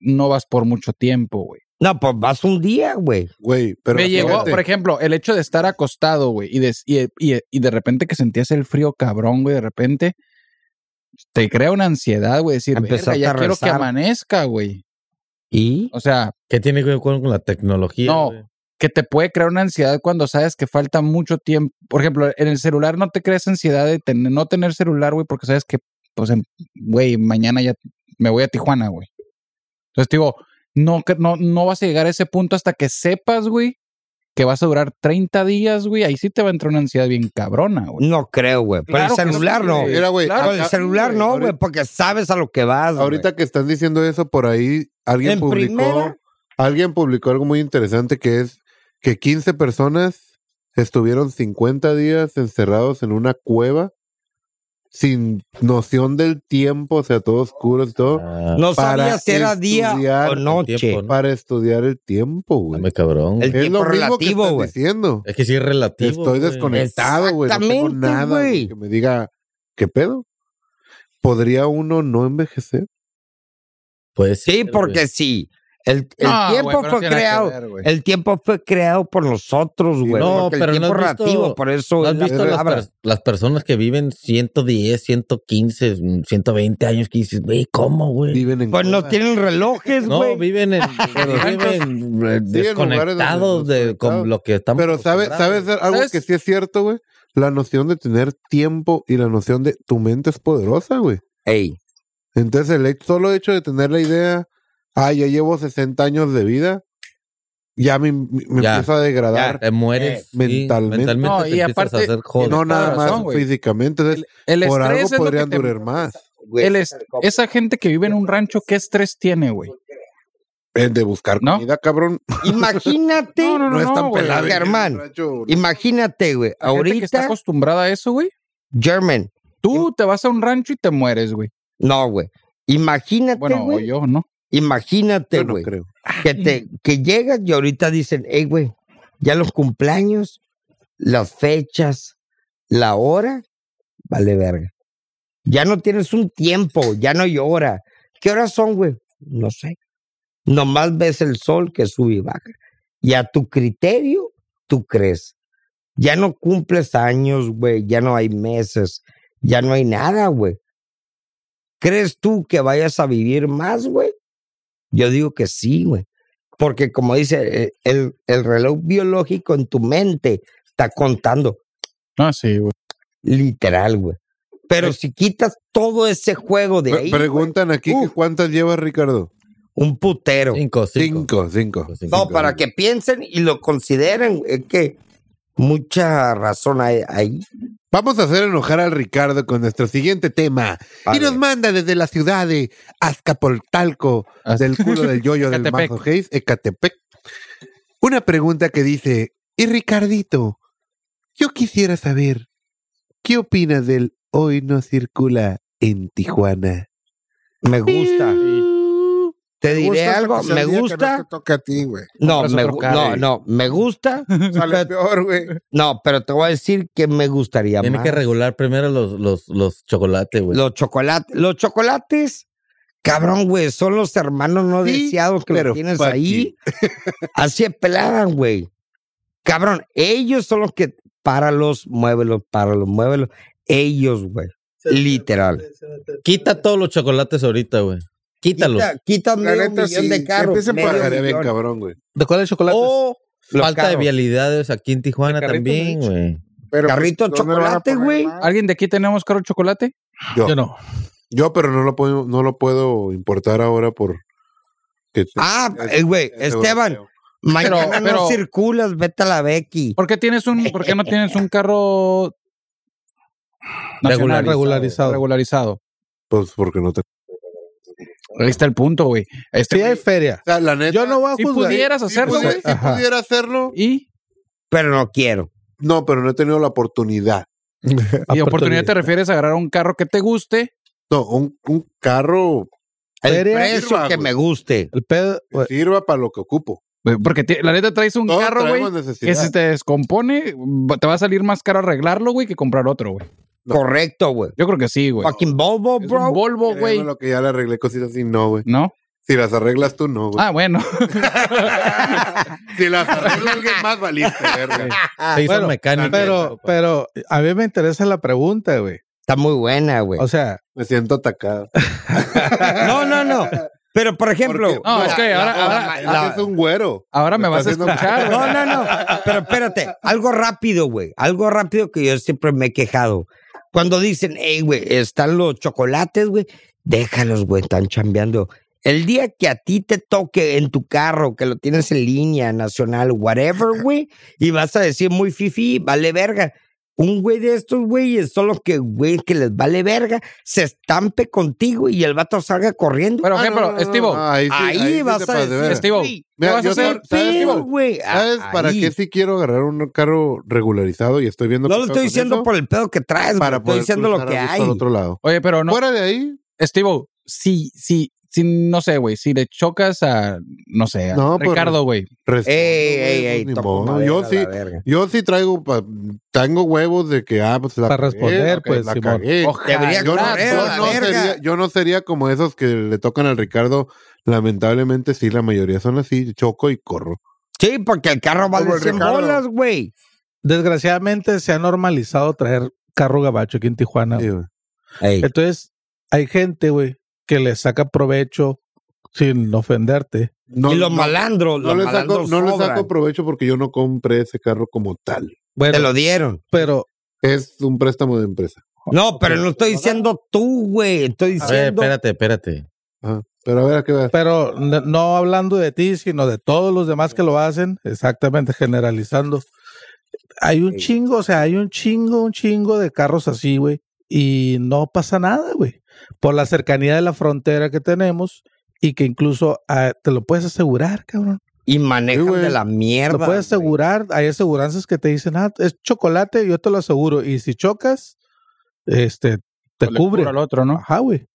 no vas por mucho tiempo, güey.
No, pues vas un día, güey.
Güey, pero.
Me llegó,
fíjate,
por ejemplo, el hecho de estar acostado, güey, y, des- y, y- y de repente que sentías el frío cabrón, güey, de repente te crea una ansiedad, güey, decir,
Empezó
"Verga, ya
a
quiero que
rezar".
amanezca, güey.
Y
O sea,
¿Qué tiene que ver con con la tecnología?
No.
güey?
que te puede crear una ansiedad cuando sabes que falta mucho tiempo. Por ejemplo, en el celular no te creas ansiedad de tener- no tener celular, güey, porque sabes que, pues, en- güey, mañana ya me voy a Tijuana, güey. Entonces, te digo, no, cre- no, no vas a llegar a ese punto hasta que sepas, güey, que vas a durar 30 días, güey. Ahí sí te va a entrar una ansiedad bien cabrona, güey.
no creo, güey. Pero
Claro que
el celular
sí,
no.
güey.
Mira, güey.
Claro,
Con
ahorita-
el celular
güey,
no,
ahorita-
güey, porque sabes a lo que vas. güey.
Ahorita que estás diciendo eso, por ahí alguien
En
publicó.
primera-
Alguien publicó algo muy interesante que es que 15 personas estuvieron 50 días encerrados en una cueva sin noción del tiempo, o sea, todo oscuro y todo,
Ah,
no
para
sabía si era día
estudiar
o
el
noche.
tiempo, ¿no?
para estudiar el tiempo, güey.
dame cabrón. güey.
El
Es lo
tiempo
mismo que
relativo,
estás
güey.
diciendo.
Es que sí es relativo.
Estoy
güey.
desconectado, güey. No tengo
Exactamente,
nada güey,
güey.
que me diga, ¿qué pedo? ¿Podría uno no envejecer?
Pues
Sí,
güey.
porque sí. El, el
No, güey,
tiempo
pero no
fue
tiene nada que
creado.
ver, güey.
El tiempo fue creado por nosotros, güey.
no,
porque
pero
el
no
tiempo
has visto-
relativo, por eso.
¿No
es
has
la
visto las,
palabra.
pers- las personas que viven 110, 115, 120 años que dices, güey, ¿cómo, güey?
Viven en
Pues no
cuevas.
tienen relojes,
No,
güey.
viven en, pero viven eh,
donde
desconectados de con
desconectados.
lo que estamos
Pero sabes,
acostumbrados.
sabes algo
¿Sabes?
que sí es cierto, güey. La noción de tener tiempo y la noción de tu mente es poderosa, güey.
Ey,
Entonces, el he- solo hecho de tener la idea, ah, ya llevo 60 años de vida, ya me, me- me
Ya,
empiezo a degradar.
Te mueres
Eh,
sí,
mentalmente.
No,
te
y
empiezas
aparte-
a hacer joder.
no
tienes
nada
toda
más
razón, güey.
físicamente. Entonces,
El
por
estrés
algo
es lo que
podrían
te-
durar más.
güey.
el es- esa gente que vive en un rancho, ¿qué estrés tiene, güey?
El de buscar
¿No?
comida, cabrón.
Imagínate,
No, es tan
güey.
pelado.
Pues, Germán.
Racho,
imagínate, güey.
La gente que está
Ahorita,
acostumbrada a eso, güey.
German.
Tú te vas a un rancho y te mueres, güey.
No, güey. Imagínate,
Bueno, o
güey.
yo, ¿no?
Imagínate,
yo no
güey.
creo.
que, te, que llegas y ahorita dicen, hey, güey, ya los cumpleaños, las fechas, la hora, vale verga. Ya no tienes un tiempo, ya no hay hora. ¿Qué horas son, güey? No sé. Nomás ves el sol que sube y baja. Y a tu criterio, tú crees. Ya no cumples años, güey, ya no hay meses, ya no hay nada, güey. ¿Crees tú que vayas a vivir más, güey? Yo digo que sí, güey. Porque como dice, eh, el, el reloj biológico en tu mente está contando,
Ah, sí, güey.
literal, güey. Pero si quitas todo ese juego de
Pre-
ahí,
preguntan aquí que
Uf.
cuántas llevas, Ricardo.
un putero.
Cinco, cinco.
Cinco, cinco.
cinco.
no, para que piensen y lo consideren, es que mucha razón hay ahí.
Vamos a hacer enojar al Ricardo con nuestro siguiente tema.
Vale.
Y nos manda desde la ciudad de Azcapoltalco,
Az-
del culo del yoyo del
Ecatepec.
Mazo Hayes, Ecatepec. Una pregunta que dice, y Ricardito, yo quisiera saber, ¿qué opinas del hoy no circula en Tijuana?
Me gusta. Te
Me
diré
gusta
algo,
hasta que sea
me
el día que
gusta.
No te toque a ti, güey.
No,
Compras
me,
otro
gu-
carro.
no, no, me gusta.
Sale peor, güey.
No, pero te voy a decir que me gustaría
Tiene
más.
que regular primero los, los, los chocolates, güey.
Los chocolates, los chocolates, cabrón, güey, son los hermanos no
Sí,
deseados que
pero
los tienes
fuck
ahí. Así es pelaban, güey. Cabrón, ellos son los que páralos, muévelos, páralos, muévelos. Ellos, güey. Literal.
Quita todos los chocolates ahorita, güey. Quítalos.
Quita, quita
La
medio
neta,
millón
sí,
de
que
carros.
empiecen
medio
Pajaría bien
Pues, millón.
cabrón, güey.
¿De cuál es chocolate?
O
Los
falta de
carros.
vialidades aquí en Tijuana
carrito,
también,
de
güey.
Pero, pues,
Carrito
¿dónde van a
chocolate,
poner
güey.
más?
¿Alguien de aquí tenemos caro chocolate?
Yo no.
Yo, pero no lo puedo, no lo puedo importar ahora por... que-
Ah, eh, güey,
es
Esteban,
europeo.
mañana no
pero-
circulas, vete a la Becky.
¿Por qué tienes un, por qué no tienes un carro nacional,
Regularizado.
regularizado?
Pues porque no te...
Ahí está el punto, güey. Este,
Sí hay
güey,
feria.
O sea, la neta...
Yo no voy a
si
juzgar.
pudieras hacerlo,
si
güey.
pudiera, si
Ajá.
pudiera hacerlo,
Y
Pero no quiero.
no, pero no he tenido la oportunidad.
Y oportunidad te refieres a agarrar un carro que te guste.
No, un, un carro
El
Feria,
precio
sirva,
que
güey.
me guste.
El pedo,
que sirva para lo que ocupo.
güey, Porque te- la neta traes un
Todos
carro, güey,
traemos
que
necesidad.
si te descompone, va- te va a salir más caro arreglarlo, güey, que comprar otro, güey.
No.
Correcto, güey.
Yo creo que sí, güey.
Fucking Volvo,
Es un
bro.
Volvo,
Créeme
güey.
lo que ya le arreglé cositas así, no, güey.
¿No?
Si las arreglas tú, no, güey.
Ah, bueno.
Si las arregla alguien más, valiste, verga.
Ah,
Se hizo
Bueno,
mecánico.
pero, pero a mí me interesa la pregunta, güey.
Está muy buena, güey.
O sea,
Me siento atacado.
No, no, no. Pero, por ejemplo.
No, es que ahora- ahora-
ahora es un güero.
Ahora me
Me
vas a
está haciendo-
escuchar, güey.
No, no, no. Pero espérate, algo rápido, güey. Algo rápido que yo siempre me he quejado. Cuando dicen, hey, güey, están los chocolates, güey, déjalos, güey, están chambeando. El día que a ti te toque en tu carro, que lo tienes en línea, nacional, whatever, güey, y vas a decir muy fifi, vale verga. Un güey de estos güeyes son los que, güey, que les vale verga, se estampe contigo y el vato salga corriendo.
Pero,
Ah, no,
ejemplo,
no, no, no.
Estivo,
Ahí, sí-
ahí,
ahí sí
vas
te
a
pasas de
decir,
verga.
Estivo,
"Güey,
Mira,
vas a
yo
hacer
sab- ¿sabes,
pedo,
Estivo?
güey". Ah,
¿Sabes para
ahí.
qué si quiero agarrar un carro regularizado y estoy viendo
No
qué
lo
pedo
estoy
con
diciendo
eso?
por el pedo que traes,
para
para estoy
poder
diciendo lo
cruzar
que
a gusto
hay.
al otro lado.
Oye, pero no,
Fuera de ahí,
Estivo, si, si, si, no sé, güey, si le chocas a, no sé, a
No, pues,
Ricardo, güey.
respondo,
Ey,
güey,
ey,
pues,
ey,
ni
toco
modo.
madera,
yo
la
sí,
verga.
yo sí traigo, pa- tengo huevos de que, ah, pues la
Para responder,
ok,
pues,
la
Simón.
cagué.
Debería
Yo no,
correr,
yo
la
no
verga.
sería, yo no sería como esos que le tocan al Ricardo. Lamentablemente, sí, la mayoría son así, choco y corro.
Sí, porque el carro vale
Como el
100
Ricardo.
bolas, güey.
desgraciadamente se ha normalizado traer carro gabacho aquí en Tijuana.
Sí,
güey.
güey.
Ey,
Entonces, hay gente, güey, que le saca provecho sin ofenderte.
No,
y los
no-
malandros,
no
los
le saco,
malandros
no le
sobran.
saco provecho porque yo no compré ese carro como tal.
Te
Bueno,
lo dieron.
pero
Es un préstamo de empresa.
No, pero no estoy diciendo tú, güey. Estoy
A ver,
diciendo.
Eh, espérate, espérate.
Ajá. Pero a ver, ¿a qué vas?
Pero no, no hablando de ti, sino de todos los demás que lo hacen, exactamente generalizando. Hay un
Sí.
chingo, o sea, hay un chingo, un chingo de carros así, güey. Y no pasa nada, güey. Por la cercanía de la frontera que tenemos y que incluso ah, te lo puedes asegurar, cabrón.
y
Sí,
manejan
güey.
de la mierda.
Lo puedes
güey.
asegurar. Hay aseguranzas que te dicen, ah, es chocolate, yo te lo aseguro. Y si chocas, este, te
le
cubre.
cubro al otro, ¿no?
Ajá, güey.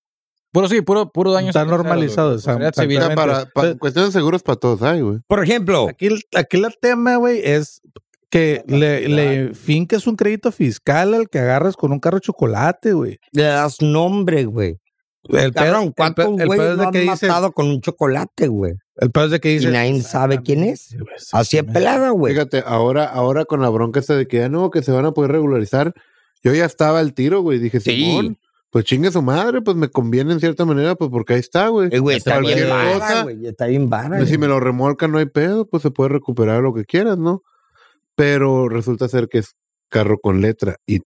Puro sí, puro, puro daño.
Está normalizado.
Responsabilidad
exact-
civil.
Mira,
exactamente.
para, para-
Entonces,
cuestión de seguros para todos hay, güey.
Por ejemplo,
Aquí, el- aquí el tema, güey, es que le, le finques un crédito fiscal al que agarras con un carro chocolate, güey.
le das nombre, güey. Pues,
El pedo,
Cabrón, ¿cuántos
el, pe- el pedo
güeyes
es de
no han
que dices-
matado con un chocolate, güey?
el pedo es de que
Y
dices...
nadie sabe quién es.
Sí, güey, sí,
Así es
güey.
pelada, güey.
Fíjate, ahora, ahora con la bronca esta de que ya no, que se van a poder regularizar, yo ya estaba al tiro, güey. Dije,
Sí.
Simón, pues chingue su madre, pues me conviene en cierta manera, pues porque ahí está, güey.
Eh, güey, está
Cualquier
bien vara,
cosa.
güey. Está bien vara.
Pues, si
güey.
me lo remolcan, no hay pedo, pues se puede recuperar lo que quieras, ¿no? Pero resulta ser que es carro con letra y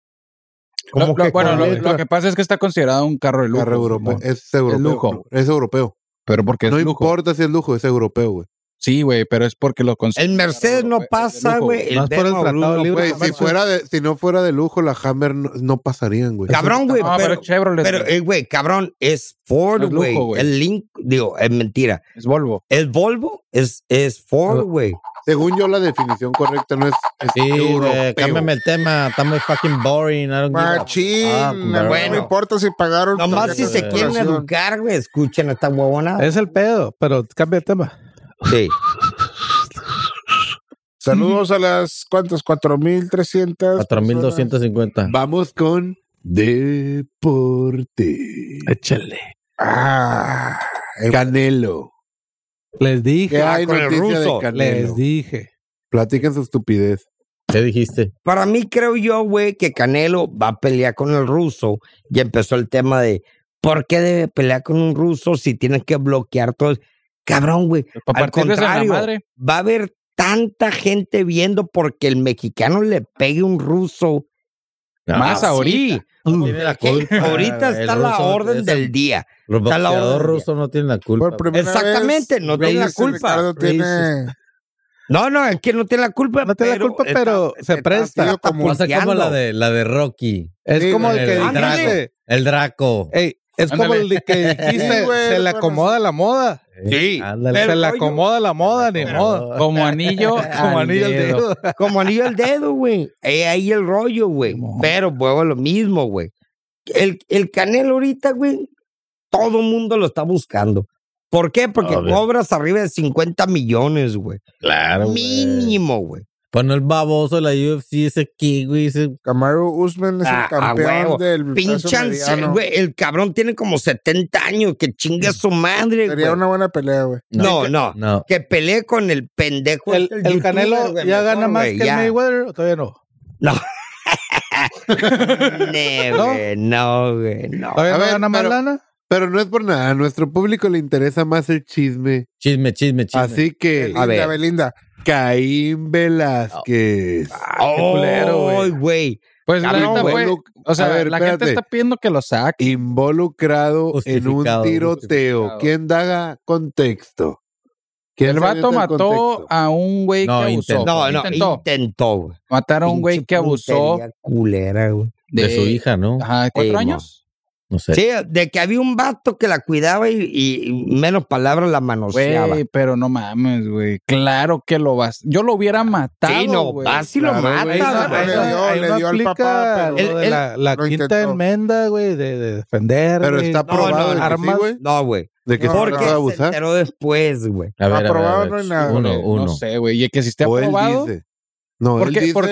Lo-
¿Cómo
lo-
que
bueno,
con
lo,
letra?
lo que pasa es que está considerado un carro de lujo.
carro europeo.
Simón.
Es europeo.
lujo.
Es europeo.
Pero porque es
no
lujo.
importa si es lujo, es europeo, güey.
Sí, güey, pero es porque lo consideran.
El Mercedes no
Güey, de
pasa,
lujo,
güey.
Más por el
BMW
Tratado
no
Libre
Güey,
pasa.
si, fuera de, si no fuera de lujo, la Hammer no, no pasarían, güey.
Cabrón, güey.
No, pero
pero-
es Chevrolet.
Pero,
güey.
eh, güey, cabrón, es Ford,
Es lujo,
güey.
güey.
El Link, digo, es mentira.
es Volvo.
El Volvo es, es Ford, güey.
Según yo, la definición correcta no es, es
Sí, güey,
europeo.
cámbiame el tema. Está muy fucking boring. I don't give a-
Machín,
Ah,
no
bueno.
me importa si pagaron.
Nomás si
tarjetas de
se quieren
vacunación.
educar, güey, escuchen a esta huevona.
Es el pedo, pero cambia de tema.
Sí.
Saludos a las, ¿cuántas? 4,300.
4250.
Vamos con deporte.
Échale.
Ah,
Canelo.
Les
¿Qué
dije,
hay
Ah, con el
noticia
ruso.
de Canelo?
les dije.
Platiquen su estupidez.
¿Qué dijiste?
Para mí creo yo, güey, que Canelo va a pelear con el ruso. Y empezó el tema de, ¿por qué debe pelear con un ruso si tienes que bloquear todo? el- Cabrón, güey,
Para
Al
partirles en la
contrario.
madre.
va a haber tanta gente viendo porque el mexicano le pegue un ruso.
Más
Ah, sí.
ahorita.
No tiene la culpa.
Ahorita
El
está la
ruso no-
orden
es
del
el-
día.
El
está la
boxeador
orden.
ruso no tiene la
por
culpa.
primera vez,
Exactamente, no tiene la
Reyes y
culpa.
Ricardo tiene
No, no, es que no tiene la culpa.
No tiene la culpa, pero se presta.
está
Como-
O sea, como la
punteando.
de, la de Rocky.
Es
Sí,
como el
güey,
que
ándale.
dijiste.
El Draco.
Ey, es como
Ándale.
el de que dijiste,
Sí, güey,
se le
bueno,
acomoda la moda.
Sí. Ándale.
Se
Pero
la
yo-
acomoda la moda, ni
Pero-
modo.
Como anillo.
Como
al
anillo al
dedo.
dedo.
Como anillo al dedo, güey. Eh, ahí el rollo, güey. Pero vuelvo a lo mismo, güey. El, el Canelo ahorita, güey, todo mundo lo está buscando. ¿Por qué? Porque
Obvio.
cobras arriba de 50 millones, güey.
Claro, güey.
Mínimo, güey.
Pues no el baboso de la UFC, ese kiwi, ese
Camaro Usman es
Ah,
el
a
campeón
huevo.
del peso
Pinchan,
mediano.
güey. El cabrón tiene como 70 años. Que chinga su madre, güey.
Sería una buena pelea, güey.
No, no.
No.
Que pelee con el pendejo.
El,
este,
el
youtuber,
Canelo
güey,
ya
mejor,
gana más
güey,
que el
ya.
Mayweather, ¿o todavía no.
No, güey, no, güey, no.
Todavía
A
no
ver,
gana más
pero-
lana.
Pero no es por nada, a nuestro público le interesa más el chisme.
Chisme, chisme, Oh. chisme.
Así que,
A
Linda
ver.
Belinda.
Caín Velázquez.
Ay,
culero, güey.
güey.
Pues
Ah,
la
Cabrón,
neta
güey,
fue.
Involuc-
O sea,
a ver,
la
espérate.
gente está pidiendo que lo saque.
involucrado en un
Justificado,
tiroteo.
justificado.
¿Quién daga contexto? ¿Quién
El
se avienta
vato mató
contexto?
a un güey
No,
que abusó.
intentó.
No, no,
Intentó.
intentó, güey.
Matar a un güey
Pinche
que abusó
puntería Culera, güey.
de, su hija, ¿no?
Ajá, cuatro
Ey,
años.
No sé.
Sí, de que había un vato que la cuidaba y, y menos palabras la manoseaba.
Güey, pero no mames, güey. Claro que lo vas. Yo lo hubiera matado.
sí, no,
güey. Eh,
vas y lo
Claro, güey,
matas,
no,
güey.
no,
Le dio-
Ahí
le
no
dio al
aplica
papá, pero
lo
él-
de
él
la, la
lo
quinta
intentó.
enmienda, güey, de, de defender.
Pero
güey.
está
No,
probado
no,
de que sí,
armas.
güey.
No, güey.
De que se
Porque
trataba de
se
abusar.
enteró después, güey.
A ver, a ver, a
Aprobado
ver.
no hay nada,
Uno,
Güey,
uno.
No sé, güey. Y el que si esté
o él
aprobado.
dice. No,
¿Por
él
qué?
dice,
Por-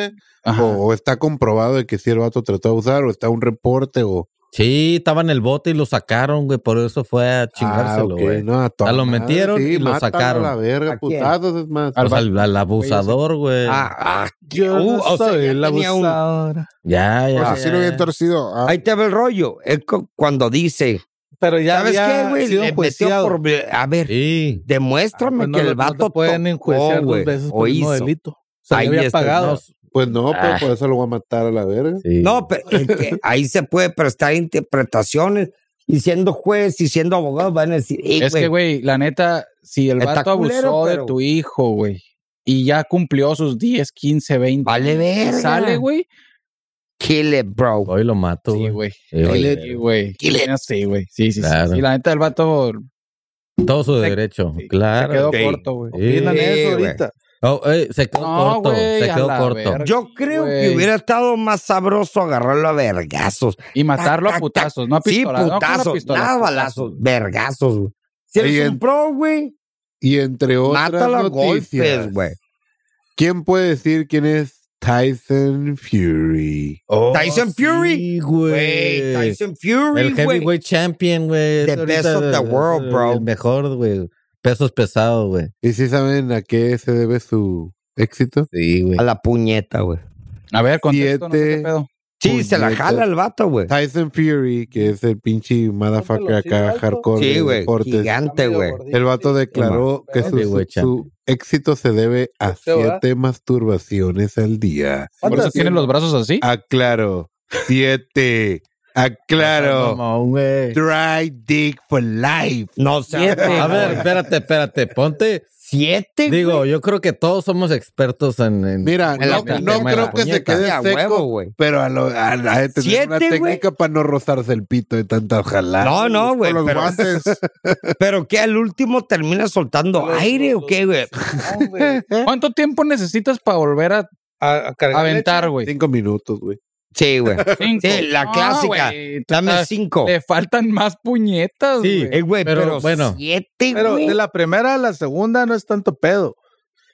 Ajá.
o, o está comprobado de que si el vato trató de abusar, o está un reporte, o
Sí, estaba en el bote y lo sacaron, güey. Por eso fue a
Ah,
chingárselo,
ok,
güey.
no, a toda
Ya lo
madre,
metieron y lo
mátalo
sacaron.
A la verga,
¿A quién?
putazos, es más.
O sea, al, al abusador, güey.
Ah, ah,
Yo
Uh,
no
o sea,
soy
ya
el
tenía un-
abusador.
Ya, ya.
Pues
ya,
así
eh.
lo
ya.
bien torcido. Ah,
ahí te ve el rollo. Es cu- cuando dice,
Pero ya
¿sabes
había
qué, güey?
sido
Le metió
enjuiciado.
por... A ver,
Sí.
demuéstrame
Pues no
que
lo-
el
no te
vato
pueden
tocó,
enjuiciar
güey,
dos veces
o
por el mismo
hizo.
delito. O sea,
Ahí
ya había
está,
pagado.
No,
Pues no, pero
Ah.
por eso lo voy a matar a la verga.
sí.
No, pero es que ahí se puede prestar interpretaciones y siendo juez y siendo abogado van a decir, "Ey,
Es que, güey, la neta, si el
Está
vato
culero,
abusó
pero-
de tu hijo, güey, y ya cumplió sus 10, 15, 20.
vale verga.
Sale, güey.
Kill it, bro.
Hoy lo mato,
Sí,
güey.
güey.
Sí, güey.
Sí, güey.
Kill it.
Sí, güey. Sí, sí, sí,
Claro.
sí. la neta, el vato
Todo su
Se-
derecho,
sí,
claro.
se quedó
ok.
corto, güey.
Sí.
Opinan
Sí,
eso
güey.
ahorita.
Oh, eh, se quedó
No,
corto,
güey,
se
a
quedó
la
corto.
verga.
Yo creo que
Güey.
hubiera estado más sabroso agarrarlo a vergazos.
Y matarlo a
Tac, tac,
putazos, no a
Sí,
pistolas. no con la
putazos,
pistola,
nada balazos, vergazos. güey. Si eres
Y
un
en-
pro, güey,
Y entre otras
mátalo a
noticias,
golpes, güey.
¿quién puede decir quién es Tyson Fury?
Tyson Fury.
Oh, Sí, güey.
Güey, Tyson Fury,
Pues, El
güey.
heavyweight champion, güey.
The
Es
best
ahorita
of the world, bro.
El mejor, güey. Pesos pesados, güey.
¿Y si saben a qué se debe su éxito?
Sí, güey.
A la puñeta, güey.
A ver, contexto, no sé qué
Siete.
pedo.
Sí, se la
Puñeta.
jala el vato, güey.
Tyson Fury, que es el pinche motherfucker acá hardcore
Sí,
de
güey.
deportes.
Gigante, güey.
El vato declaró que su,
Sí, güey,
su- su éxito se debe a
Boxeo, ¿verdad?
siete masturbaciones al día.
Por eso
¿Cuántas?
tienen los brazos así.
Aclaro, siete. Aclaro.
Mamón, güey.
Dry dick for life.
No sé.
eh, A ver, espérate, espérate. Ponte.
Siete, güey.
Digo, yo creo que todos somos expertos en. en-
Mira,
En la
no,
puñeta,
no
en la
creo que se
puñeta.
quede
a huevo,
seco,
güey.
pero a, lo, a, la- a tener una
Siete, güey.
técnica para no rozarse el pito de tanta ojalá.
No, no, güey.
Ah, con los
Pero,
guantes.
pero que al último termina soltando aire o qué, güey.
No, güey.
¿Cuánto tiempo necesitas para volver a
A- a cargar
aventar, güey?
Cinco minutos, güey.
Sí, güey.
Cinco.
Sí, la
No,
clásica.
güey, tú
Dame
estás-
cinco.
Te faltan más puñetas,
Sí.
güey.
Eh, güey, pero,
pero bueno.
siete,
Pero
güey.
de la primera a la segunda no es tanto pedo.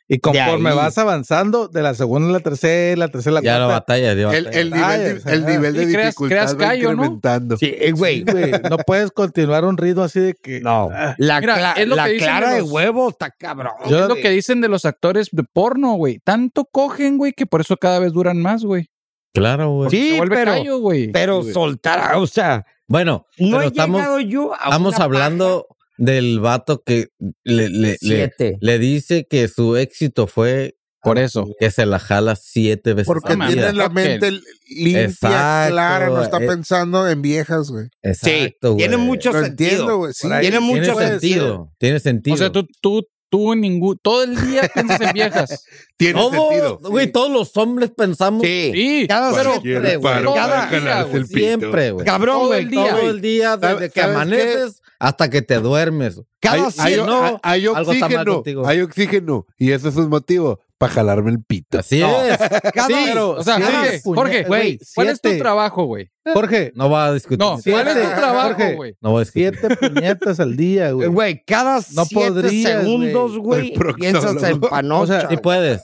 Y conforme
ahí.
vas avanzando, de la segunda a la tercera, la tercera a
ya la
la cuarta.
batalla, ya
El,
batalla.
el nivel, de- el nivel de
Sí, creas-
dificultad
creas
va
callo, ¿no?
incrementando.
Sí, eh, güey.
güey, no puedes continuar un ritmo así de que.
No. La,
Mira,
cla-
es lo
la
que dicen
clara
de
de,
los-
huevo está cabrón.
es lo
güey.
que dicen de los actores de porno, güey. Tanto cogen, güey, que por eso cada vez duran más, güey.
Claro, güey.
Se
Sí,
vuelve
pero,
callo, güey.
pero
Sí, güey.
soltar, o sea,
Bueno,
no
pero
he
estamos,
llegado yo a
estamos
una
hablando del vato que le, le-
paja.
le-
siete.
le dice que su éxito fue
Por eso.
que se la jala siete veces.
Porque
al
mames,
tiene
día.
la
ok.
mente limpia,
Exacto,
clara, no está
eh.
pensando en viejas, güey.
Sí,
Exacto, güey.
tiene mucho
Lo
sentido.
entiendo, güey. Sí, Eh,
Por ahí.
Tiene mucho
Tiene
sentido.
sentido. Tiene sentido.
O sea, tú, tú, tú en ningún. Todo el día piensas en viejas.
Tiene
Todos,
sentido.
güey, todos los hombres pensamos
Sí.
Sí.
Cada
pero-
siempre,
siempre,
Cualquier
güey.
güey.
paro
Cada
para
día,
jalarse
güey,
el pito.
Siempre, güey.
Cabrón,
Todo
güey.
el
Todo el día,
¿Sabes-
desde que
sabes qué?
amaneces hasta que te duermes.
Hay,
Cada
hay-
cien-
no,
hay- hay
algo está mal
oxígeno,
contigo.
hay oxígeno. Y ese es un motivo para jalarme el pito.
Así es.
cada-
pero-
O sea,
Sí,
Jorge,
puñe-
Jorge,
güey,
¿cuál es tu
siete.
trabajo, güey?
Jorge,
No va a discutir.
No,
Sí,
¿cuál es tu
siete.
trabajo,
Jorge.
güey?
No va a discutir.
siete puñetas al día, güey.
Güey, cada
No
siete
podrías,
segundos, güey,
El
piensas en
proctólogo.
panocha.
Sí puedes.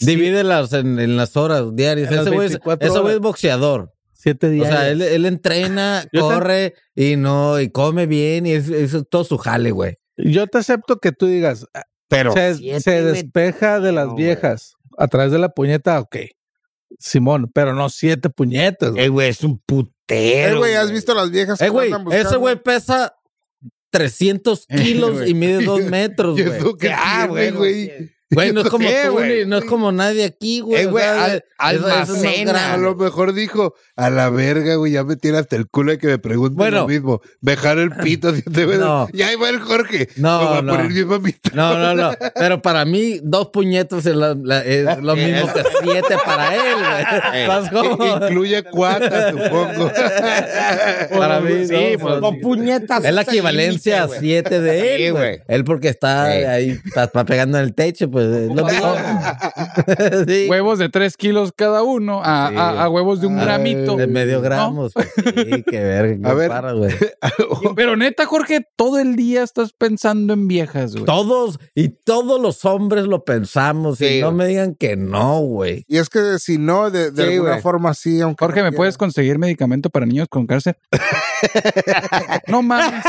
Divídelas en, en las horas diarias.
En las
Ese güey es,
24
ese güey es
horas.
boxeador.
Siete
O
días.
sea, él, él entrena,
Yo te-
corre y no, y come bien, y es, es todo su jale, güey.
Yo te acepto que tú digas, ah,
pero
se,
siete,
se
güey,
despeja de las
no, güey.
viejas a través de la puñeta, ok. Simón, pero no siete puñetas. güey.
Eh, güey, es un
Eh,
putero.
güey, ¿has visto las viejas
Eh,
que
güey,
andan buscando?
ese güey pesa 300 kilos
güey.
y mide 2 metros,
¿Y
güey.
eso qué
Ah,
tiene,
güey. no
güey?
sé.
Güey, no es como
¿Qué,
tú,
güey?
ni- no es como nadie aquí, güey.
Eh,
O
güey,
sea,
al-
eso- eso es más
A
almacena.
grave.
lo mejor dijo, a la verga, güey, ya me tiene hasta el culo de que me pregunten
Bueno.
lo mismo. Dejar el pito siete veces.
No.
Y ahí va el Jorge.
No,
me va
no.
a poner bien mamita.
No, no, no. Pero para mí, dos puñetos es, la- la- es lo mismo que siete para él, güey. ¿Sabes cómo?
Que incluye cuatas, supongo.
Para mí,
Sí,
no,
pues,
son-
Con puñetas.
es la
hasta el
equivalencia a
límite, güey.
siete de él,
Sí,
güey.
güey.
Él porque está
Sí.
ahí, está, está pegando en el techo, pues es lo mismo. Sí.
Huevos de 3 kilos cada uno a,
Sí.
a- a huevos de un
Ah,
gramito.
De medio
¿no?
gramos. pues, sí, qué verga.
A
A
ver.
ver. Para, güey.
Pero neta, Jorge, todo el día estás pensando en viejas, güey.
Todos y todos los hombres lo pensamos
Sí,
y no
güey.
me digan que no, güey.
Y es que si no, de, de
Sí,
alguna
güey.
forma sí, aunque.
Jorge,
no
¿me
quiera.
puedes conseguir medicamento para niños con cáncer? no mames.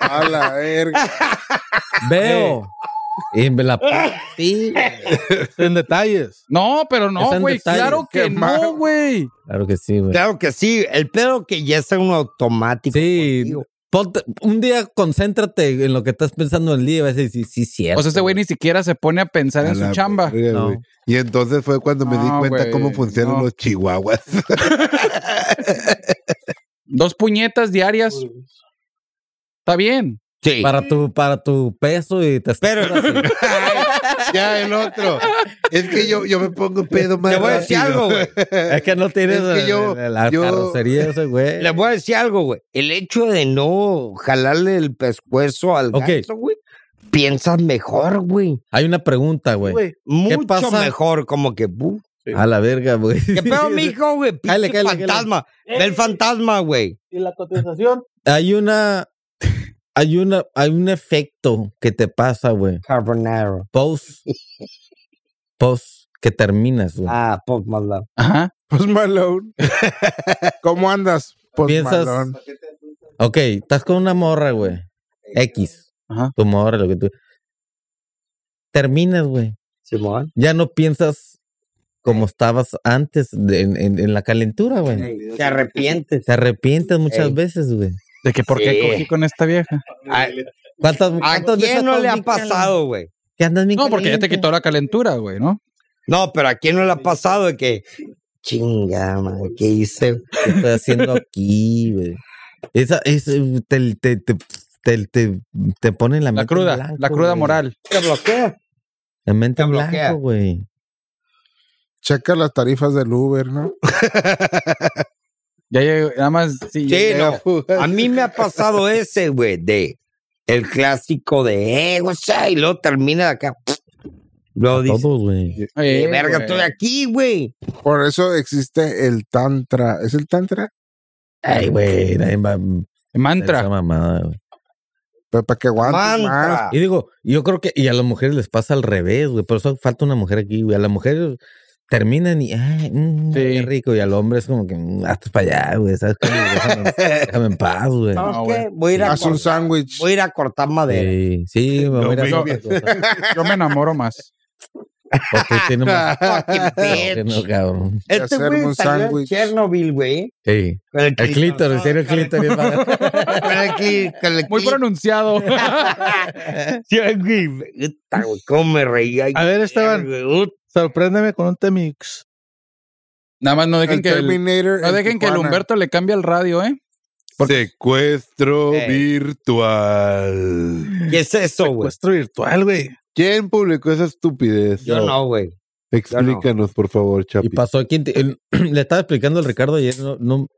A la verga.
Veo. Y me la sí, güey.
Este
En detalles.
No, pero
Es
no,
en
güey.
detalle.
Claro que
Qué
no,
mal.
güey.
Claro que sí, güey.
Claro que sí. El pedo que ya es un automático.
Sí.
contigo.
Ponte- un día concéntrate en lo que estás pensando en el día y vas a decir, sí, sí, cierto.
O sea, este güey ni siera se pone a pensar
A
en su
la
chamba.
verga,
No.
güey. Y entonces fue cuando me di
No,
cuenta
güey,
cómo funcionan
no.
los chihuahuas.
Dos puñetas diarias. Está bien.
Sí.
Para tu, para tu peso y te
Pero-
ya el otro. Es que yo, yo me pongo pedo más
Te voy a decir
rápido.
algo, güey.
Es que no tienes
Es que yo-
eh, la
yo-
carrocería ese güey.
Le voy a decir algo, güey. El hecho de no jalarle el pescuezo al
Ok.
ganso, güey, piensas mejor, güey.
Hay una pregunta, güey.
Mucho
pasa?
mejor, como que. bu.
A la verga, güey.
¿Qué pedo, mijo, güey? Pinche
Cáele, cáele, cáele.
fantasma. Ve el fantasma, güey.
¿Y la cotización?
Hay una, hay una, hay un efecto que te pasa, güey.
Carbonaro.
Post, post que terminas, güey.
Ah, Post Malone.
Ajá.
Pues Malone. ¿Cómo andas? Pues
Piensas-
Malone.
Ok, estás con una morra, güey. X.
Ajá.
Tu morra, lo que tú. Terminas, güey.
Simón.
Ya no piensas como estabas antes de- en, en- en la calentura, güey.
Te arrepientes.
Te arrepientes muchas
Ey.
veces, güey.
De que por
Sí.
qué cogí con esta vieja.
¿A,
¿Cuántas,
a
cuántas veces
quién no
estás
le ha
bien caliente?
pasado, güey?
Que andas bien
No, porque ya te
caliente.
quitó la calentura, güey, ¿no?
No, pero ¿a quién no le ha pasado de que... Chinga, man, ¿qué hice?
¿Qué estoy haciendo aquí, güey? Esa es te, te, te, te, te, te pone la
La
mente
cruda,
en blanco,
la cruda
güey.
moral.
¿Te bloquea?
La mente
Te
en
bloquea.
blanco, güey.
Checa las tarifas del Uber, ¿no?
Ya llegó, nada más. Sí,
Sí,
ya-
no. A mí me ha pasado ese, güey, de... El clásico de... Eh, o sea, y luego termina acá. Luego dice...
Todo, güey.
Eh,
"Eh, verga,
güey.
estoy aquí, güey.
Por eso existe el Tantra. ¿Es el Tantra?
Ay, güey. nadie va- esa
eh, Mantra.
mamada, güey.
Pero para que aguantes más.
Mantra.
Y digo, yo creo que, y a las mujeres les pasa al revés, güey. Por eso falta una mujer aquí, güey. A las mujeres terminan y, ay, mm,
Sí.
qué rico. Y al hombre es como que, mm, hazte para allá, güey. ¿Sabes? cómo? Déjame, déjame en paz, güey.
¿Sabes
No,
qué?
güey.
Voy a ir a
Haz un
cortar-
sándwich.
voy a ir a cortar madera.
Sí, sí, me voy a ir a hacer
No,
otra cosa.
Yo me enamoro más.
Porque tiene más
Ah,
Fucking
no,
bitch.
cabrón.
Ah, Este
Hacerme un
güey salió en
sándwis.
Chernobyl, güey.
Sí.
Con el
El clítoris, tiene el clítoris.
Con el clí- con el
Muy
clí-
pronunciado.
Sí, güey. Puta, güey, ¿Cómo me reía?
A ver, Esteban,
Güey, ut-
sorpréndeme con un Temix.
Nada más no dejen
El
que el,
Terminator.
no
en
dejen que el
Tijuana.
Humberto le cambie el radio, ¿eh?
Secuestro
Ey.
virtual.
¿Qué es
Pues,
eso, güey?
Secuestro virtual, güey.
¿Quién publicó esa estupidez?
Yo no, güey.
Explícanos, por favor, Chapi.
Y pasó aquí. en Ti- en- le estaba explicando al Ricardo ayer. No, no,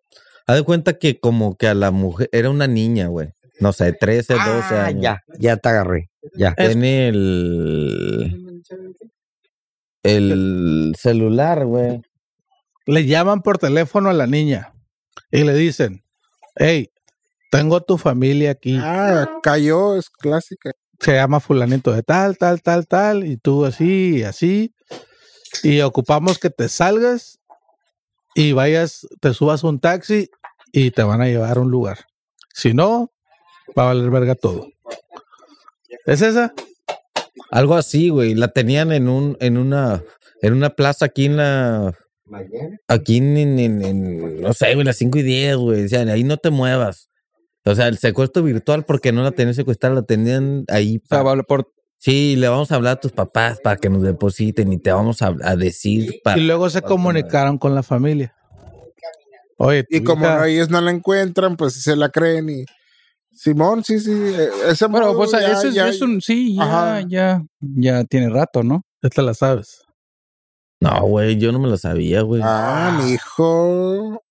haz de cuenta que como que a la mujer. Era una niña, güey. no sé, 13, 12
Ah,
años.
ya, ya te agarré. Ya.
Tiene el. El celular, güey.
le llaman por teléfono a la niña y le dicen, hey, tengo tu familia aquí,
Ah, cayó, es clásica.
se llama fulanito de tal, tal, tal, tal, y tú así y así, y ocupamos que te salgas y vayas, te subas a un taxi y te van a llevar a un lugar. Si no, va a valer verga todo. ¿Es esa?
Algo así, güey. La tenían en un, en una, en una plaza aquí en la. Aquí en, en- en- en- no sé, güey, las 5 y 10, güey. Decían, ahí no te muevas. O sea, el secuestro virtual, porque no la tenían secuestrada, la tenían ahí.
O sea,
Ah.
pa-
vale por
Sí, le vamos a hablar a tus papás para que nos depositen y te vamos a, a decir. pa-
Y luego se
para-
comunicaron con la familia. Oye,
Y
tu
como
hija-
no, ellos no la encuentran, pues se la creen y... Simón, sí, sí. eh, Ese
Bueno,
modo
pues o sea,
ya-
ese es,
ya-
es un sí, ya,
Ajá.
ya, ya tiene rato, ¿no?
ya te la sabes.
No, güey, yo no me lo sabía, güey.
Ah, mi hijo.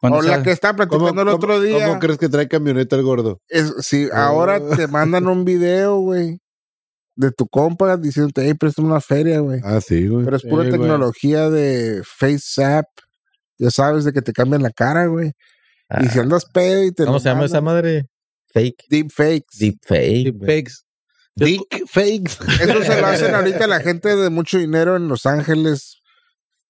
Cuando
O la
sea-
que está
¿Cómo,
platicando el
cómo-
otro día.
¿Cómo crees que trae camioneta el gordo?
Es- sí, ahora te mandan un video, güey, de tu compa diciéndote, hey, préstame una feria, güey.
Ah, sí, güey.
Pero es pura
Sí, güey.
tecnología de FaceApp. Ya sabes, de que te cambian la cara, güey. Y si andas pedo y te.
¿Cómo se llama esa madre? Fake.
Deep fakes.
Deep fake.
Fakes.
Dick fakes. Eso se lo hacen ahorita a la gente de mucho dinero en Los Ángeles.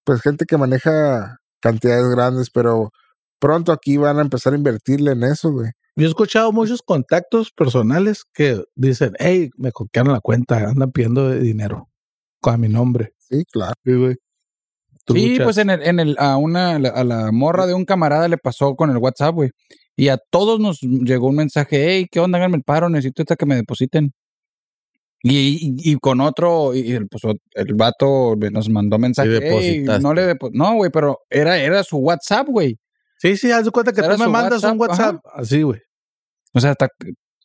Pues gente que maneja cantidades grandes, pero pronto aquí van a empezar a invertirle en eso, güey.
Yo he escuchado muchos contactos personales que dicen, hey, me coquearon la cuenta, andan pidiendo dinero con mi nombre.
Sí, claro.
Sí,
Truchas.
pues en el, en el, a una, a la morra de un camarada le pasó con el WhatsApp, güey. Y a todos nos llegó un mensaje, hey, ¿qué onda? Háganme el paro, necesito hasta que me depositen. Y, y- y con otro, y el, pues, el vato nos mandó mensaje.
Y
"Ey,
depositaste.
no le depo- No, güey, pero era, era su WhatsApp, güey.
Sí, sí, haz de cuenta que
Era
tú me
su
mandas un
WhatsApp,
WhatsApp. Así, güey.
O sea, hasta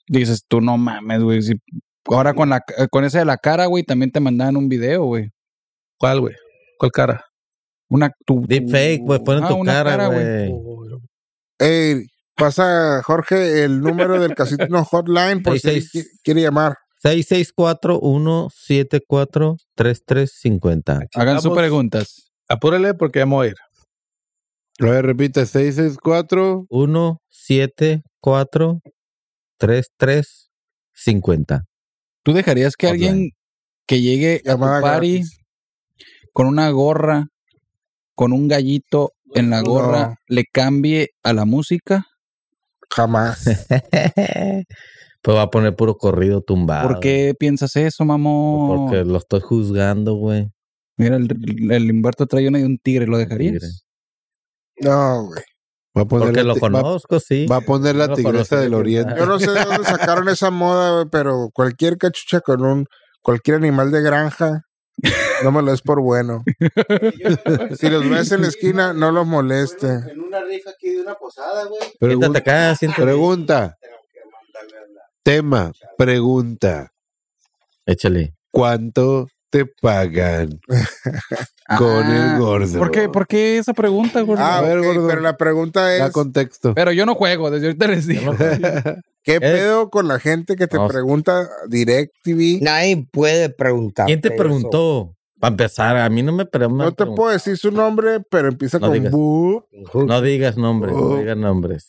dices, tú no mames, güey. si- ahora con la con esa de la cara, güey, también te mandaban un video, güey.
¿Cuál, güey? ¿Cuál cara?
Una tu,
Deep fake, pues ponen
Ah,
tu
una
cara,
cara,
güey.
Ey, pasa, Jorge, el número del casino hotline por
Ahí
si alguien
seis.
qui- quiere llamar.
664-174-3350.
hagan sus
Estamos-
preguntas.
Apúrale porque ya me voy a ir.
A ver, repite, 664.
174-3350.
¿Tú dejarías que
Hotline.
alguien que llegue a
Llamada
tu party
gratis.
con una gorra, con un gallito en la gorra,
No.
le cambie a la música?
Jamás.
pues va a poner puro corrido tumbado. Pues
¿Por qué piensas eso, mamón?
Ah, Porque lo estoy juzgando, güey.
Mira, el, el Humberto trae una de un tigre, ¿lo dejarías?
Tigre.
No, güey.
Va a poner
Porque
la
lo
ti- Pues va,
conozco, sí.
va a poner
Yo
la
lo
tigresa
conocí.
del oriente.
Yo no sé de dónde sacaron esa moda, güey, pero cualquier cachucha con un, cualquier animal de granja, no me lo es por bueno. Si los ves en la esquina, no los moleste.
En una rifa aquí de una posada, güey.
Siéntate
Pregunta,
acá, siéntate.
pregunta. Tema, pregunta.
Échale.
¿Cuánto te pagan con
Ah,
el gordo?
¿Por qué, por qué esa pregunta, gordo?
Ah,
A ver,
ok,
gordo.
pero la pregunta
Da
es,
contexto.
Pero yo no juego, desde ahorita les digo.
¿qué pedo con la gente que te
No.
pregunta DirecTV?
Nadie puede preguntar.
¿Quién te preguntó? Para empezar, a mí no me preguntó.
No te puedo decir su nombre, pero empieza
No
con
digas.
bu.
No digas nombres, no digas nombres.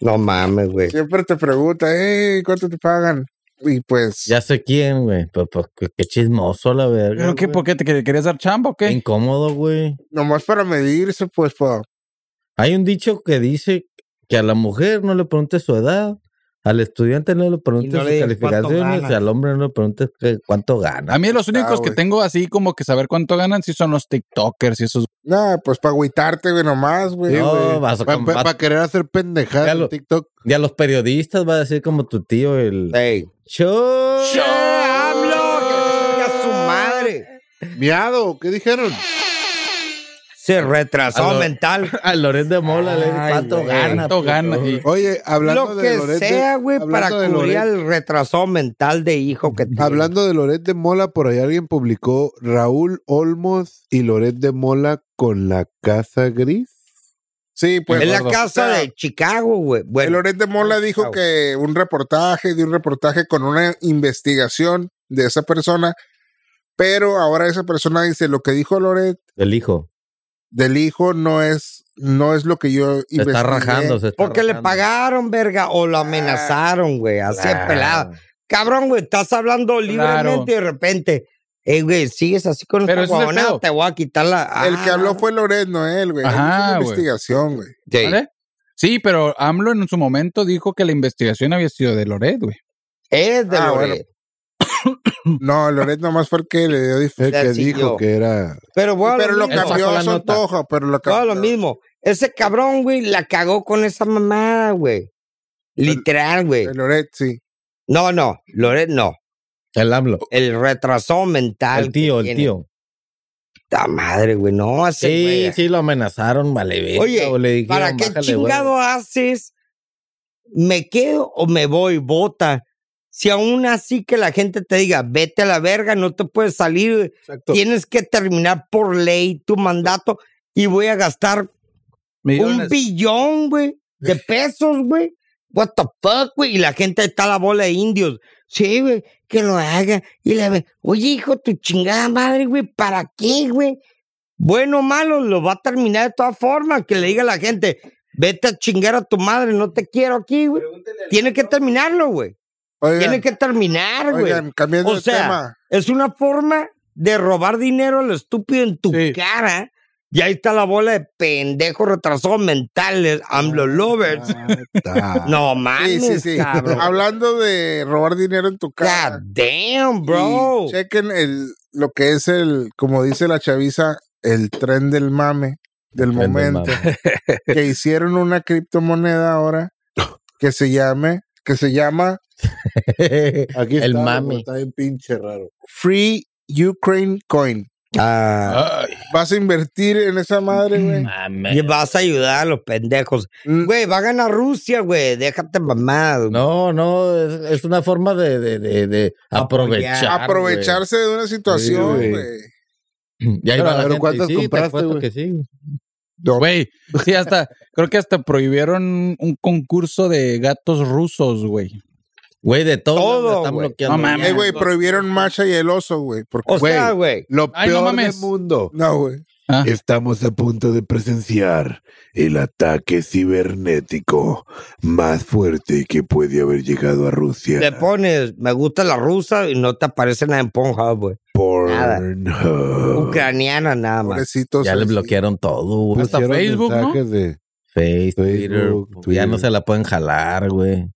No mames, güey.
Siempre te pregunta, hey, ¿cuánto te pagan? Y pues,
Ya sé quién, güey. Pero, pues, qué, qué chismoso la verga.
¿Pero qué?
güey.
¿Por qué? ¿Te quer- querías dar chamba o qué?
Incómodo, güey.
nomás para medirse, pues, pa.
Hay un dicho que dice que a la mujer no le preguntes su edad, al estudiante no le preguntes
Y no
sus
le digas cuánto
calificaciones,
gana.
y al hombre no le preguntes qué- cuánto gana.
Ah,
A mí los únicos que
güey.
tengo así como que saber cuánto ganan sí son los TikTokers y esos
Ah,
Nada, pues para agüitarte, güey, nomás, güey.
No,
güey.
vas a
Para
com- vas-
querer hacer pendejadas
Ya
en
lo-
TikTok.
Y a los periodistas va a decir como tu tío el...
Ey.
¡Yo!
¡Yo hablo! ¡Que chinga su madre!
Miado, ¿qué dijeron?
Se
A
retrasó
lo-
mental.
A Lorenz de Mola le dice,
Ay,
cuánto
güey.
gana.
cuánto
puto?"
ganan. Y-
Oye, hablando
Lo
de
que
Loret de-
sea, güey, para
hablando de
cubrir
Loret-
el retraso mental de hijo que tiene.
Hablando de Loret de Mola, por ahí alguien publicó Raúl Olmos y Loret de Mola con la Casa Gris.
Sí, pues.
es la
gordo.
casa
O sea,
de Chicago, güey.
El
Bueno,
Lorente Mola dijo que un reportaje, de un reportaje con una investigación de esa persona, pero ahora esa persona dice lo que dijo Loret
Del hijo.
del hijo no es no es lo que yo
Se está rajando. se está
porque le
rajando.
pagaron, verga, o lo amenazaron, güey, así es
Claro.
pelado. Cabrón, güey, estás hablando libremente y de repente, eh, güey, sigues así con
Pero
esta
ese es el
guabonada,
pedo.
te voy a quitar la...
El
Ah,
que habló
no.
fue Loret, no él, güey. Él
Ajá,
hizo una
güey.
investigación, güey.
Sí.
¿Vale? Sí, pero AMLO en su momento dijo que la investigación había sido de Loret, güey.
Es de
Ah,
Loret.
bueno. No, Loret nomás fue el que le dio dif-
El
Ya
que
siguió.
dijo que era.
Pero bueno,
Pero lo
mismo.
cambió
sacó
a
la
su
nota.
antojo, pero lo
Todo
cambió.
lo mismo. Ese cabrón, güey, la cagó con esa mamada, güey. Literal, güey.
El Loret, sí.
No, no, Loret no.
El AMLO.
El retraso mental.
El tío,
que
el
tiene.
tío.
Puta madre, güey. No, así.
Sí,
güey.
sí, lo amenazaron, vale. verga,
Oye,
o le dijeron,
¿Para qué
"Bájale, güey".
chingado haces? ¿Me quedo o me voy? Vota. Si aún así que la gente te diga, vete a la verga, no te puedes salir, güey.
Exacto.
tienes que terminar por ley tu mandato y voy a gastar un
Millones.
billón, güey, de pesos, güey. What the fuck, güey. Y la gente ahí está la bola de indios. Sí, güey, que lo haga. Y la ve, oye, hijo, tu chingada madre, güey, ¿para qué, güey? Bueno o malo, lo va a terminar de todas formas. Que le diga a la gente, vete a chingar a tu madre, no te quiero aquí, güey. Tiene que terminarlo, güey. Tiene
Oigan,
que terminar, güey.
oigan, cambiando
O
de
sea,
tema.
Es una forma de robar dinero a lo estúpido en tu
Sí.
cara. Y ahí está la bola de pendejos retrasados mentales, AMLO lovers.
Ah,
No mames,
Sí, sí, Ah, sí.
cabrón.
Hablando de robar dinero en tu
God
casa.
damn, bro.
y Chequen el, lo que es el, como dice la chaviza, el tren del mame del
Vende
momento.
mame.
que hicieron una criptomoneda ahora que se llame, que se llama
Aquí
El
está, güey,
mame.
Está bien pinche raro.
Free Ukraine Coin.
Ah,
Vas a invertir en esa madre, güey.
Mame.
y vas a ayudar a los pendejos.
Mm,
Güey, va a ganar Rusia, güey. Déjate mamado.
No, no, es, es una forma de, de, de, de aprovechar. güey.
Aprovecharse de una situación,
Sí, güey.
güey.
Y ahí
Pero,
va
a
la
ver,
gente,
¿cuántas
sí, te
compraste,
apuesto
güey?
que sí.
Güey, sí, hasta, creo que hasta prohibieron un concurso de gatos rusos, güey.
Güey, de todo,
Todo,
me están
güey.
bloqueando.
No mames.
Eh, güey, prohibieron Macha y el oso, güey. Porque,
O sea, güey.
Lo
Ay, no
peor del
mames.
mundo.
no, güey.
Ah.
Estamos a punto de presenciar el ataque cibernético más fuerte que puede haber llegado a Rusia.
Le pones, me gusta la rusa y no te aparece nada en Pornhub, güey.
Pornhub.
Ucraniana nada más.
Pobrecitos. este,
Ya le
ahí, sí.
bloquearon todo, güey.
Hasta
Pusieron
Facebook, ¿no?
mensajes de-
Face, Twitter, pues,
Facebook,
Ya no
Twitter.
se la pueden jalar, güey.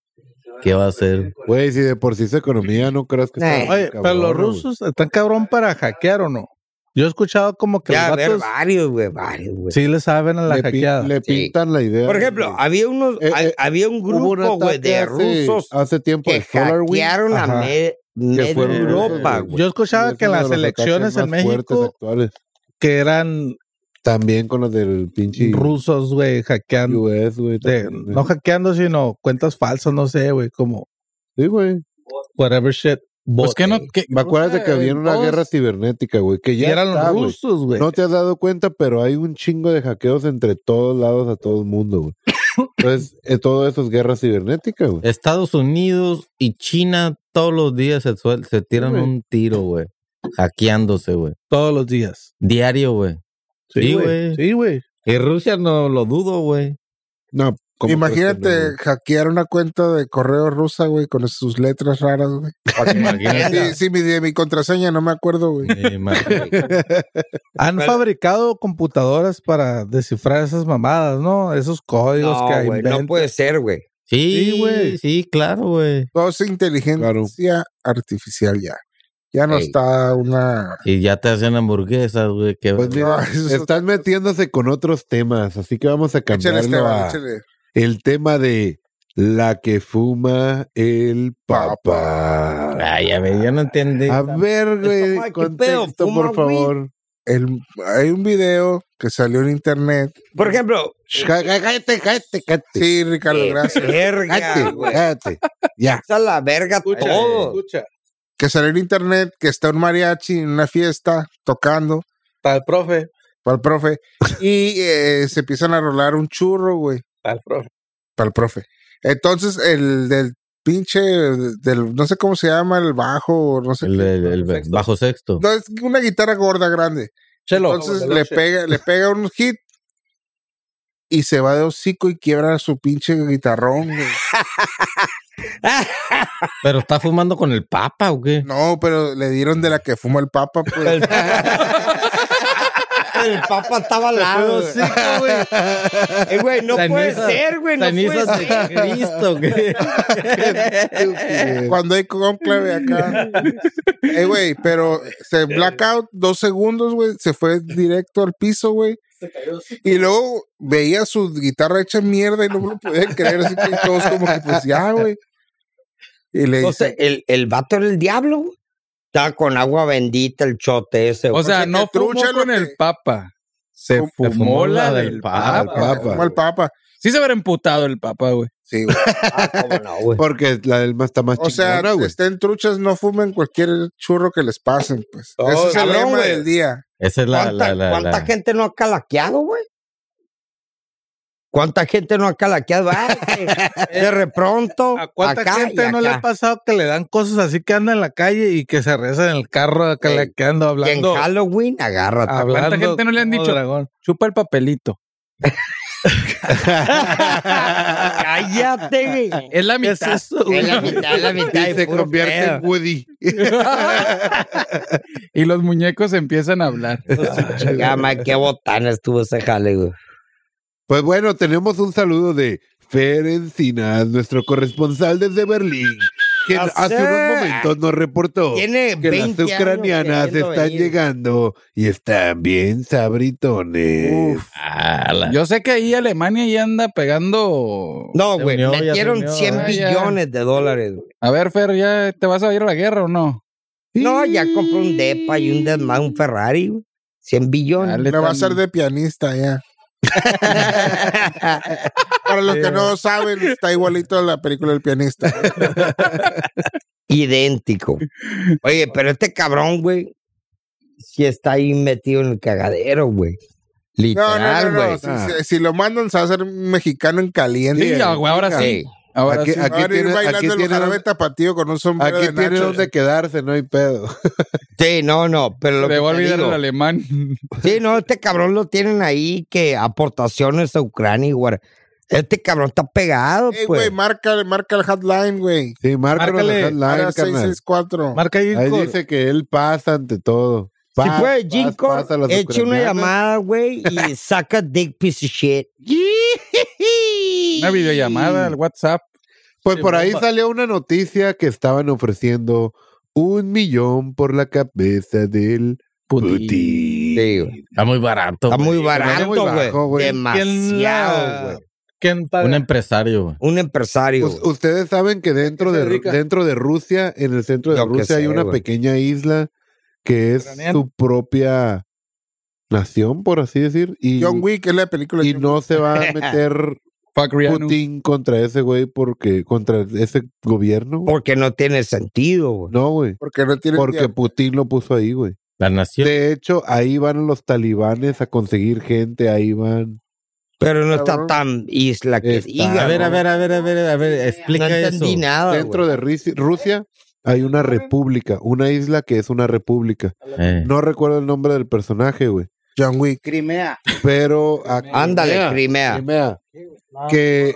¿Qué va a hacer?
Güey, si de por sí es economía, no creas que
Eh.
está
Oye,
cabrón,
pero los
güey.
rusos están cabrón para hackear o no. Yo he escuchado como que
Ya, a
los
ver,
gatos
varios, güey, varios, güey.
sí le saben a la
le, pin-
hackeada.
le
Sí.
pintan la idea.
Por ejemplo,
güey.
había unos,
Eh,
ha-
eh,
había un
Hubo un
grupo, güey,
ataque
de
hace-
rusos
Hace tiempo
que
de SolarWinds.
hackearon a
Ajá.
me- media
fueron
Europa,
rusos,
güey.
Yo
Y
escuchaba
es
que en
uno de
las
los ataques
elecciones en
más fuertes
México
actuales.
que eran
También con los del pinche
rusos, güey, hackeando.
US, güey.
de-
también, güey.
no hackeando, sino cuentas falsas, no sé, güey, como
Sí, güey.
whatever shit.
Pues
bot.
que no, que,
Acuérdate que había una
todos-
guerra cibernética, güey. Que
Y
ya
eran
está,
los
güey.
rusos, güey.
No te has dado cuenta, pero hay un chingo de hackeos entre todos lados a todo el mundo, güey. Entonces, eh, todo eso es guerra cibernética, güey.
Estados Unidos y China todos los días se, suel- se tiran
güey.
un tiro, güey. Hackeándose, güey.
Todos los días.
Diario, güey. Sí, güey.
Sí, güey.
Y Rusia no lo dudo, güey.
No, ¿cómo crees que
Imagínate
no,
hackear una cuenta de correo rusa, güey, con sus letras raras, güey.
Imagínate.
Sí, sí, mi, de mi contraseña, no me acuerdo, güey.
Imagínate.
Han
Pero-
fabricado computadoras para descifrar esas mamadas, ¿no? Esos códigos
No,
que
güey,
inventan.
no puede ser, güey.
Sí,
Sí,
güey.
güey.
Sí, claro, güey.
Todo es inteligencia artificial ya. Ya no
Ey.
está una...
Y ya te hacen hamburguesas, güey. que-
Pues mira,
No, eso-
están metiéndose con otros temas, así que vamos a
Échale,
cambiarlo
Esteban,
a
échale.
el tema de la que fuma el papá.
Ay, a ver, yo no entendí.
A ver,
Esa
güey,
madre, ¿qué
contexto,
pedo? ¿Fuma
por favor.
El- hay un video que salió en internet.
Por ejemplo,
Sh- ca- ca- Cállate, cállate, cállate.
Sí, Ricardo,
eh,
gracias.
verga,
Cállate,
güey.
cállate. Ya.
Está la verga todo.
escucha.
Que salió en internet, que está un mariachi en una fiesta tocando
Está el profe.
para el profe. Y eh, se empiezan a rolar un churro, güey,
Al profe.
para el profe. Entonces, el del pinche, del, no sé cómo se llama, el bajo, o no sé.
El,
qué.
el- el
Sexto.
bajo sexto.
No, es una guitarra gorda grande.
Chelo.
Entonces le pega, le pega un hit y se va de hocico y quiebra su pinche guitarrón, güey.
Pero está fumando con el papa o qué?
No, pero le dieron de la que fuma el papa, pues.
El papa estaba al lado. güey. Eh, güey, no puede
Cenizas-
ser, güey. No puede
Cenizas de
ser.
Cristo, ¿qué?
Cuando hay conclave acá. Eh, güey, pero se blackout dos segundos, güey. Se fue directo al piso, güey. Y luego veía su guitarra hecha mierda y no me lo podía creer. Así que todos como que, pues ya, güey. Y le dice,
Entonces, el, el vato era el diablo, güey. Estaba con agua bendita el chote ese.
O
güey.
sea, no
que trucha
fumó
lo
con
que-
el papa. Se
Fumó
fumó, la
la
del,
del
papa.
"Ah, como el papa.
Sí se habrá emputado el papa, güey.
Sí, güey.
Ah, cómo no, güey.
Porque la del más está más
O sea,
chingona, güey.
estén truchas, no fumen cualquier churro que les pasen, pues.
Oh,
Ese es el
cabrón,
lema
güey.
del día.
Esa es la.
¿Cuánta,
la, la,
cuánta
la-
gente no ha calaqueado, güey? ¿Cuánta gente no ha calaqueado? Ay, que de repronto.
¿A cuánta
acá y
gente no le
acá.
ha pasado que le dan cosas así que anda en la calle y que se reza en el carro, que
Güey,
le que ando
Y en
hablando?
Halloween, agárrate.
hablando
¿Cuánta gente no le han
como
dicho?
dragón?
Chupa el papelito.
Cállate, güey.
Es la
¿Qué es
mitad.
eso, güey?
Es la mitad, es la mitad.
Y se
puro
convierte
pedo.
en Woody.
y los muñecos empiezan a hablar.
Ah,
Ya, ma, qué botana estuvo ese jale, güey.
Pues bueno, tenemos un saludo de Fer Encinas, nuestro corresponsal desde Berlín, quien
O
hace
sea,
unos momentos nos reportó
Tiene
que
20
las
años
ucranianas
queriendo
están
venir.
llegando y están bien sabritones.
Ah, la-
Yo sé que ahí Alemania ya anda pegando.
No,
Se
güey,
unió, ya se
metieron
unió.
100
Ah, ya.
billones de dólares. güey.
A ver, Fer, ¿ya te vas a ir a la guerra o no?
No, ya compró un depa y un desma- un Ferrari, güey. 100 billones.
Dale,
Me va a
tan-
ser de pianista ya. Para los que no saben, está igualito a la película El pianista.
Idéntico. Oye, pero este cabrón, güey, sí está ahí metido en el cagadero, güey.
No, no, no,
Literal,
no.
güey.
Si,
Ah.
si- si lo mandan, se va a hacer un mexicano en caliente.
Sí, ya, güey, ahora sí.
Sí.
Ahora
Aquí-
sí.
aquí-
Van a ir
tiene-
bailando
aquí
el
tiene
jarabe
donde-
tapatío con un sombrero
Aquí
de
tiene
nachos.
eh.
donde quedarse, no hay pedo.
Sí, no, no, pero lo
Le
que
voy a
te
olvidar
digo-
el alemán.
Sí, no, este cabrón lo tienen ahí que aportaciones a Ucrania, güey. Este cabrón está pegado,
Ey, güey,
pues.
marca, marca el hotline, güey.
Sí, márcanos
Márcale,
en la
Ahora
hotline, carnal.
664.
Marca ahí,
Ahí
Cor.
dice que él pasa ante todo.
si
Paz,
puede,
paz,
Jinko,
paz a las
eche una
ucranianas.
llamada, güey, y saca dick piece of shit.
Una videollamada al WhatsApp.
Pues
Sí,
por ahí
bomba.
salió una noticia que estaban ofreciendo un millón por la cabeza del Putin.
Sí, güey.
Está muy barato.
Está
güey.
muy
está muy
barato,
bajo,
güey.
güey.
¿Quién la-
Demasiado, güey.
¿Quién paga?
Un empresario, güey.
Un empresario.
Us-
güey.
ustedes saben que dentro
se
de
dedica?
dentro de Rusia, en el centro de
Lo que
Rusia, hay
sé,
una
güey.
pequeña isla que es
Ucraniana.
su propia nación, por así decir, y,
John Wick es la película. de
y
John
no se va a meter
Fuck Rihanna.
Putin contra ese güey porque contra ese gobierno. güey.
Porque no tiene sentido, güey.
No, güey,
Wick, Porque no tiene.
porque
tiempo.
Putin lo puso ahí, güey.
La nación.
De hecho, ahí van los talibanes a conseguir gente, ahí van.
Pero no está
Cabrón.
tan isla que
Está-
diga,
A ver, a
güey.
ver, a ver, a ver, a ver,
No
explica eso.
entendí nada, Ah, güey.
Dentro de Risi- Rusia hay una república, una isla que es una república.
Eh.
No recuerdo el nombre del personaje, güey.
John Wick.
Crimea.
Pero a-
Ándale, Crimea.
Crimea, que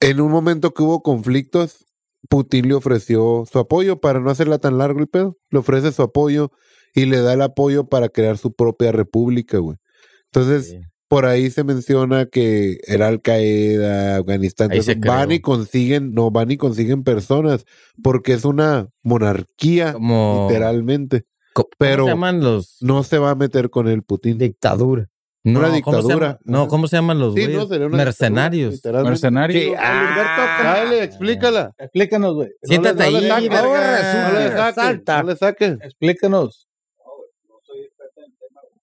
en un momento que hubo conflictos, Putin le ofreció su apoyo para no hacerla tan largo el pedo. Le ofrece su apoyo y le da el apoyo para crear su propia república, güey. Entonces,
Sí.
por ahí se menciona que era Al Qaeda, Afganistán,
Ahí
entonces
se
van
creó.
y consiguen, no van y consiguen personas, porque es una monarquía,
Como.
literalmente.
co- ¿cómo
pero-
se llaman los.?
No se va a meter con el Putin.
Dictadura.
No,
una
¿cómo se
dictadura.
llama? No, ¿cómo se llaman los
Sí,
güeyes?
no, sería una
Mercenarios. Ah.
dictadura, literalmente. ah,
Mercenario.
Sí,
Dale, explícala.
Explícanos, güey.
Siéntate
No le
ahí,
saques,
verga.
no le saques,
Salta.
no le saques.
Explícanos.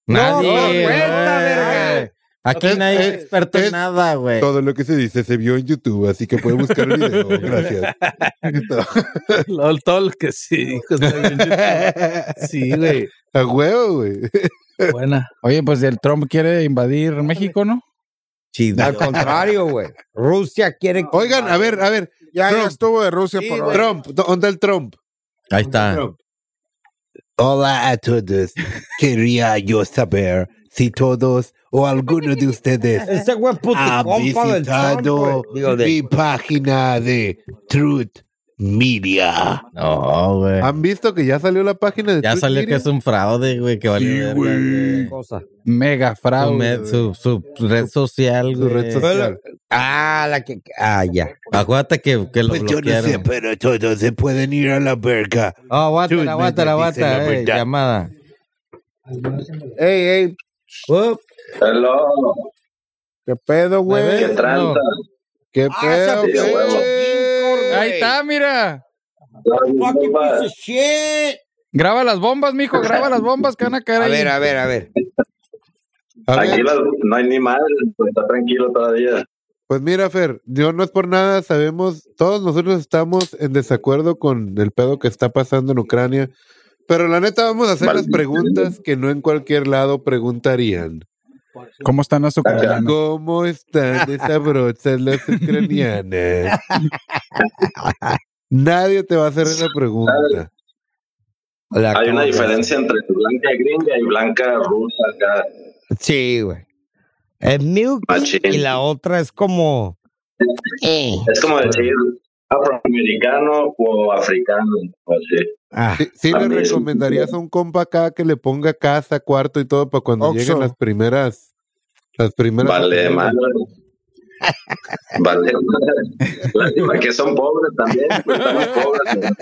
Nadie.
No, no, cuenta,
güey.
verga.
Aquí
Es-
nadie es
es-
experto
es-
en nada, güey.
Todo lo que se dice se vio en YouTube, así que puede buscar el video. Gracias.
Lol, todo lo que sí. hijo, está bien chido. Sí, güey.
A huevo, güey.
Buena.
Oye, pues el Trump quiere invadir México, ¿no?
Chido.
Al contrario, güey. Rusia quiere.
Oigan, a ver, a ver.
Ya, ya
Trump.
estuvo de Rusia
Sí,
por
güey.
hoy.
Trump, ¿dó- ¿dónde el Trump?
Ahí está.
Trump. Hola a todos. Quería yo saber si todos o alguno de ustedes
Ese güey puto
ha
compa del Trump,
visitado
güey. Digo, de-
mi página de Truth Media.
No, güey.
¿Han visto que ya salió la página de
Ya
Truth
salió que
Media?
es un fraude, güey, que vale. verga, güey.
cosa.
Mega
Su,
fraude.
med- su, su red social,
Su
güey.
red social.
Ah, la que. Ah, ya.
Acuérdate que, que lo
Pues yo no sé,
bloquearon.
pero todos se pueden ir a la verga.
Ah,
Dude,
aguántala,
me
aguántala,
dice la
aguántala. eh,
verdad.
llamada.
Ey, ey.
Oh,
Hello,
¿Qué pedo, güey?
qué
No.
tranza.
¿Qué
Ah,
pedo,
se
güey?
huevo.
Ahí está, mira.
Fucking piece
Compa,
of shit.
Graba las bombas, mijo, graba las bombas que van a caer
A
ahí.
ver, a ver, a ver.
A ver,
Aquí la- no hay ni madre, pues, está tranquilo todavía.
Pues mira, Fer, yo no es por nada, sabemos, todos nosotros estamos en desacuerdo con el pedo que está pasando en Ucrania, pero la neta vamos a hacer las
Maldito.
preguntas que no en cualquier lado preguntarían.
¿Cómo están las ucranianas?
¿Cómo están esas brochas las ucranianas? Nadie te va a hacer esa pregunta.
La
Hay
cosa.
una diferencia entre blanca gringa y blanca rusa acá.
Sí, güey. Es milk
Machín.
y la otra es como. Eh.
Es como decir afroamericano o africano. o así.
Ah,
Sí, sí le
También.
recomendarías a un compa acá que le ponga casa, cuarto y todo para cuando
Oxxo.
lleguen las primeras. Las primeras.
Vale, madre. Vale, madre. Lástima que son pobres también. pues, estamos pobres.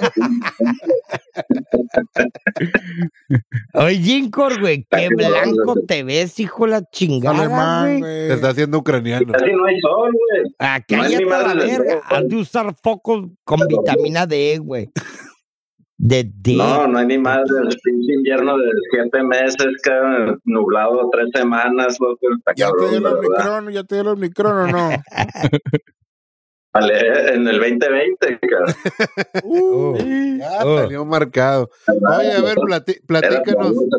Oye, Jincor, güey, qué blanco te ves, hijo de la chingada,
Alemán,
güey.
Se
güey.
está haciendo ucraniano.
Casi no hay sol, güey.
Ah,
No es
cállate
ni
a la
madre del
verga.
mundo.
Has de usar focos con vitamina D, güey. De D.
No, no hay ni más del pinche invierno de siete meses, cabrón, nublado tres semanas, loco. está
Ya te
cabrón,
dio el
la verdad.
Omicron, ya te dio el Omicron o no.
Vale, en el 2020, cabrón.
Uh,
Ya
Oh.
salió marcado. Oye, a ver, plati-
Era
platícanos
pregunta,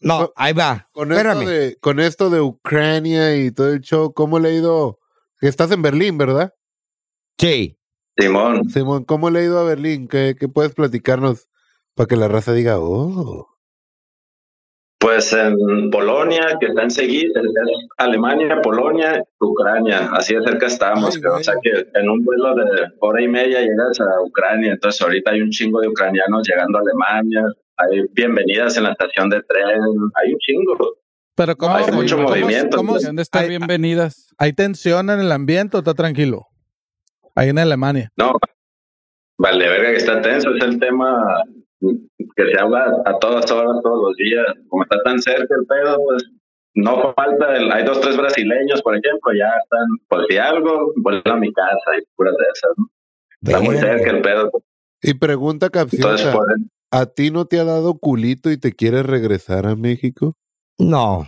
¿no?
no, ahí va.
con esto,
Espérame.
de, con esto de Ucrania y todo el show. ¿Cómo le ha ido? Estás en Berlín, ¿verdad?
Sí.
Simón,
Simón, ¿cómo le ha ido a Berlín? ¿Qué, qué puedes platicarnos para que la raza diga, oh?
pues en Polonia, que está enseguida, es Alemania, Polonia, Ucrania, así de cerca estamos,
Ay, güey.
cabrón. o sea que en un vuelo de hora y media llegas a Ucrania, entonces ahorita hay un chingo de ucranianos llegando a Alemania, hay bienvenidas en la estación de tren, hay un chingo.
Pero como
Hay mucho movimiento,
¿cómo,
entonces.
Han de estar
Ay,
bienvenidas.
¿Hay tensión en el ambiente o está tranquilo? Ahí en Alemania.
No, vale, verga que está tenso, es el tema que se habla a todas horas, todos los días. Como está tan cerca el pedo, pues no falta, el- hay dos, tres brasileños, por ejemplo, ya están, pues si algo, vuelvo a mi casa y puras de esas. ¿no? Está muy
Verga.
cerca el pedo,
Y pregunta
entonces
capciosa,
por el-
¿a ti no te ha dado culito y te quieres regresar a México?
No.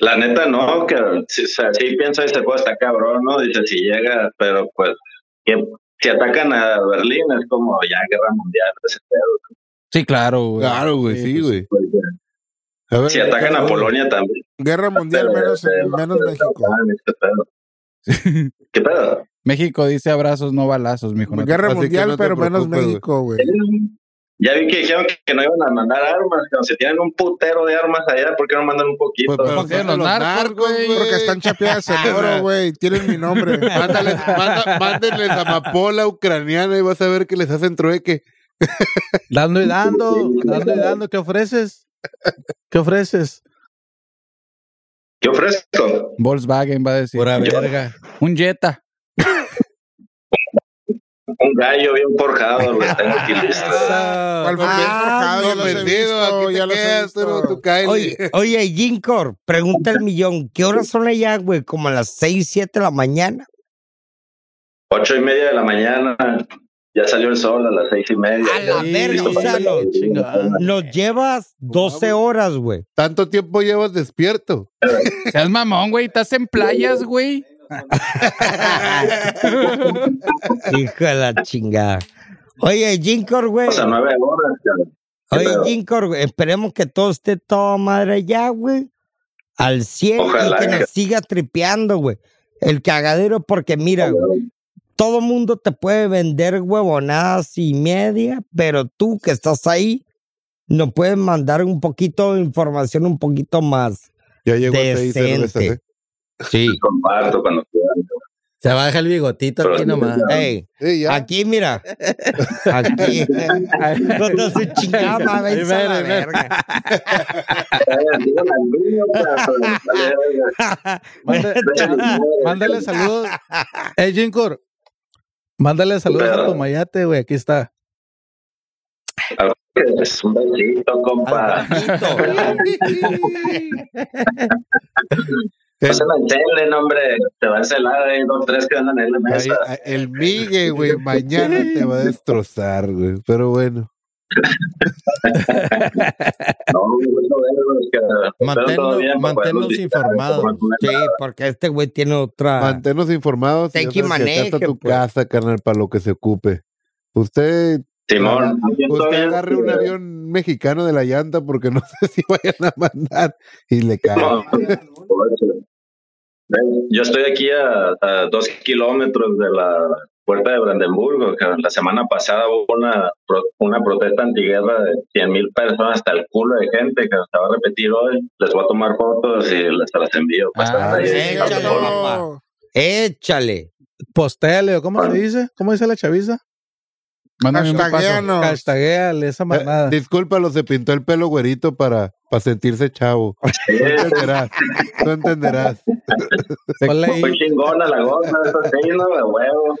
La neta no, que sí, o sea, sí pienso ese juego está cabrón, ¿no? Dice si llega, pero pues que si atacan a Berlín es como ya guerra mundial, ese pedo.
Sí, claro, güey.
Claro, güey, sí,
pues,
güey.
porque
A ver,
Si atacan a Polonia también.
Guerra mundial menos,
Pero, pero,
menos
pero,
México.
ah, este pedo. ¿Qué pedo?
México dice abrazos, no balazos, mijo. no te-
Así
Guerra
que
mundial,
no te
pero menos
preocupes, güey.
México, güey.
Ya vi que dijeron que- que no iban a mandar armas, que si tienen un putero de armas allá, ¿por qué no mandan un poquito?
Pues, pero
Porque
son
los
de
narcos, güey.
Porque están chapeadas en oro, güey. Tienen mi nombre.
Mándales, manda- mándenles amapola ucraniana y vas a ver que les hacen trueque.
Dando y dando, dando y dando. ¿Qué ofreces? ¿Qué ofreces?
¿Qué ofrezco?
Volkswagen va a decir.
pura
Yo-
verga.
Un Jetta.
Un gallo bien forjado, lo tengo aquí listo.
¿Cuál fue?
Ah,
Bien forjado, ya los he visto,
Convencido, aquí
ya
te
los he
quedas,
visto.
tú, tú cáele.
Oye, oye, Jincor, pregunta el millón. ¿Qué horas son allá, güey? Como a las 6, 7 de la mañana.
Ocho y media de la mañana, ya salió el sol a las seis y media.
A la
Ya-
verga, o sea, no. Nos llevas 12 horas, güey.
¿Tanto tiempo llevas despierto?
Seas mamón, güey. Estás en playas, güey.
Hijo de la chingada. Oye, Jincor, güey.
O sea, nueve horas, cabrón.
Oye,
pedo?
Ginkor, güey, esperemos que todo esté toda madre ya, güey. Al 100
Ojalá
y que
que-
nos siga tripeando, güey. El cagadero, porque mira, Ah, güey, todo mundo te puede vender huevonadas y media, pero tú que estás ahí, nos puedes mandar un poquito de información, un poquito más.
Ya llegó a seis
Decente.
cervezas, ¿eh?
Sí.
Comparto cuando quieran.
Se baja el bigotito
Pero
aquí
sí,
nomás.
ya.
Ey,
Sí, ya.
aquí, mira. Aquí. No te hace chingada, madre, hizo la verga.
Eh, digan al niño, cabrón. pues, Vale, verga.
Mande- mándale saludos. Eh, Jincor, mándale saludos a tu mayate, güey. Aquí está.
Es un besito,
Ah,
compa. No se la enchelen, hombre. Te va a encelar ahí dos, tres que andan en la
Ahí-
mesa.
a- el Migue, güey, mañana te va a destrozar, güey. Pero bueno,
No, un gusto verlos, cabrón. Espero todo
Manténnos,
bien para poder
manténnos
platicar,
informados.
para poder-
Sí, porque este güey tiene otra.
manténnos informados. y ya
Thank you,
sabes que acá está
maneje,
tu
pues.
casa, carnal, para lo que se ocupe. Usted,
Simón, aquí estoy,
usted agarre un
güey.
avión mexicano de la llanta porque no sé si vayan a mandar y le cae.
No, Ven, Yo estoy aquí a, a dos kilómetros de la puerta de Brandenburgo. cabrón. La semana pasada hubo una, pro- una protesta antiguerra de 100 mil personas, hasta el culo de gente que se va a repetir hoy. Les voy a tomar fotos y les se las envío. pues,
Ah,
ahí.
sí,
Ahorita
échale,
por-
papá. Échale.
Postéale, ¿o ¿cómo se dice? ¿Cómo dice la chaviza?
Mándame un paso.
Hashtagueanos.
Hashtagueale esa
Eh,
manada.
Discúlpalo, se pintó el pelo güerito para, para sentirse chavo.
Sí,
Tú entenderás. Tú entenderás.
Se,
Ponle ahí.
Fue chingona la gorra, eso sí, no, de huevo.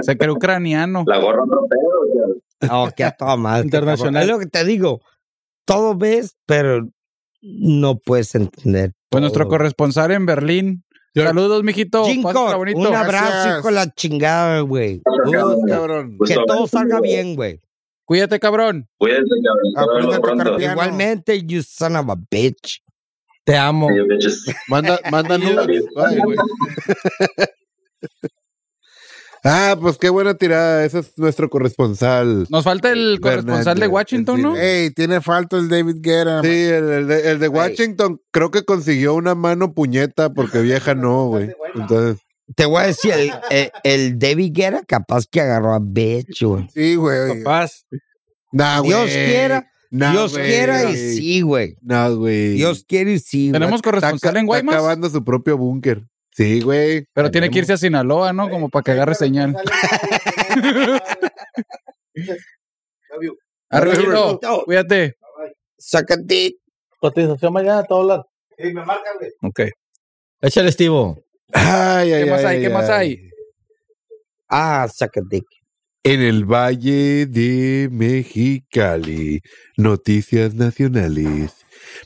se cree ucraniano.
La gorra otro pedo, cabrón.
Oh, que a toda madre.
Internacional.
Es lo que te digo. Todo ves, pero no puedes entender.
Pues nuestro
todo.
corresponsal en Berlín. Saludos, mijito.
Ginkgo,
Pásala bonito.
un abrazo
Gracias.
y con la chingada, güey.
Todos, cabrón.
Que
Gusto
todo
verlos,
salga
güey.
bien, güey.
Cuídate, cabrón.
Cuídense, cabrón. Nos
Aprende
vemos
a tocar
pronto.
piano.
Igualmente, you son of a bitch.
Te amo.
Sí, bitches.
Manda, manda nudes. Ay, güey. Ah, pues qué buena tirada. Ese es nuestro corresponsal.
Nos falta el corresponsal de
Fernández,
Washington,
sí,
¿no?
eh.
Ey, tiene falta el David Guerra.
Sí, el, el de, el de Washington creo que consiguió una mano puñeta porque vieja no, güey. Entonces,
Te voy a decir, el, el, el David Guerra capaz que agarró a bitch, güey.
Sí, güey.
Capaz.
nah, güey.
Dios quiera,
Nah,
Dios
güey.
quiera y sí, güey.
Nah, güey.
Dios quiera y sí, güey.
Tenemos
Está ca-
corresponsal en
está
Guaymas,
acabando su propio búnker. Sí, güey.
pero tiene que irse a Sinaloa, ¿no? Como para que agarre señal. Arre, mijito. Cuídate.
Sácate.
Cotización mañana, todo hablar.
Sí, me marcan, güey.
Ok.
Échale, Estivo.
Ay, ay,
¿Qué más
ay,
hay? ¿Qué
ay,
más
ay.
hay?
Ah, sácate.
En el Valle de Mexicali, noticias nacionales.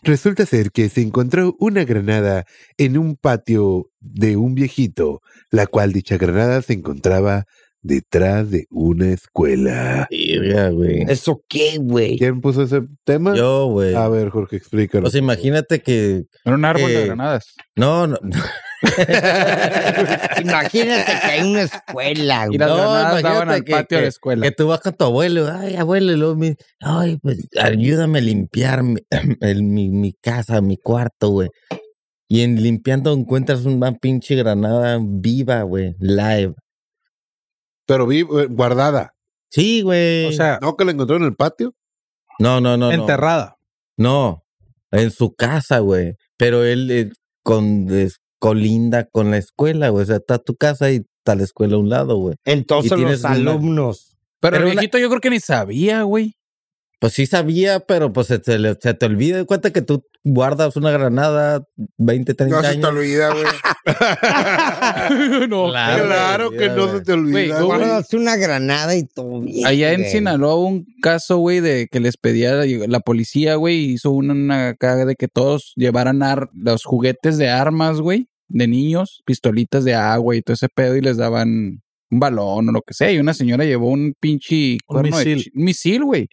Resulta ser que se encontró una granada en un patio de un viejito, la cual dicha granada se encontraba detrás de una escuela.
Verga, güey.
¿Eso qué, güey?
¿Quién puso ese tema?
Yo, güey.
A ver, Jorge, explícanos.
O sea, imagínate que.
Era un árbol
Eh.
de granadas.
No, no.
Imagínate que hay una escuela,
Y
güey.
las
No,
granadas daban
imagínate
al
que-
patio de la escuela.
que tú vas con tu abuelo. Ay, abuelo. y luego me- ay, pues ayúdame a limpiar mi, el- mi, mi casa, mi cuarto, güey. Y en limpiando encuentras una pinche granada viva, güey. Live.
Pero vi eh, guardada.
Sí, güey.
O sea,
¿No que la encontró en el patio?
no, no, no. no.
enterrada.
No, en su casa, güey. Pero él eh, con, es- colinda con la escuela, güey. O sea, está tu casa y está la escuela a un lado, güey. y
Entonces
tienes
los
una-
alumnos.
Pero el
Era una-
viejito yo creo que ni sabía, güey.
Pues sí sabía, pero pues se, te- se te olvida. Cuenta que tú guardas una granada 20, 30
No se te
años.
olvida, güey.
no.
Claro,
que no se te
Güey,
olvida.
no,
güey.
Guardas una granada y todo bien.
Allá en
güey.
Sinaloa hubo un caso, güey, de que les pedía la, la policía, güey, hizo una, una caga de que todos llevaran ar- los juguetes de armas, güey, de niños, pistolitas de agua y todo ese pedo y les daban un balón o lo que sea. Y una señora llevó un pinche cuerno de
misil.
chi- un misil, güey.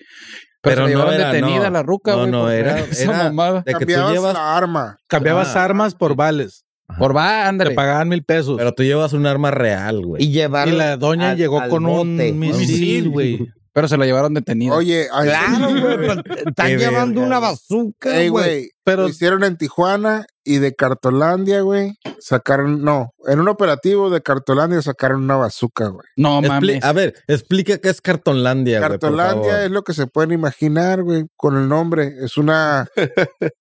Pero
Pero, no
no
llevaron
era,
detenida
no.
la ruca,
No,
güey.
no,
por
era-
esa
era-
mamada.
De que tú
Cambiabas
llevas.
la arma.
Cambiabas
Ah.
armas por vales.
Por va,
Te
ándale.
pagaban mil pesos.
Pero tú llevas un arma real, güey.
Y llevar
Y la doña
al-
llegó
al
con un
bote.
misil,
misil.
güey.
Pero se la llevaron detenida.
Oye, ay,
Claro,
sí,
güey. pues, Están
Qué
llevando una
verga, güey.
bazooka,
Ey,
güey.
güey,
Pero
lo hicieron en Tijuana y de Cartolandia, güey, sacaron, no, en un operativo de Cartolandia sacaron una bazooka, güey.
no
Expli-
mames.
a ver, explica qué es Cartonlandia, güey. por
Cartolandia
favor.
es lo que se pueden imaginar, güey, con el nombre. Es una
Un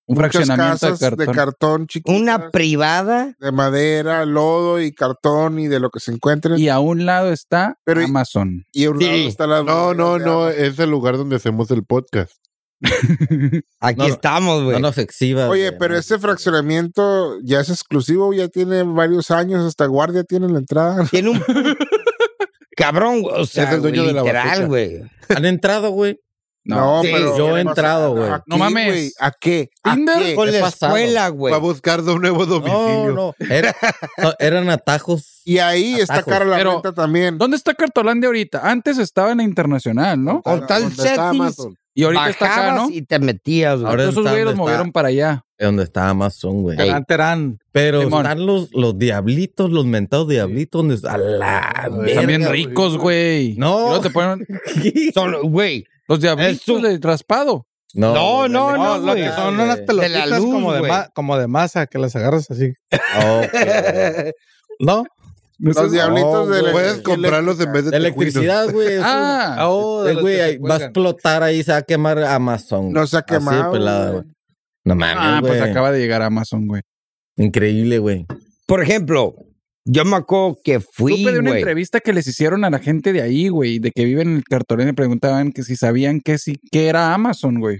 muchas
fraccionamiento de
casas
cartón.
de cartón chiquitas,
Una privada.
de madera, lodo y cartón y de lo que se encuentren. Y,
y a un lado está
Pero-
Amazon.
a un lado
Sí.
está
Ah,
la
No, no, no, es el lugar donde hacemos el podcast.
Aquí
No, no.
estamos, güey.
No nos exhibas,
Oye,
güey,
pero
no.
ese fraccionamiento ya es exclusivo, ya tiene varios años, hasta guardia tiene la entrada.
Tiene un. Cabrón, güey, o sea,
el dueño
güey,
de la bazooka.
literal, güey.
¿Han entrado, güey?
No.
sí, yo he entrado, güey.
¿a
No
qué,
mames.
güey? ¿A qué? ¿A
Tinder
qué?
Con
he
la
pasado.
escuela, güey.
Va a buscar un nuevo domicilio.
No, no. era- no, eran atajos.
Y ahí está
Atajos.
cara la
Pero-
venta también.
¿Dónde está Cartolandia ahorita? Antes estaba en la internacional, ¿no?
Con tal
¿Dónde está
settings,
Amazon?
Y ahorita
bajabas
está acá, ¿no?
y te metías, güey.
Ahora
Esos
está
güeyes los
donde
movieron
está-
para allá.
Donde está Amazon, güey.
Ey.
Anterán.
Pero
Simón.
están los, los diablitos, los mentados diablitos. Donde, a la
Están bien
verga, güey.
ricos, güey.
No.
Y luego te ponen
Solo- Güey,
los diablitos
Eso.
de raspado.
No, no,
güey.
no,
No, lo
güey.
que son
güey.
unas pelotitas
De la luz,
como, de
güey.
ma- como de masa que las agarras así.
Ok.
¿No?
Los diablitos de la-
Puedes comprarlos en vez de
De electricidad, güey. es
Ah.
un-
Oh, de
el
los
güey
que se
ahí va a
cuelgan.
explotar ahí, se va a quemar Amazon. güey.
No se ha
Así de
quemado,
pelada,
güey.
güey. No mames,
Ah, pues
güey.
acaba de llegar Amazon, güey.
Increíble, güey.
por ejemplo, yo me acuerdo que fui,
Supe de una
güey.
entrevista que les hicieron a la gente de ahí, güey, de que viven en el cartón y preguntaban que si sabían que sí, que era Amazon, güey.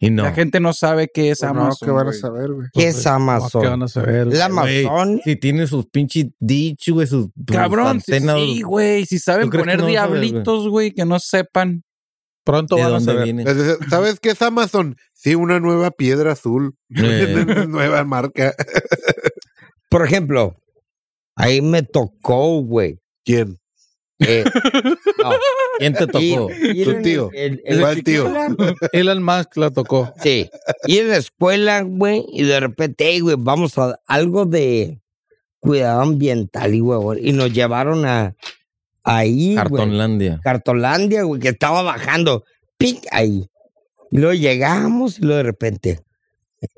Y no.
La gente no sabe qué es
Pues No,
Amazon.
¿qué van a
güey.
saber, güey?
¿Qué es
¿Qué van
Amazon?
a saber?
La
Güey,
Amazon.
Si tiene sus pinches dichos, güey, sus sus
Cabrón, sí,
antenas
sí, güey. Si saben
¿Tú crees que
poner
no vas a ver,
diablitos, güey, que no sepan.
Pronto
de
van a
dónde
saber.
viene.
Desde- ¿Sabes qué es Amazon? Sí, una nueva piedra azul.
Eh.
Una nueva marca.
Por ejemplo, ahí me tocó, güey.
¿Quién?
Eh, no,
¿Quién te tocó?
ir- ir
Tu
en el-
tío.
en- en la
¿Cuál tío?
escuela,
Elon Musk la tocó.
Sí. Ir a la escuela, güey, y de repente, "Ey, güey, vamos a algo de cuidado ambiental y güey. Y nos llevaron a ahí, güey.
Cartonlandia.
Cartolandia, güey, que estaba bajando. ¡Pic! Ahí. Y luego llegamos y luego de repente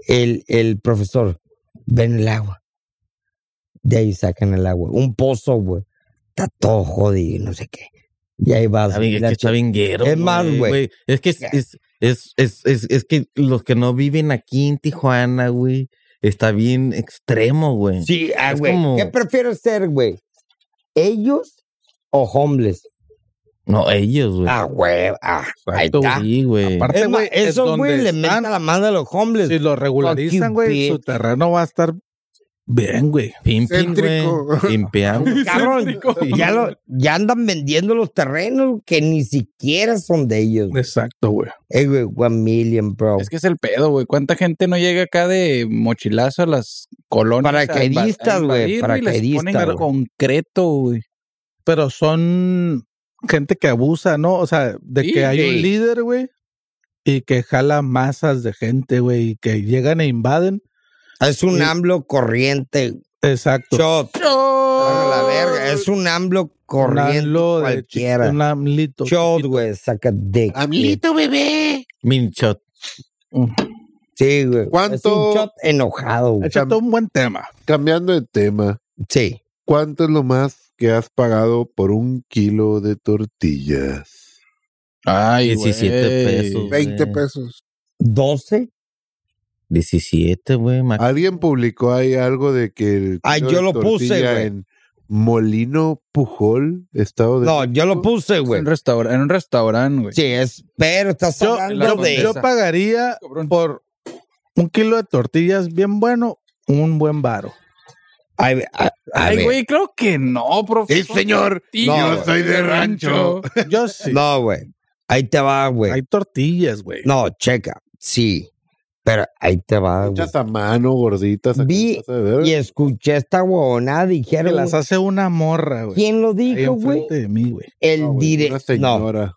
el, el profesor, ven el agua. De ahí sacan el agua. Un pozo, güey. Está todo jodido y no sé qué. Y ahí va.
Está bien- es
Pues la
que está
chi-
bien guero,
Es más, güey.
Es que es, es, es, es, es- es que los que no viven aquí en Tijuana, güey, está bien extremo, güey.
Sí, ah,
Es
güey.
como-
¿Qué prefieres ser, güey? ¿Ellos o homeless?
No, ellos, güey.
Ah, güey. Ah, ahí
Exacto,
está.
sí, güey.
Aparte,
Es más,
güey, es
esos, güey,
donde
le
están.
meten a la mano a los homeless.
Si lo regularizan, güey,
bitch.
su terreno va a estar bien, güey.
Pimpin, güey.
Céntrico.
Pimpean.
Cabrón, ya, lo, ya andan vendiendo los terrenos que ni siquiera son de ellos.
Exacto, güey.
Eh, güey, one million, bro.
Es que es el pedo, güey. ¿Cuánta gente no llega acá de mochilazo a las colonias? a inva- a
Paracaidistas, güey,
invadir, y les
paracaidistas,
ponen
güey.
concreto, güey.
Pero son gente que abusa, ¿no? O sea, de
Sí,
que hay
sí.
un líder, güey, y que jala masas de gente, güey, y que llegan e invaden.
Es un
Sí.
AMLO corriente.
Exacto.
Shot. A la
eh,
verga. Es un AMLO
Un
corriente
AMLO de
cualquiera.
chi- Un amlito.
Shot, güey, saca de.
bebé.
Minchot.
Sí, güey.
¿Cuánto-
Es un shot enojado, güey.
Échate un buen tema.
Cambiando de tema,
Sí.
¿cuánto es lo más que has pagado por un kilo de tortillas?
Ay,
17
güey.
pesos.
20
güey.
pesos.
12.
17, güey. ma-
Ah.
Alguien publicó ahí algo de que el
Ah,
kilo
yo
de
lo puse,
tortilla
güey.
en Molino Pujol, estado de
No, yo lo puse,
Es
güey.
un restaura- en un restaurante, güey.
Sí, es. Pero estás
Yo,
hablando
la
yo-
de.
yo pagaría
Cabrón.
por un kilo de tortillas bien bueno, un buen varo.
Ay, a- a
Ay,
ver.
güey, creo que no, profe.
Sí, señor.
Tío,
No,
yo soy de rancho.
Yo sí.
No, güey. Ahí te va, güey.
Hay tortillas, güey.
No, checa. Sí. Pero ahí te va, güey.
Hechas a mano, gorditas. acá,
Vi-
cosa de verga.
Y escuché esta huevonada.
que
Dijeron.
las hace una morra, güey.
¿Quién lo
Ahí
dijo, güey?
enfrente de mí, güey.
El
No, güey, Ah, Una
director. No,
señora.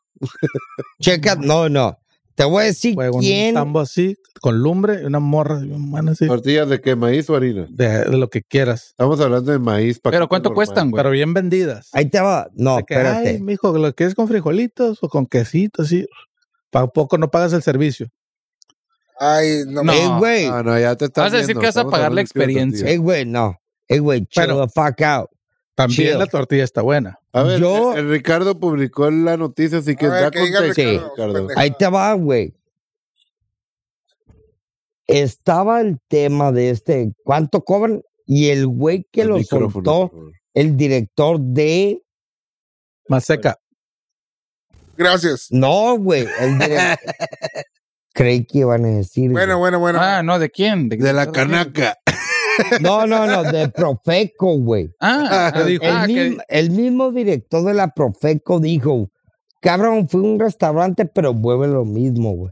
checa. No, no. Te voy a decir
Güey, con un
quién.
tambo así, con lumbre, y una morra, y un man así,
¿Tortillas de qué? ¿Maíz o harina?
de, de lo que quieras.
Estamos hablando de maíz. paquete
Pero ¿cuánto
normal.
cuestan, güey?
Pero bien vendidas.
Ahí te va. No,
De que, ay,
espérate.
mijo, ¿lo quieres con frijolitos o con quesito? Así. Para poco no pagas el servicio.
Ay, no,
No.
me-
Ey, güey.
Ah, no, ya te estás
Vas a decir que vas a pagar la experiencia.
Ey, güey, no. Ey, güey, chill
Bueno.
the fuck out.
También
Chill.
la tortilla está buena.
A ver,
Yo-
el, el Ricardo publicó la noticia, así que
A ver,
da
que diga
contexto,
Ricardo,
Ricardo.
pendejo.
Ahí te va, güey. Estaba el tema de este, ¿cuánto cobran? Y el güey que
El
lo
micrófono, por
soltó,
favor.
el director de
Más seca.
gracias.
No, güey. El direct- Creí que iban a decir.
Bueno,
güey.
bueno, bueno.
Ah, no, ¿de quién?
De la canaca.
No, no, no, de Profeco, güey.
Ah, ah, dijo,
El,
ah, que-
mismo, el mismo director de la Profeco dijo: Cabrón, fue un restaurante, pero vuelve lo mismo, güey.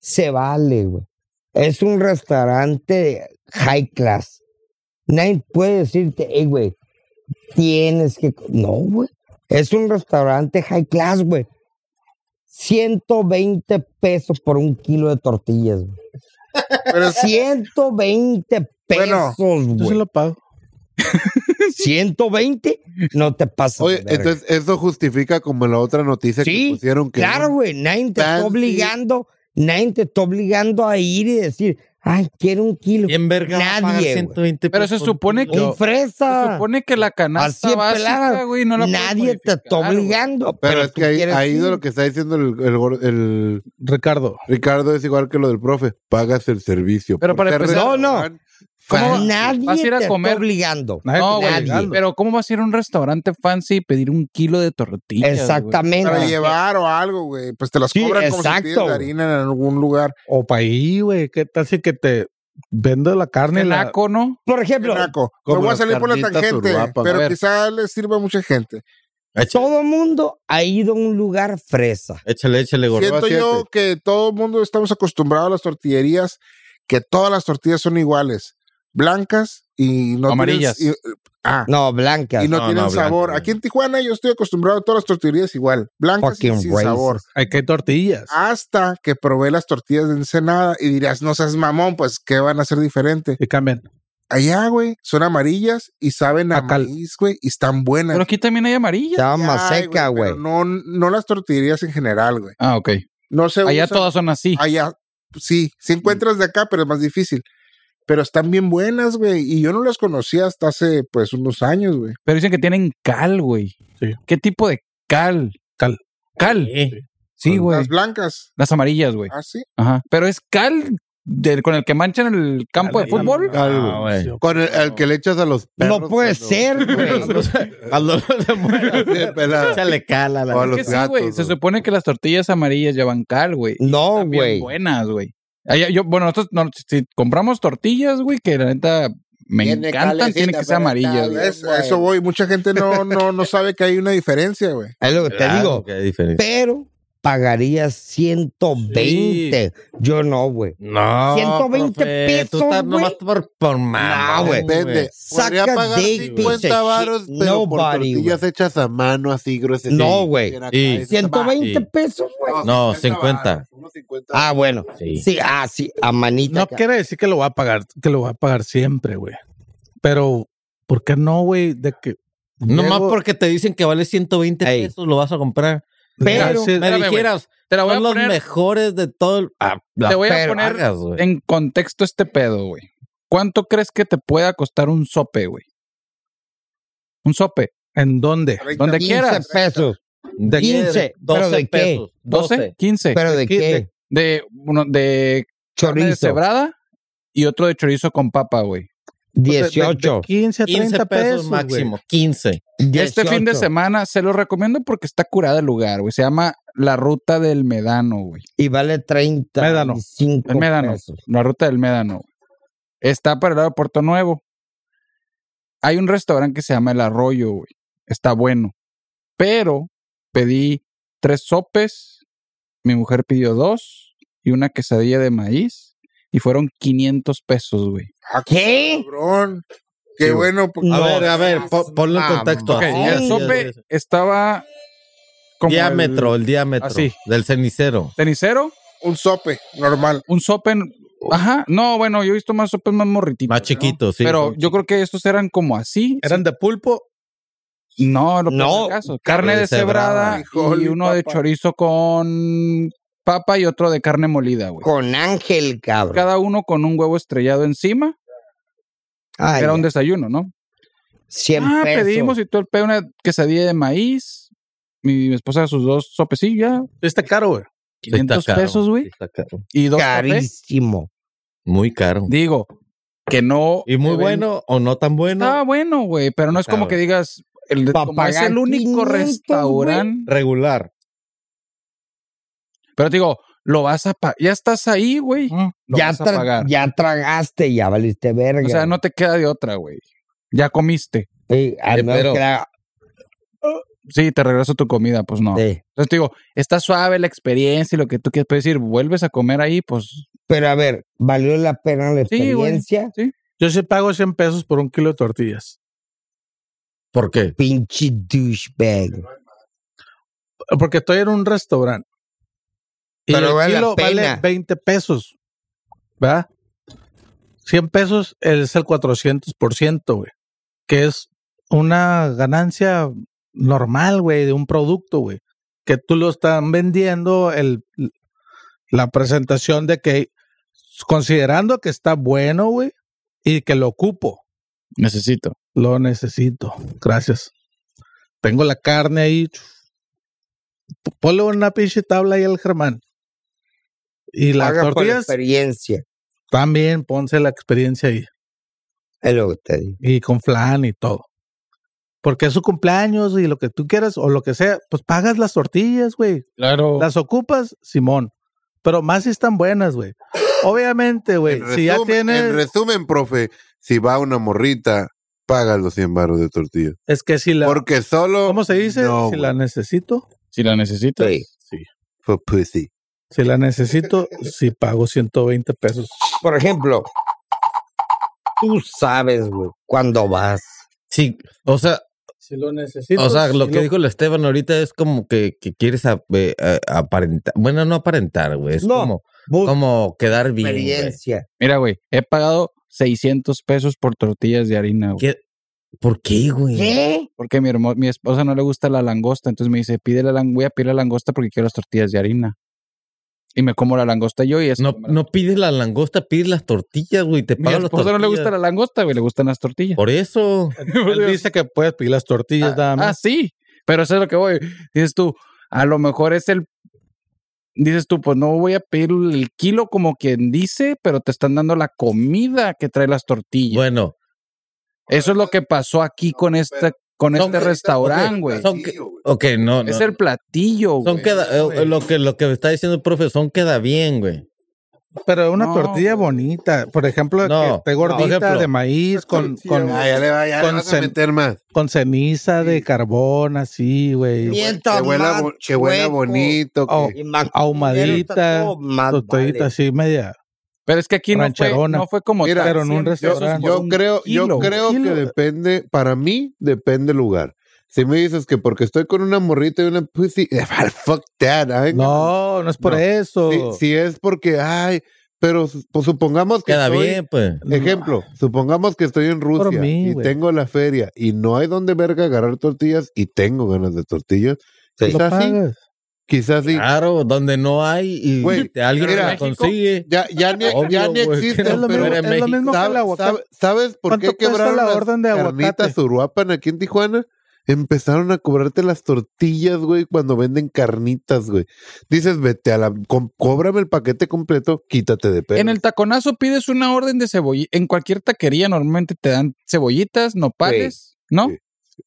Se vale, güey. Es un restaurante high class. Nadie puede decirte, hey, güey, tienes que. co-". No, güey. Es un restaurante high class, güey. 120 pesos por un kilo de tortillas, güey.
Pero es-
120
Bueno,
pesos,
Yo se
güey.
lo pago.
120, no te pases.
Oye,
de verga.
entonces eso justifica como la otra noticia
Sí,
que pusieron que
claro, güey, nadie te está
fancy.
obligando, nadie te está obligando a ir y decir, ay, quiero un kilo.
Y en verga va a pagar
Nadie, güey.
120
Pero se
pesos.
supone que-
Un
se
fresa.
supone que la
Así
canasta
en
básica,
pelada,
güey, no la puedes
nadie te está
modificar, güey.
obligando.
pero,
Pero,
es que ahí, ahí de
lo
lo que está diciendo el, el gor- el
Ricardo,
Ricardo es igual que lo del profe, pagas el servicio.
Pero
Por
para
ser
empezar-
No, no.
restaurante,
¿Cómo
fan-
Nadie
vas a ir a
te
comer?
está obligando.
nadie
No,
te está
güey.
obligando.
Pero ¿cómo vas a ir a un restaurante fancy y pedir un kilo de tortillas? güey?
Exactamente.
Ah.
para llevar o algo, güey. Pues te las
Sí,
cobran como si
exacto,
pides
güey.
la harina en algún lugar.
O para ahí, güey. ¿Qué tal si que te vendo la carne?
Qué
y la-
naco, ¿no?
Por
Qué
ejemplo,
naco. Me
como
voy a
las
salir por la
carnitas
tangente,
Uruapan,
a
pero
ver.
quizá le sirva a mucha gente.
Échale,
todo mundo ha ido a un lugar fresa.
échale, échale, gordo.
Cien-
Siento yo que todo el mundo estamos acostumbrados a las tortillerías, que todas las tortillas son iguales, blancas y no
Amarillas.
tienen- y- ah,
No, blancas.
y no,
no,
tienen
no,
sabor.
blancas,
Aquí en Tijuana yo estoy acostumbrado a todas las tortillerías igual, blancas y
Fucking
sin
racist.
sabor.
Hay que hay tortillas.
Ah.
Hasta que probé las tortillas de Ensenada y dirás, no seas mamón, pues, ¿qué van a ser diferente?
Y cambian.
Allá, güey, son amarillas y saben a,
A cal-
maíz, güey, y están buenas.
Pero aquí también hay
Se
amarillas.
llama
Ay,
seca, güey.
pero No, no las tortillerías en general, güey.
Ah, ok.
No se
Allá
usan-
todas son así.
Allá, sí, si encuentras de acá, pero es más difícil. Pero están bien buenas, güey. Y yo no las conocía hasta hace, pues, unos años, güey.
Pero dicen que tienen cal, güey.
Sí.
¿Qué tipo de cal?
Cal.
Cal. Sí, güey.
Las blancas.
Las amarillas, güey.
Ah, sí.
Ajá. Pero es cal del- con el que manchan el campo de
pues,
Cal-
fútbol.
algo.
Ah, güey.
Con el, al que le echas a los perros
No puede
cuando-
ser, güey.
Hazlo- hazlo-
Sí, pelada.
Échale cala a la
O a
Es
los
que sí,
gatos,
güey. Se
güey.
supone que las tortillas amarillas llevan cal, güey.
Oh,
No,
Están bien
güey.
buenas, güey. Allá- yo- bueno, nosotros no- si compramos tortillas, güey, que la neta me
Tiene
encantan,
calecita,
tienen que
pero
ser amarillas.
está
güey.
Bien,
Es- a eso voy. Mucha gente no, no, no sabe que hay una diferencia, güey.
Es lo que te
Claro
digo.
que hay diferencia.
Pero pagarías 120. Yo no, güey.
No.
120
Tú
pesos, güey.
estás nomás por, por mamón,
güey.
Depende.
Saca
Podría pagar
dick,
50
piece of
varos,
shit.
pero por
Nobody,
tortillas hechas a mano, así gruesas.
No, güey.
Sí.
120
Sí.
pesos, güey.
No, 50.
Ah, bueno.
Sí.
Sí, ah, sí, a manita.
No
acá.
quiere decir que lo va a pagar, que lo va a pagar siempre, güey. Pero, ¿por qué no, güey? De que.
Nomás
Llego-
porque te dicen que vale 120
Ey.
pesos, lo vas a comprar.
Mira,
Pero-
ese-
Me
Espérame, güey.
dijeras,
Te la voy a
son los
poner
mejores de todo el. Ah, la
Te voy a
perra,
poner
hagas, güey.
en contexto este pedo, güey. ¿Cuánto crees que te pueda costar un sope, güey? Un sope,
¿En dónde?
donde
15
quieras.
pesos.
De
15, ¿pero de qué?
pesos.
12,
12.
15.
¿Pero de
Aquí,
qué?
De uno de carne
Chorizo.
deshebrada y otro de chorizo con papa, güey.
De- de- de
Pues
18.
15 a
15
30
pesos,
pesos, güey.
máximo. 15.
Este
18.
fin de semana se lo recomiendo porque está curada el lugar, güey. Se llama La Ruta del Medano, güey.
Y vale 30.
Médano.
y cinco
El Médano.
pesos.
La Ruta del Médano. güey. Está para el lado de Puerto Nuevo. Hay un restaurante que se llama El Arroyo, güey. Está bueno. Pero pedí tres sopes, mi mujer pidió dos y una quesadilla de maíz y fueron 500 pesos, güey.
Ah,
¿Qué?
Cabrón. Qué
Sí, güey.
bueno. pues, porque-
A
No
ver, a ver, po- ponlo en
mamá.
contexto.
Ah, Ok,
Así,
el
así,
sope
así.
estaba como
diámetro, el, diámetro
así.
del cenicero.
el cenicero
un sope normal.
Un sope. en- Ajá. No, bueno, yo he visto más sopes más morrititos.
Más chiquito, sí.
Pero yo creo que estos eran como así.
Eran de pulpo.
No, no,
No,
no caso. Carne
carne
deshebrada
deshebrada.
y uno de
Híjole,
chorizo con papa y otro de carne molida, güey.
Con Ángel, cabrón.
Cada uno con un huevo estrellado encima.
Ay,
Era un desayuno, ¿no?
100
ah,
pesos.
pedimos y todo el pedo una quesadilla de maíz. Mi esposa sus dos sopecillas
Está caro, güey.
Sí está
500
caro,
pesos, güey.
sí está caro.
y dos cafés.
Carísimo.
Muy caro.
Digo, que no.
Y muy
te ven-
bueno o no tan bueno.
Estaba bueno, güey, pero no es como
Estaba.
que digas el de-
Pa'
como es
pagar
el único
500, güey.
restaurante.
Regular.
Pero te digo, lo vas a pagar. Ya estás ahí, güey. Lo
Ya,
vas a
tra-
pagar.
ya tragaste, ya valiste verga.
O sea, no te queda de otra, güey. Ya comiste.
Sí, ah, a
Eh,
menos
pero-
que la-
Sí, te regreso tu comida, pues no.
sí.
Entonces te digo, está suave la experiencia y lo que tú quieres puedes decir, vuelves a comer ahí, pues
Pero a ver, ¿valió la pena la
Sí, güey.
experiencia?
Yo sí pago 100 pesos por un kilo de tortillas.
¿Por qué?
Pinche douchebag.
Porque estoy en un restaurante. Y
Pero
el
vale la
kilo
pena.
vale 20 pesos. ¿Verdad? 100 pesos es el 400%, güey. Que es una ganancia normal, güey, de un producto, güey. Que tú lo están vendiendo, el, la presentación de que, considerando que está bueno, güey, y que lo ocupo.
necesito.
Lo necesito. Gracias. Tengo la carne ahí. P- Ponle una pinche tabla ahí al Germán. Y las
Paga por la
tortillas
experiencia.
también ponse la experiencia ahí.
Es lo que te digo.
Y con flan y todo. Porque es su cumpleaños y lo que tú quieras o lo que sea, pues pagas las tortillas, güey.
Claro.
Las ocupas, Simón. Pero más si están buenas, güey. Obviamente, güey.
En
Si ya
resumen- En
tienes.
resumen, profe, si va una morrita, paga los 100 baros de tortilla.
Es que si la.
Porque solo.
¿Cómo se dice?
No,
si
güey.
la necesito.
Si la necesitas.
Sí.
For pussy.
Si la necesito, si pago 120 pesos.
Por ejemplo, tú sabes, güey, cuándo vas.
Sí, o sea,
Si lo necesito.
O sea, lo
si
que dijo el Esteban ahorita es como que, que quieres ap- eh, eh, aparentar. Bueno, no aparentar, güey. Es
No,
como,
pues,
Bu-
como quedar bien. güey.
experiencia.
Mira, güey, he pagado 600 pesos por tortillas de harina, güey.
¿Qué? ¿Por qué, güey?
¿Qué?
Porque mi, hermo- mi esposa no le gusta la langosta, entonces me dice, pide la langosta, voy a pedir la langosta porque quiero las tortillas de harina. Y me como la langosta yo y es
No, no pides la langosta, pides las tortillas, güey. Te
Mi
pagan las
esposa
tortillas.
no le gusta la langosta, güey, le gustan las tortillas.
Por eso.
Él dice que puedes pedir las tortillas nada
Ah,
más.
sí, pero eso es lo que voy. Dices tú, a lo mejor es el... Dices tú, pues no voy a pedir el kilo como quien dice, pero te están dando la comida que trae las tortillas.
Bueno,
Eso es lo que pasó aquí con, esta, con
Son-
este restaurante,
ok,
güey.
son- ok, no. no.
Es el platillo, güey.
son queda, eh, eh, lo, que, lo que me está diciendo el profe, son queda bien, güey.
Pero una
No,
tortilla bonita. Por ejemplo,
No,
que esté
no.
gordita
Por ejemplo,
de maíz con, con,
Ah, ya le, va- ya le
con
vas a
cen-
meter más.
con ceniza de carbón, así, güey.
Mientras
que huela,
más
bo- que huela
chueco
bonito. que-
Oh,
y más
ahumadita,
culero está todo, más
Tortillita
vale.
así media.
Pero es que aquí no fue,
Rancherona.
no fue como
Mira,
pero en un
100 pesos
restaurante.
por
Yo
un
creo, yo
kilo,
creo
güey.
que depende, para mí depende el lugar. Si me dices que porque estoy con una morrita y una pussy, eh, fuck that. ay,
No, no es por
No.
eso.
Si, si es porque, ay, pero su- pues, supongamos que
Queda
estoy-
bien, pues.
Ejemplo, supongamos que estoy en Rusia
mí,
y
güey.
tengo la feria y no hay donde verga agarrar tortillas y tengo ganas de tortillas.
Sí.
Lo
Quizás sí,
pagas.
quizás sí.
Claro, donde no hay y
Güey,
te- alguien
mira,
la
México-
consigue.
Ya, ya ni,
Obvio,
ya ni
güey,
existen,
que no es lo
pero en
mismo- es lo
México-
mismo que el
¿sabe-
aguacate?
sabe- ¿Sabes por
¿Cuánto
qué
cuesta
quebraron
la
las
orden de aguacate?
carnitas uruapan aquí en Tijuana? Empezaron a cobrarte las tortillas, güey, cuando venden carnitas, güey. Dices, vete a la... com- cóbrame el paquete completo, quítate de pedo.
En el taconazo pides una orden de cebollita. En cualquier taquería normalmente te dan cebollitas, nopales, ¿no?
Sí.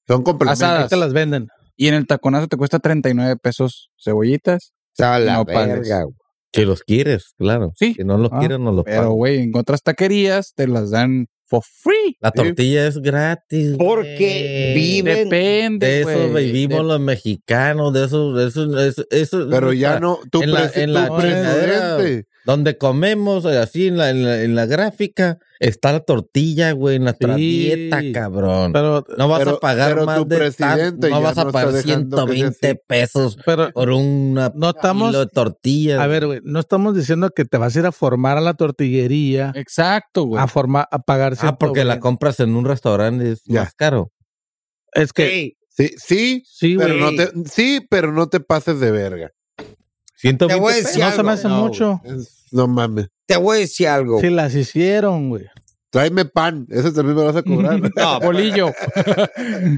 Son complementos.
asadas.
Ahí te las venden.
Y en el taconazo te cuesta 39 pesos cebollitas.
Está la
No pagues.
verga, güey.
Que los quieres, claro.
Sí.
Si no los
Ah,
quieres, no los
Pero,
pagas.
güey, en otras taquerías te las dan for free.
La tortilla es gratis.
Porque
güey.
vive- Ven,
Depende,
De eso
pues,
güey.
vivimos
De-
los mexicanos, de eso, de eso, de eso, eso-
Pero ya
nuestra-
no, tú,
En la-
presi-
en la
tu
chingadera,
presidente
Donde comemos, eh, así en la, en la, en la gráfica, está la tortilla, güey, en nuestra
Sí.
dieta, cabrón.
Pero,
No vas
Pero-
a pagar
pero
más
tu
de tan-
presidente
no
ya
vas a
no está
pagar
dejando que sea
120 pesos
pero
por una
no estamos.
kilo de tortilla.
A ver, güey, no estamos diciendo que te vas a ir a formar a la tortillería,
Exacto, güey.
a formar, a pagar.
ah,
cierto,
porque la
güey.
compras en un restaurante es
Ya.
más caro.
Es que
Sí, sí,
sí,
pero no
güey.
te, sí, pero no te pases de verga.
120
Te voy a
pesos.
decir
No se
algo.
me hace
No,
mucho.
Es- no mames.
Te voy a decir algo.
Si las hicieron, güey.
Tráeme pan, ese también me vas a cobrar.
No,
Bolillo.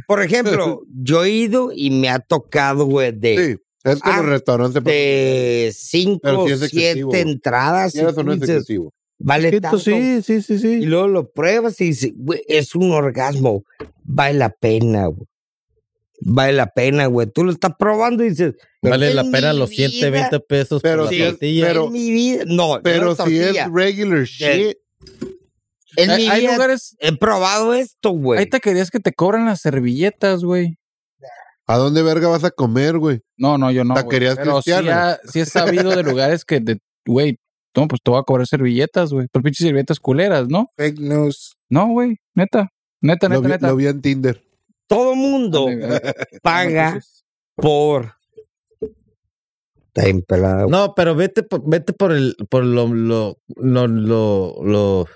Por ejemplo, yo he ido y me ha tocado, güey, de,
Sí, es como
Ah,
el restaurante. pero-
de cinco,
Pero sí es excesivo.
siete entradas. y
Quieras o no es
dices,
excesivo.
vale
Poquito,
tanto.
Sí, sí, sí,
Y
sí.
luego lo pruebas y dices, güey, es un orgasmo. Vale la pena, güey. Vale la pena, güey. Tú lo estás probando y dices,
Vale
en
la pena
mi
los
vida-
120 pesos
Pero
por
sí
la
es-
tortilla.
Pero-
en mi vida. No,
Pero
no
si es
tortilla.
regular shit,
En
Hay,
mi
hay
vida
lugares,
he probado esto,
hay
güey.
taquerías que te cobran las servilletas, güey.
¿a dónde verga vas a comer, güey?
No, no, yo no. güey.
Taquerías
Pero sí,
cristianas.
ha- sí he sabido de lugares que, de- güey, no, pues te voy a cobrar servilletas, güey. Pero pinches servilletas culeras, ¿no?
Fake news.
No, güey, neta. Neta,
Lo
neta,
vi,
neta.
lo vi en Tinder.
Todo mundo
eh,
paga por. Está empelada, güey.
No, pero vete por, vete por el por lo lo lo lo, lo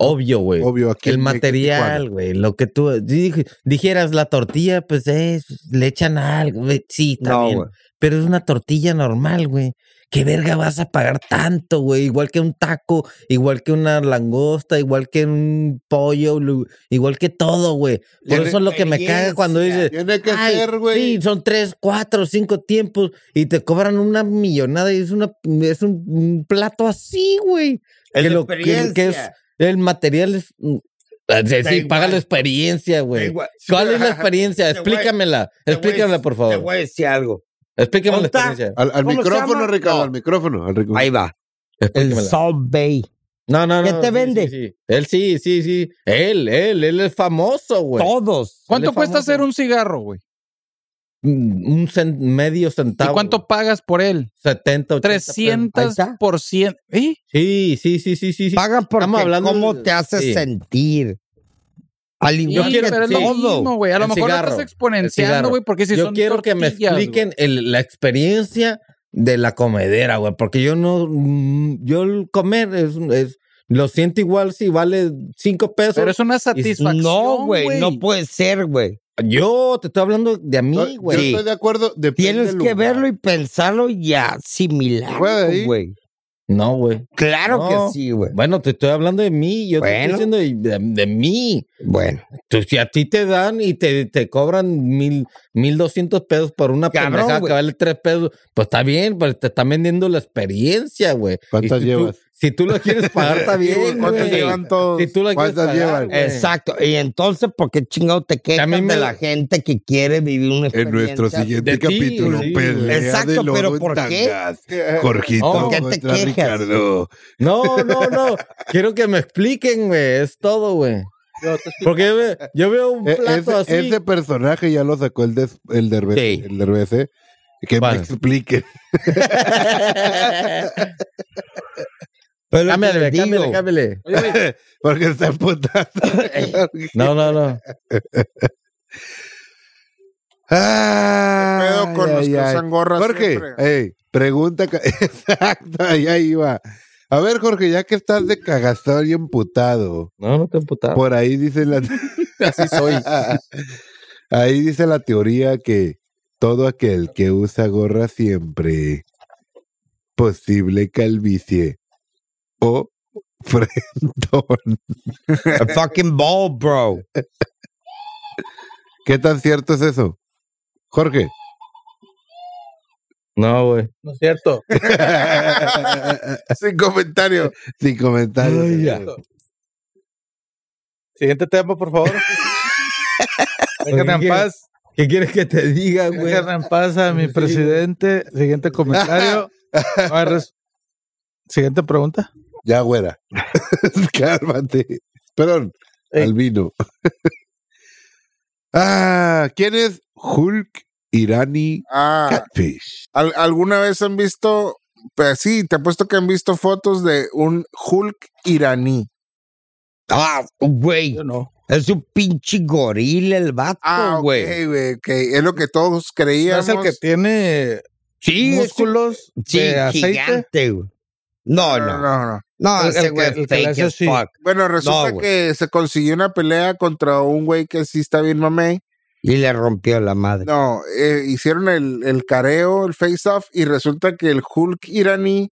obvio, güey.
Obvio, aquí.
El
en-
material, güey, lo que tú dij- dijeras la tortilla, pues es, le echan algo, güey. sí, está
No,
bien,
güey.
pero es una tortilla normal, güey. ¿Qué verga vas a pagar tanto, güey? Igual que un taco, igual que una langosta, igual que un pollo, lu- igual que todo, güey. Por
Tiene-
eso es lo que me caga cuando dices,
Tiene que
Ay,
ser, güey.
Sí, son tres, cuatro, cinco tiempos y te cobran una millonada y es, una, es un, un plato así, güey.
Es
Que
la
lo- que- que es-
experiencia.
El material es... mm, es decir,
igual.
paga la experiencia, güey.
igual.
¿Cuál es la
Te
experiencia?
voy-
Explícamela.
Te voy a-
Explícamela, por
Te
favor.
voy a decir algo.
Explícame la
Ponta-
experiencia.
Al, al
¿Cómo se
micrófono,
llama?
Ricardo,
No.
al micrófono. al ric-
Ahí va. El
Explícamela.
Subway.
No, no, no.
¿Qué te
sí,
vende?
sí, sí. Él sí, sí, sí. Él, él, él es famoso, güey.
Todos.
¿Cuánto
Sale
cuesta
famoso.
hacer un cigarro, güey?
Mm, Un cen- medio
¿Y
centavo.
cuánto pagas por él?
70, 80 pesos.
Ahí
300
está.
por ciento. ¿Eh?
Sí, sí, sí, sí, sí. sí.
Paga porque
Estamos hablando
cómo
de-
te hace
sí.
sentir. Al
Sí,
Yo
igual
quiero-
que
pero es lo
sí.
mismo, güey. A lo
El
mejor lo
cigarro,
estás
el cigarro.
exponenciando, güey, porque si
yo
son
quiero que me
tortillas, güey.
expliquen el- la experiencia de la comedera, güey, porque yo no, mm, yo el comer es, es- lo siento igual si vale cinco pesos.
Pero es una satisfacción,
No, güey, no puede ser, güey.
Yo te estoy hablando de a mí,
Yo
güey.
Sí.
estoy de acuerdo. depende
Tienes
del
que
lugar.
verlo y pensarlo y asimilarlo,
Güey.
güey.
No, güey.
Claro
No.
que sí, güey.
Bueno, te estoy hablando de mí, yo te estoy
Bueno.
diciendo de, de- de mí.
Bueno,
Tú, si a ti te dan y te, te cobran mil, mil doscientos pesos por una
Cabrón,
pendejada
güey.
que vale tres pesos, pues está bien, pues te están vendiendo la experiencia, güey.
¿Cuántas
Y si
llevas?
Tú, si tú la quieres pagar, está bien.
¿Cuántos
güey.
llevan todos?
Si tú la quieres
¿Cuántas
pagar,
llevan?
güey.
exacto. Y entonces, ¿por qué chingado te
a
quejas
mí me-
de la gente que quiere vivir una
En
experiencia?
nuestro siguiente
de ti,
capítulo,
sí,
pelea
Exacto,
de lodo
pero
en
¿por qué?
tangas. Jorgito
¿Por
qué te
contra
quejas?
Ricardo.
No, no, no. Quiero que me expliquen, güey. Es todo, güey.
Yo te explico.
Porque yo, ve- yo veo un
E-
plato
ese,
así.
ese personaje ya lo sacó el, des, el Derbez.
Sí.
El Derbez, ¿eh? Que
Vale.
me explique.
Pero lo que
cámbiale,
digo,
cámbiale, cámbiale.
Porque está emputado.
No, no, no.
Ah,
Pedo con
ay,
los
ay,
que
ay.
usan gorras.
Jorge, Eh.
siempre.
ey, pregunta. ca- Exacto, allá iba. A ver, Jorge, ya que estás de cagazón y emputado,
No, no te emputado.
por ahí dice la.
Así soy.
Ahí dice la teoría que todo aquel que usa gorra siempre posible calvicie o frentón.
a fucking ball, bro.
¿Qué tan cierto es eso? Jorge.
No, güey.
No es cierto.
Sin comentario. Sin comentario.
Siguiente tema, por favor. Déjenme en
Oye,
paz.
¿Qué quieres que te diga, güey?
Déjenme en paz a mi presidente. Siguiente comentario. No hay res- Siguiente pregunta.
Ya, güera. Cálmate. Perdón,
Ey.
albino. ah, ¿quién es Hulk Irani
Ah,
Catfish?
¿al- ¿Alguna Ah, vez han visto Pues sí, te apuesto que han visto fotos de un Hulk iraní.
Ah, güey.
Yo no.
Es un pinche gorila el
Ah,
vato,
ok,
güey.
güey, ok. Es lo que todos
¿No
creíamos.
es el que tiene
Sí, es un-
músculos
sí,
de aceite?
gigante, güey. No,
no, Ah, no,
oh, no.
no, no.
No,
El- el
ese
que-
güey es
el que le
fake
hace
as
así.
fuck.
Bueno, resulta
No, güey.
que se consiguió una pelea contra un güey que sí está bien mamey.
Y le rompió la madre.
No, eh, hicieron el, el careo, el face-off, y resulta que el Hulk iraní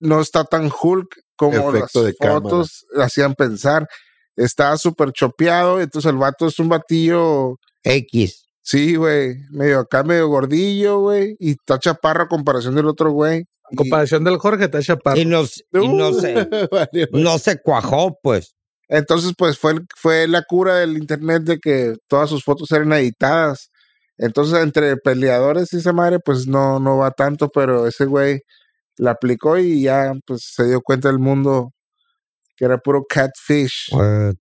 no está tan Hulk como
Efecto
las
de cámara.
fotos hacían pensar. Está súper chopeado, entonces el vato es un batillo,
X.
sí, güey, medio acá, medio gordillo, güey, y está chaparro a comparación del otro güey.
En
Y-
comparación del Jorge, está chaparro.
Y no, s- y no se,
Vale, güey.
no se cuajó, pues.
Entonces, pues fue, el- fue la cura del internet de que todas sus fotos eran editadas. Entonces, entre peleadores y esa madre, pues no, no va tanto, pero ese güey la aplicó y ya pues se dio cuenta del mundo que era puro catfish.
Eh,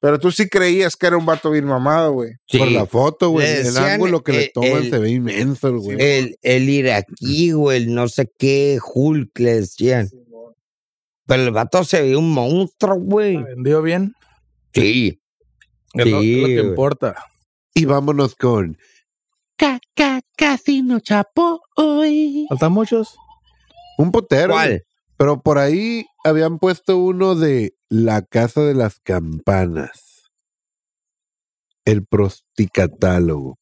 Pero tú sí creías que era un vato bien mamado, güey.
sí.
Por la foto, güey.
Le
El
decían,
ángulo que
eh,
le toman
el-
se ve inmenso, el güey.
El, el iraquí o el no sé qué Hulk le decían. Pero el vato se ve un monstruo, güey.
La vendió bien.
Sí.
Es lo- es lo
Sí,
que
güey.
importa.
Y vámonos con.
¿Faltan muchos?
Un potero. güey.
¿Cuál?
Pero por ahí habían puesto uno de La Casa de las Campanas. El prosticatálogo.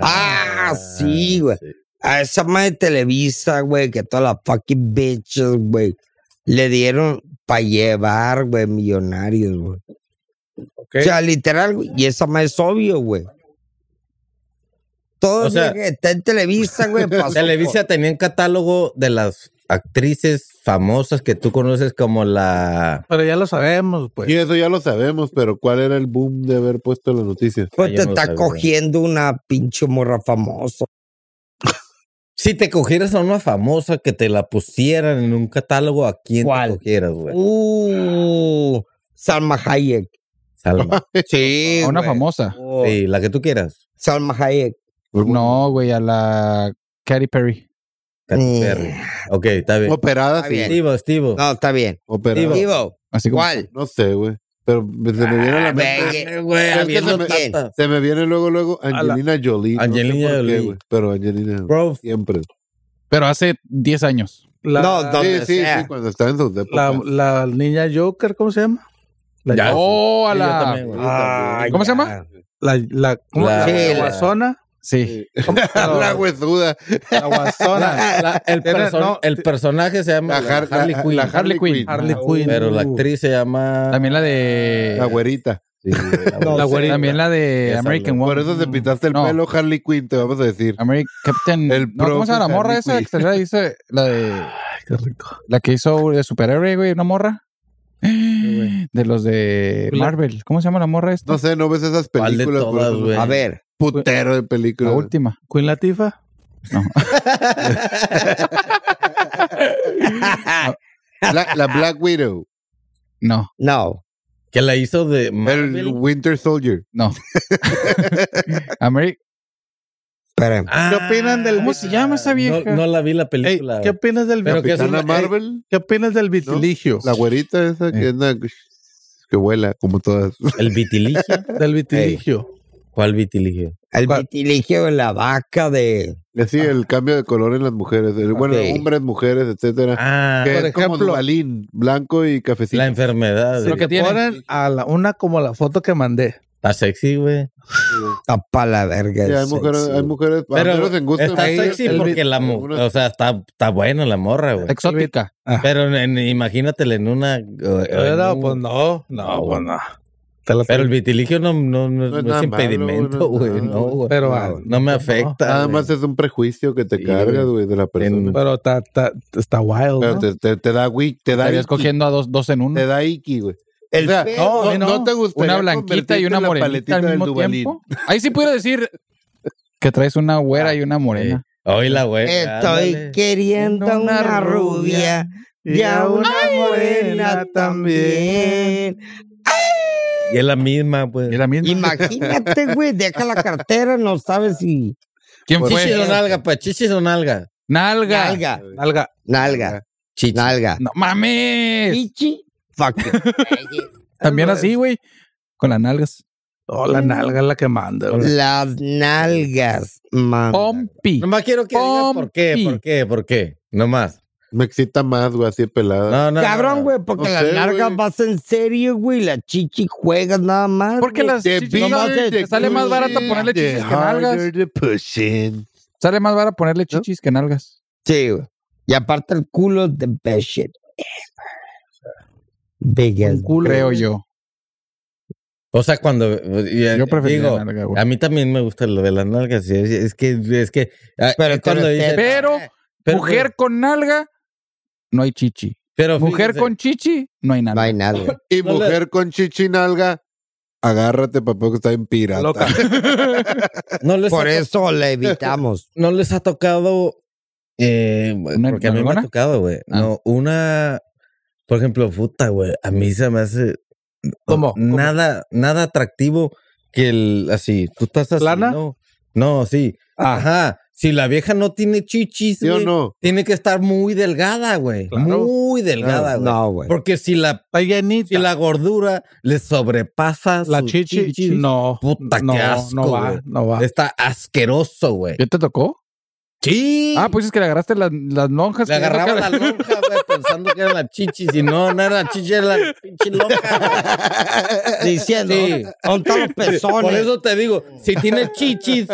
Ah, sí, güey. A esa madre de Televisa, güey, que todas las fucking bitches, güey, le dieron para llevar, güey, millonarios, güey.
Ok.
O sea, literal, güey, y esa madre es obvio, güey. Todo
O sea-
que está en Televisa, güey. pasó
Televisa tenía un catálogo de las actrices famosas que tú conoces como la...
Pero ya lo sabemos, pues.
Y eso ya lo sabemos, pero ¿cuál era el boom de haber puesto la noticia?
por- Pues
Ay,
te
yo no
está
sabía.
cogiendo una pinche morra famosa.
Si te cogieras a una famosa que te la pusieran en un catálogo, ¿a quién
¿Cuál?
te cogieras, güey?
Uh, Salma Hayek.
Salma.
Sí,
A una
güey.
famosa.
Oh,
Sí, la que tú quieras.
Salma Hayek.
No, güey, a la Katy Perry.
Katy
Mm.
Perry. Ok, está bien.
Operada,
Está
sí.
bien.
güey.
Estivo, Estivo.
No, está bien.
Operada.
Digo.
Digo,
Así como.
¿cuál?
No sé, güey. Pero me- se me
Ah,
viene a la mente.
Venga,
Ah, güey,
Es que
habiendo
se me-
tantas.
¿quién?
Se me viene luego, luego
la-
Angelina Jolie. no sé
Angelina
por qué,
Jolie.
güey, pero Angelina
Bro,
siempre.
Pero hace 10 años.
La,
No, pues. donde
Sí, sí,
sea.
sí, cuando está en sus
la,
épocas.
la niña Joker, ¿cómo se llama? La,
Ya.
¡Oh, a
sí, yo
la!
también, güey.
Ah,
¿Cómo se
ya.
llama?
la, la, ¿cómo?
La-
la,
Sí, la-
guasona.
Sí.
La huesuda.
La guasona.
la- la- el,
Tiene-
perso-
no,
el personaje se llama
La, Har- la-
Harley
la
Quinn.
Harley
Harley
Quinn.
Quinn.
Harley Quinn.
Pero la actriz se llama...
También la de.
La güerita.
Sí, la güerita.
La güerita.
También la de
Esa,
American
Por
Woman.
eso te pintaste el
Mm, No.
pelo, Harley Quinn, te vamos a decir.
American Captain.
El
no, ¿Cómo se llama la
profe
morra
Harley
esa?
Quinn.
que se la dice la de.
Ay, qué rico.
La que hizo de superhéroe, güey, una morra. De los de
La-
Marvel. ¿Cómo se llama la morra esta?
No sé, no ves esas
¿Cuál de
películas. por
todas,
eso-
güey?
A ver,
Putero de
La
películas.
última.
Queen Latifa.
La, la Black Widow.
No,
no.
Que la hizo de Marvel.
El Winter Soldier.
no. Ameri-
Espérame.
Ah,
¿Qué opinan del-
¿Cómo se llama esa vieja?
No, no la vi la
Ey,
película.
¿Qué opinas del
Pero que es
Capitana
una-
Marvel.
¿Qué opinas del vitiligio?
La güerita esa que
Eh.
es una- que vuela, como todas.
¿El vitiligio?
Del vitiligio.
¿Cuál vitiligio?
El
¿Cuál?
vitiligio de la vaca de.
Así el cambio de color en las mujeres. el- Bueno,
Ok.
hombres, mujeres, etcétera.
Ah,
que
por
es como
ejemplo,
Duvalín, blanco y cafecito.
la enfermedad.
Lo
güey.
que tiene.
Ponen a la, una como la foto que mandé.
Está sexy, güey.
Tapa la verga.
Sí,
el
hay mujeres,
sexo.
hay mujeres, al menos en
Pero
gusto,
está
güey,
sexy
el-
porque la mu- oh,
algunas-
O sea, está, está buena la morra, güey.
Exótica.
Pero en- imagínatela en una... eh,
Pero,
en un- Ah,
pues no, no, pues no. Te la-
Pero el vitiligio no, no, no-
No es
no es
nada malo,
impedimento,
güey, no
güey.
es nada,
No, güey.
Pero, ah,
no, no me afecta.
Nada
güey.
más es un prejuicio que te
Sí,
cargas, güey, de la persona.
pero está, está, está wild.
Pero
¿no?
te, te- te da wiki, te da
Estarías
iki,
cogiendo a dos, dos en uno.
te da iki, güey.
El
O sea,
pe-
no, a mí
no,
no.
no te gustaría
una blanquita
convertirte
y una
en la
morenita
paletita
al
del
mismo
Duvalín.
tiempo. Ahí sí pudiera decir que traes una güera y
Ah,
una morena.
Hoy la güey.
Eh, Estoy queriendo una,
Una
rubia.
rubia.
Y a una morena también.
Y es la misma, pues.
Y la misma.
Imagínate, güey, deja la cartera, no sabes si.
¿Quién
Chichis
fue?
o nalga, pues. Chichis o nalga.
Nalga.
Nalga.
Nalga.
Nalga. Nalga.
No mames.
Pichi. Fuck.
También así, güey. Con las nalgas.
Oh, la nalga es la que manda, güey.
Las nalgas, man.
Pompi.
Nomás quiero que diga por qué,
Pompi.
por qué, por qué. Nomás.
Me excita más, güey, así de pelada.
No, no, no,
Cabrón,
no.
güey, porque
No
las
sé,
nalgas
güey.
vas en serio, güey. La chichi juegas nada más.
Porque
güey.
las chichis
bigger
no mames,
the
te sale más barato ponerle
the
chichis que nalgas.
harder the pushing.
Sale más barato ponerle chichis que nalgas.
Sí, güey. Y aparte el culo, the best shit. Big ass.
Creo yo.
O sea, cuando. eh,
Yo preferiría
digo,
nalga, güey.
A mí también me gusta lo de las nalgas. Es, es que, es que. ah,
Pero
es
tú eres
dice-
teta.
Pero,
pero-
mujer con nalga, no hay chichi.
pero
Mujer
fíjense,
con chichi, no hay
No
nalga.
hay nalga.
Y
No le-
mujer con chichi nalga, agárrate, papá, que está en pirata.
Loca.
No les,
Por
ha, to-
eso la evitamos.
no les ha tocado. eh,
¿Una
porque a mí me ha
nalgona?
tocado, güey.
Ah.
No, una. Por ejemplo, puta, güey. A mí se me hace.
¿Cómo? ¿Cómo?
Nada, nada atractivo que el. Así. Tú estás así.
¿Plana?
No, no, sí.
Ah.
Ajá. Si la vieja no tiene chichis,
¿Sí o
güey,
no?
tiene que estar muy delgada, güey.
Claro.
Muy delgada, güey.
No, güey.
Porque si la
Está llenita.
Si la gordura le sobrepasa
La
sus
chichi,
chichis,
no.
Puta,
no,
qué asco,
no va,
güey.
no va.
Está asqueroso, güey.
¿Ya te tocó?
Sí.
Ah, pues es que le agarraste las, las lonjas.
le
Pues que-
agarraba la lonja, güey, pensando que era la chichi. Si no, no era la chichi, era la pinche lonja.
Diciendo,
Sí.
¿dónde están los pezones?
Por eso te digo, si tiene chichis,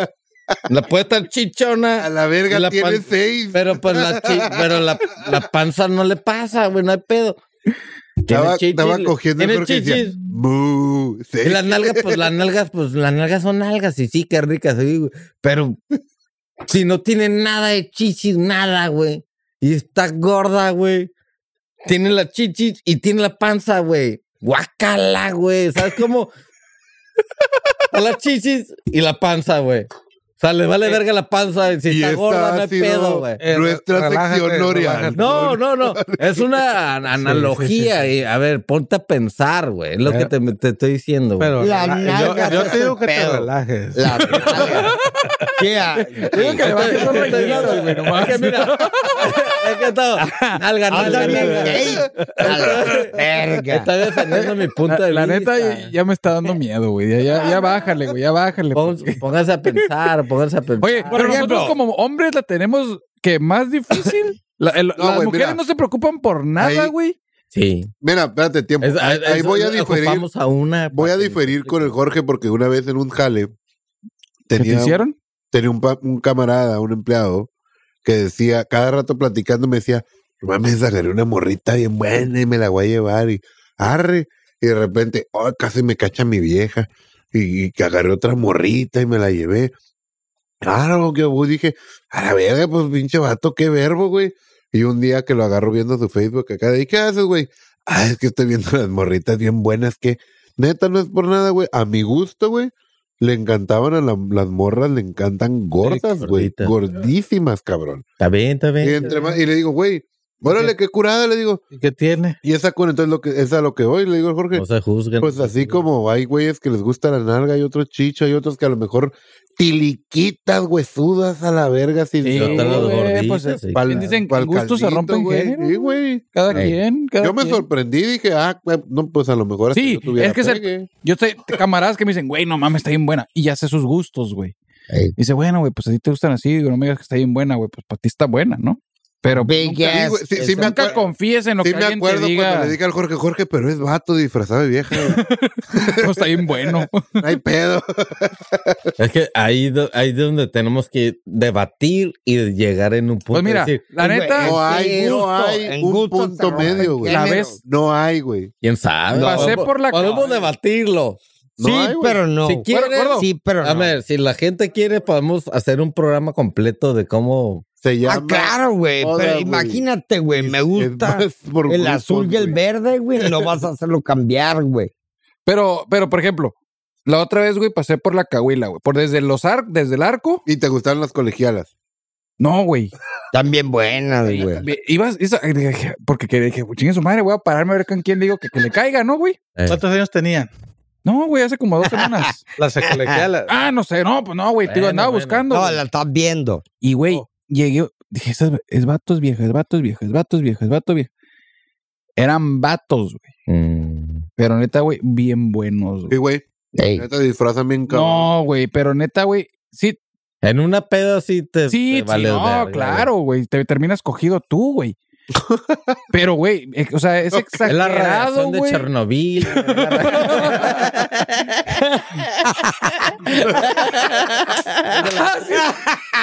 la puede estar
A
chichona,
la verga
Y Ah, la
tiene
pan-
seis.
pero pues la, chi- pero la, la panza no le pasa, güey, no hay pedo.
Estaba, estaba
le-
cogiendo
tiene
el que decía,
chichis.
"Bú,
Y
seis".
las nalgas, pues las nalgas, pues las nalgas son nalgas, y sí, qué ricas, sí, güey. Pero si no tiene nada de chichis, nada, güey. Y está gorda, güey. Tiene la chichis y tiene la panza, güey. Guacala, güey. ¿Sabes cómo? A las chichis y la panza, güey. O sea, le vale verga la panza. Si
Y
está
esta
gorda, no
ha
hay
sido-
pedo, güey.
Eh,
Nuestra
relájate,
sección L'Oreal.
relájate.
No, no, no. Es una an- analogía. y, a ver, ponte a pensar, güey. Es lo que te, te estoy diciendo, güey.
Pero
La
rela- yo-
nalga
yo,
es
te digo
el
que te
pedo.
relajes.
La nalga. Yeah.
Es que-
este
es que mira, es que todo.
Ah,
Nalga, nalga,
Anda bien
nalga.
gay. A la verga.
Está defendiendo mi punto
La,
de
la neta,
vista.
ya, ya me está dando miedo, güey. Ya, ya, ya bájale, güey. Ya bájale.
Pon- Pónganse a pensar, pónganse a pensar.
Ah,
Oye, pero nosotros como hombres la tenemos que más difícil. La- el-
No,
las
güey,
mujeres
mira.
no se preocupan por nada,
Ahí-
güey.
sí.
Mira, espérate, tiempo.
Es-
ahí ahí
eso-
voy a diferir.
ocupamos a una.
Voy a diferir con el Jorge porque una vez en un jale
¿Qué te
tenía,
hicieron?
tenía un, pa- un camarada, un empleado, que decía, cada rato platicando me decía, "No mames, agarré una morrita bien buena y me la voy a llevar y arre. Y de repente, oh, casi me cacha mi vieja y, y que agarré otra morrita y me la llevé. Claro, que yo dije, a la verga, pues pinche vato, qué verbo, güey. Y un día que lo agarro viendo su Facebook acá, de, ¿y qué haces, güey? Ah, es que estoy viendo las morritas bien buenas que, neta, no es por nada, güey. A mi gusto, güey, le encantaban a la- las morras, le encantan gordas, güey.
gorditas.
gordísimas, cabrón.
Está bien, está
Y,
bien.
entre más- y le digo, güey, órale, qué curada, le digo.
¿Y ¿Qué tiene?
Y esa con entonces lo que, es a lo que voy, le digo al Jorge.
No se juzguen.
Pues así como hay güeyes que les gusta la nalga, hay otros chicho, hay otros que a lo mejor tiliquitas, huesudas a la verga sin
Sí,
Están las
güey,
gorditas,
pues,
sí.
pal- dicen que
pa'l
gustos se
caldito,
rompen
güey.
género.
Sí, güey.
Cada
Ey.
quien, cada
Yo me
quien.
sorprendí y dije, ah, güey, no, pues a lo mejor hasta
Sí,
yo tuviera
es que se-
pegue.
Yo sé camaradas que me dicen, güey, no mames, está bien buena. Y ya sé sus gustos, güey.
Ey.
Dice, bueno, güey, pues a ti te gustan así. Digo, no me digas que está bien buena, güey. Pues para ti está buena, ¿no? Pero pues,
Big
nunca,
ass.
Sí, güey, sí, sí me
nunca
acuerdo.
confíes en lo
Sí
que
me
alguien te
acuerdo
diga.
cuando le dije al Jorge, Jorge, pero es vato disfrazado de vieja, güey.
"No, está bien bueno.
no hay pedo.
Es que ahí, do- ahí es donde tenemos que debatir y llegar en un punto.
Pues mira,
de decir,
la neta,
No hay,
en
no
gusto,
hay
en
un
gusto se
punto
rompen
medio, güey.
la
género.
vez
No hay, güey.
¿quién sabe?
No.
Pasé por la
Podemos
calle.
debatirlo.
No
sí,
hay, güey.
pero no.
Si quieres-
sí, pero no.
A ver, si la gente quiere, podemos hacer un programa completo de cómo.
Se llama.
Ah, claro, güey.
Joda,
Pero
güey.
imagínate, güey. Me
es
gusta
más por
el
grupos,
azul y el
güey.
verde, güey. No vas a hacerlo cambiar, güey.
Pero, pero, por ejemplo, la otra vez, güey, pasé por la cahuila, güey. Por desde los ar desde el arco.
Y te gustaron las colegialas.
No, güey.
También buenas, güey.
Ve- Ibas, isa- dije, porque que- dije, "Pues chingue su madre, voy a pararme a ver con quién le digo que, que le caiga, ¿no, güey?
eh,
¿Cuántos años tenían?
No, güey, hace como dos semanas.
La seculegiala.
ah, no sé, no, pues no, güey. te digo,
Bueno, Oh.
andaba
bueno.
buscando.
No,
güey.
la estás viendo.
Y, güey, llegué, Dije, esas, es vatos viejas, vatos viejas, vatos viejas, vatos viejas. Eran vatos, güey.
Mm.
Pero neta, güey, bien buenos,
Sí,
güey.
güey.
Ey,
Ya te disfrazan bien cabrón.
No, güey, pero neta, güey, sí,
En una peda sí te.
Sí,
te
sí,
vales
no,
verga,
claro, güey. Te terminas cogido tú, güey. Pero, güey, eh, o sea, es
güey. Es la
exagerado,
radiación de
güey.
Chernobyl.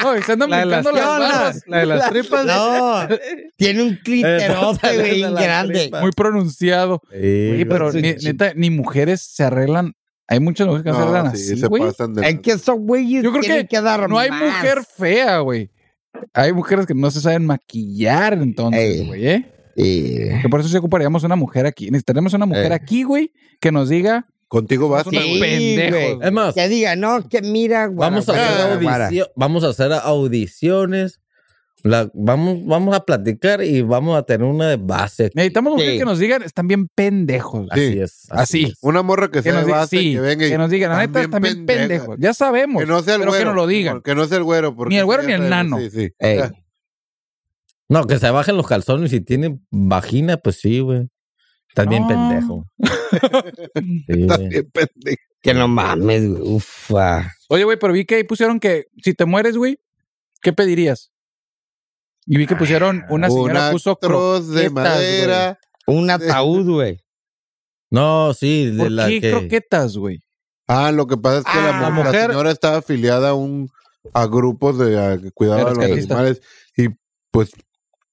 No, y se andan
La de las
brincando las barbas
tripas. La de las tripas.
No, tiene un cliterote,
Entonces,
güey,
la
grande.
tripa.
muy pronunciado. Güey, pero ni, neta, ni mujeres se arreglan. Hay muchas mujeres que se
No,
arreglan
sí,
así,
se
güey.
pasan de.
Es que esos güeyes
Yo creo
tienen que, dar
No hay
más.
mujer fea, güey. Hay mujeres que no se saben maquillar, entonces,
Ey.
güey, ¿eh?
Eh,
Que por eso sí ocuparíamos una mujer aquí. Necesitaremos una mujer
Ey.
aquí, güey, que nos diga.
Contigo vas.
Son unos
Sí,
pendejos.
güey.
Es más,
Que diga, no, que mira, guara,
vamos a
guara,
hacer
guara, guara.
audicio- vamos a hacer audiciones. La- vamos, vamos a platicar y vamos a tener una de base.
Necesitamos mujeres
Sí.
que nos digan, están bien pendejos.
Así
Sí.
es.
Así.
es.
Una morra que
que
sea
nos,
de
diga-
base,
sí,
que venga y
que nos digan, la
"Están
neta,
bien
están bien
pendejas".
pendejos. Ya sabemos.
que no sea el
pero
güero.
que nos lo digan.
Que no sea el güero. porque
Ni el güero
ya
ni el
sabemos,
nano.
Sí, sí.
Ey.
Ya.
No, que se bajen los calzones. Si tienen vagina, pues sí, güey. Estás bien
No.
pendejo. Sí,
Estás
güey.
bien pendejo.
Que no mames, güey. Ufa.
Oye, güey, pero vi que ahí pusieron que si te mueres, güey, ¿qué pedirías? Y vi que pusieron una señora
Ah, Una
puso cro-
Troz de
croquetas,
madera.
Un ataúd, güey.
No, sí, de
¿Por
la
qué
que.
croquetas, güey?
Ah, lo que pasa es que la,
Ah.
mu- la
Mujer.
señora está afiliada a un a grupos de a- que cuidaban
De
a los
rescatistas.
animales. Y pues,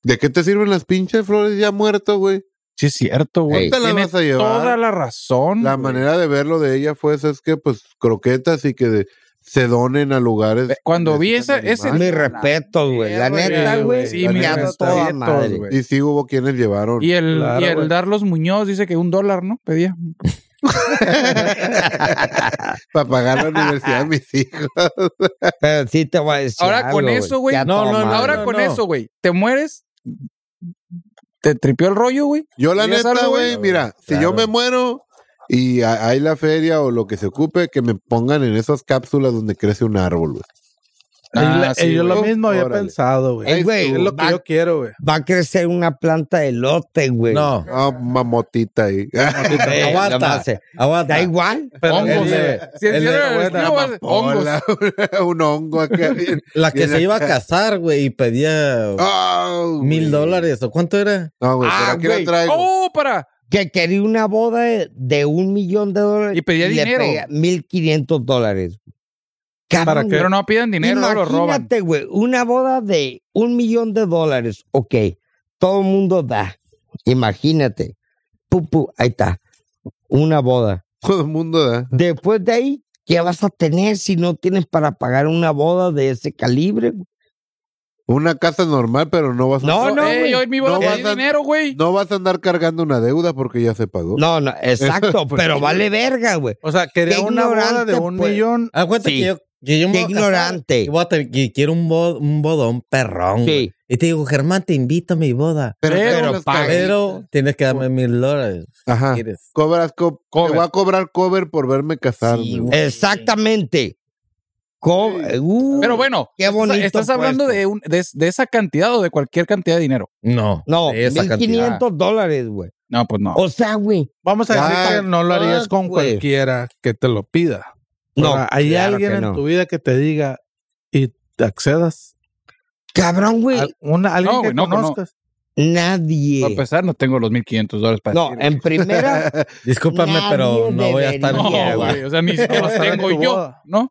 ¿de qué te sirven las pinches flores ya muerto, güey?
Sí, es cierto, güey.
Ey.
Te las
Tiene
vas a llevar.
toda la razón.
La
Mm, güey.
manera de verlo de ella fue esa, es que pues croquetas y que de- se donen a lugares.
Ve- cuando
que
vi
necesitan
ese- ese-
animales.
Mi respeto, güey. La
Sí, güey,
neta, güey.
Sí,
la
mi
neta
me
está
toda
respetos,
madre.
güey.
Y sí hubo quienes llevaron.
Y el,
Claro,
y el
güey.
Darlos Muñoz dice que un dólar, ¿no? Pedía.
para pagar la universidad a mis hijos.
Pero Eh, sí te voy a decir.
Ahora con
algo,
eso, güey.
Ya
No,
toda
no, no,
madre.
Ahora
no,
con
no.
eso, güey, te mueres, te tripió el rollo, güey.
Yo la
¿Y es
neta,
algo, güey?
güey, mira, si yo
Claro.
me muero y a- hay la feria o lo que se ocupe, que me pongan en esas cápsulas donde crece un árbol, güey.
Ah,
Eh,
sí,
yo lo
güey.
mismo había
Órale.
pensado, güey.
Ey, güey,
Es lo que
va-
yo quiero, güey.
Va a crecer una planta de elote, güey.
No,
Ah, mamotita ahí.
Eh,
Aguanta.
lo más, eh,
aguanta.
Da igual.
Pero
Hongos,
el de-
eh. Si
el de-
hicieron el estudio, va a ser hongos.
Hola, un hongo acá.
La que
Bien
se iba a
acá.
casar, güey, y pedía
Oh,
mil
güey.
dólares. ¿O cuánto era?
No, güey, pero
Ah,
aquí la
güey.
traigo.
¡Oh, para!
Que quería una boda de, de un millón de dólares.
Y pedía
le
dinero.
pega 1500 dólares.
¿Para
Cabrón,
qué?
Pero no pidan dinero, no lo roban.
Imagínate, güey, una boda de un millón de dólares. Ok, todo el mundo da. Imagínate. Pupu, ahí está. Una boda.
Todo el mundo da.
Después de ahí, ¿qué vas a tener si no tienes para pagar una boda de ese calibre? güey?
Una casa normal, pero no vas a,
No, no,
Ey,
güey.
eh, hoy mi boda
No
pedí
vas a-
dinero, güey.
no vas a andar cargando una deuda porque ya se pagó.
No, no, exacto,
pues,
pero vale verga, güey.
O sea, quería
Qué
una boda de
ignorante,
un
pues.
millón.
Aguanta
Sí.
Ah, que yo, que yo me
Qué
voy a casar
ignorante.
y voy a tener- que quiero un, bo- un bodón perrón. güey.
Sí,
Y te digo, Germán, te invito a mi boda.
pero,
pero
cobras
paga.
caro.
Pero tienes que darme mil dólares.
Ajá.
¿Quieres?
Cobras co-
Cover.
Te voy a cobrar cover por verme casar.
Sí,
güey.
güey.
exactamente. Co- uh,
Pero bueno,
qué bonito.
estás hablando
puesto.
de, un- de, de esa cantidad o de cualquier cantidad de dinero.
No.
No,
de esa cantidad.
1500 dólares, güey.
No, pues no.
O sea, güey.
Vamos a
Ya,
decir que no lo harías con
fuck, güey.
cualquiera que te lo pida.
No,
Ahora, ¿Hay
claro
alguien
que
en
no.
tu vida que te diga y te accedas?
Cabrón, güey.
Al- una, alguien
No,
que
güey, no, no.
conozcas.
Nadie.
Para empezar, no tengo los 1.500 dólares para
No,
decir,
en primera,
Discúlpame,
Nadie
pero no voy a estar en tu
debería,
No,
boda.
güey, o sea, ni siquiera los
Estar en
tengo
tu
yo,
boda.
¿no?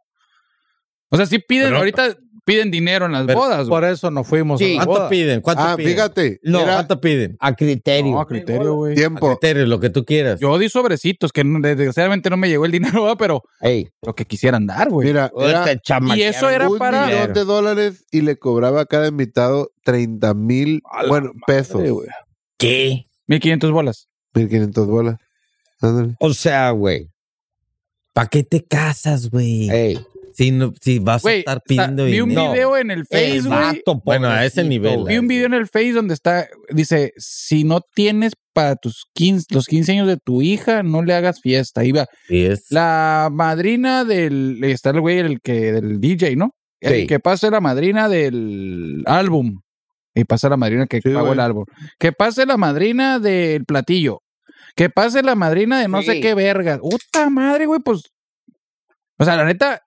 O sea, sí piden,
Pero-
ahorita piden dinero en las
Pero-
bodas, güey.
Por eso no fuimos
Sí.
a la
¿Cuánto
boda.
piden? ¿Cuánto
Ah,
piden?
fíjate.
No,
era
¿Cuánto piden?
a criterio.
No, a criterio, güey.
A
tiempo.
criterio, lo que tú quieras.
Yo di sobrecitos, que no- desgraciadamente no me llegó el dinero, ¿verdad? pero
Ey,
lo que quisieran dar, güey.
Mira, era
este chamaquero.
Y eso era
un
para.
millón de dólares y le cobraba a cada invitado 30 mil bueno, pesos.
güey.
¿Qué?
1500 bolas.
1500 bolas. Ándale.
O sea, güey.
¿Para qué te casas, güey?
Ey,
Si, no, si vas a
Güey,
estar
o sea,
pidiendo
vi un
dinero.
Eh, No.
video en el Face,
el
güey.
vato,
Bueno, a ese
pobrecito,
nivel,
güey.
Vi un video en el Face donde está, dice, si no tienes para tus 15, los 15 años de tu hija, no le hagas fiesta. Iba
Sí, es.
la madrina del, está el güey, el que, del DJ, ¿no? El
Sí.
que pasa es la madrina del álbum. Y pasa la madrina que
Sí,
pagó
güey.
el árbol. Que pase la madrina del platillo. Que pase la madrina de no sé
Sí.
qué verga. Puta madre, güey, pues. O sea, la neta.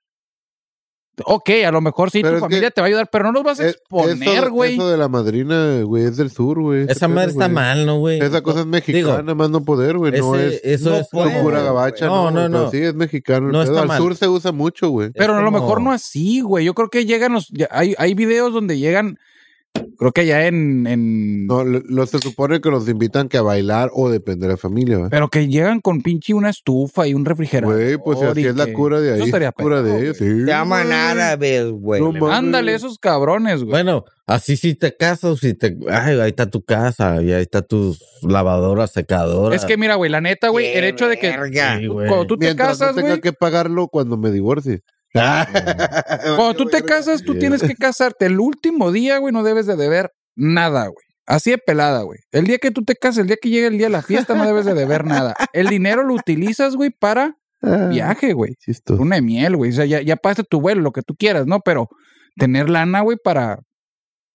Ok, a lo mejor sí
Pero
tu
es que-
familia te va a ayudar, pero no los vas a
Eh, eso
exponer,
de-
güey.
Eso de la madrina, güey, es del sur, güey. Ese
Esa madre
pedo,
está
güey.
mal, ¿no, güey?
Esa cosa es mexicana, más no poder, güey. No
Ese-
es
eso
no
es
puede,
como-
pura
güey.
gabacha, no,
No, no,
no, Pero
no.
sí, es mexicano. el
No está
pedo. al
mal.
sur se usa mucho, güey.
Pero a lo
como-
mejor no así, güey. Yo creo que llegan los. ya- Hay, hay videos donde llegan. Creo que allá en. en-
No, lo, lo- se supone que los invitan que a bailar o depende de la familia, güey.
Pero que llegan con pinche una estufa y un refrigerador.
Güey, pues
y
así es la
que-
cura de
Eso
ahí.
estaría
cura
perro,
de ellos, sí.
Te aman árabes, güey.
No mames.
Ándale, esos cabrones, güey.
Bueno, así si te casas, si te... Ay, ahí está tu casa, y ahí está tus lavadoras, secadoras.
es que mira, güey, la neta, güey, el
Qué
hecho de que
verga.
Sí, güey.
cuando tú te
Mientras
casas,
no
güey, Ah.
tenga que pagarlo cuando me divorcie. Ah.
cuando tú te casas, tú
Sí.
tienes que casarte. El último día, güey, no debes de deber nada, güey. Así de pelada, güey. El día que tú te casas, el día que llegue el día de la fiesta, no debes de deber nada. El dinero lo utilizas, güey, para
Ah.
viaje, güey.
Chistoso.
Una de miel, güey. O sea, ya, ya pagaste tu vuelo, lo que tú quieras, ¿no? Pero tener lana, güey, para,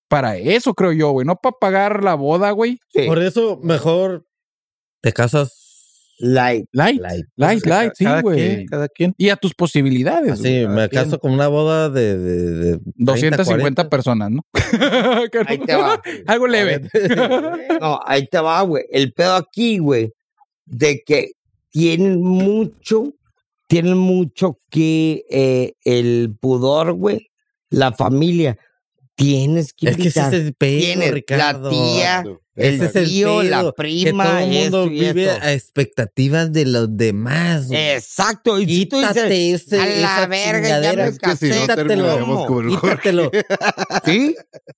para eso, creo yo, güey. No para pagar la boda, güey.
Sí.
Por eso, mejor te casas
Like.
Light,
light.
light, light, sí,
cada
güey.
quien, cada quien.
Y a tus posibilidades. güey.
Así, me caso con una boda de... de, de
250 personas, ¿no? Que no-
Ahí te va.
Algo leve.
No, ahí te va, güey. El pedo aquí, güey, de que tienen mucho, tienen mucho que eh, el pudor, güey, la familia. Tienes que
Es que ese
invitar.
es el pedo,
Tienes
Ricardo.
la tía, el
Ese es el
tío, la
pedo, que
prima,
todo el mundo
esto y
vive
esto.
a expectativas de los demás. güey.
Exacto. Y si tú dices,
Quítate ese,
a la
esa
verga, ya
chingadera.
me
Es que si no
Cacétatelo.
terminaremos como el Jorge.
Quítatelo.
¿sí?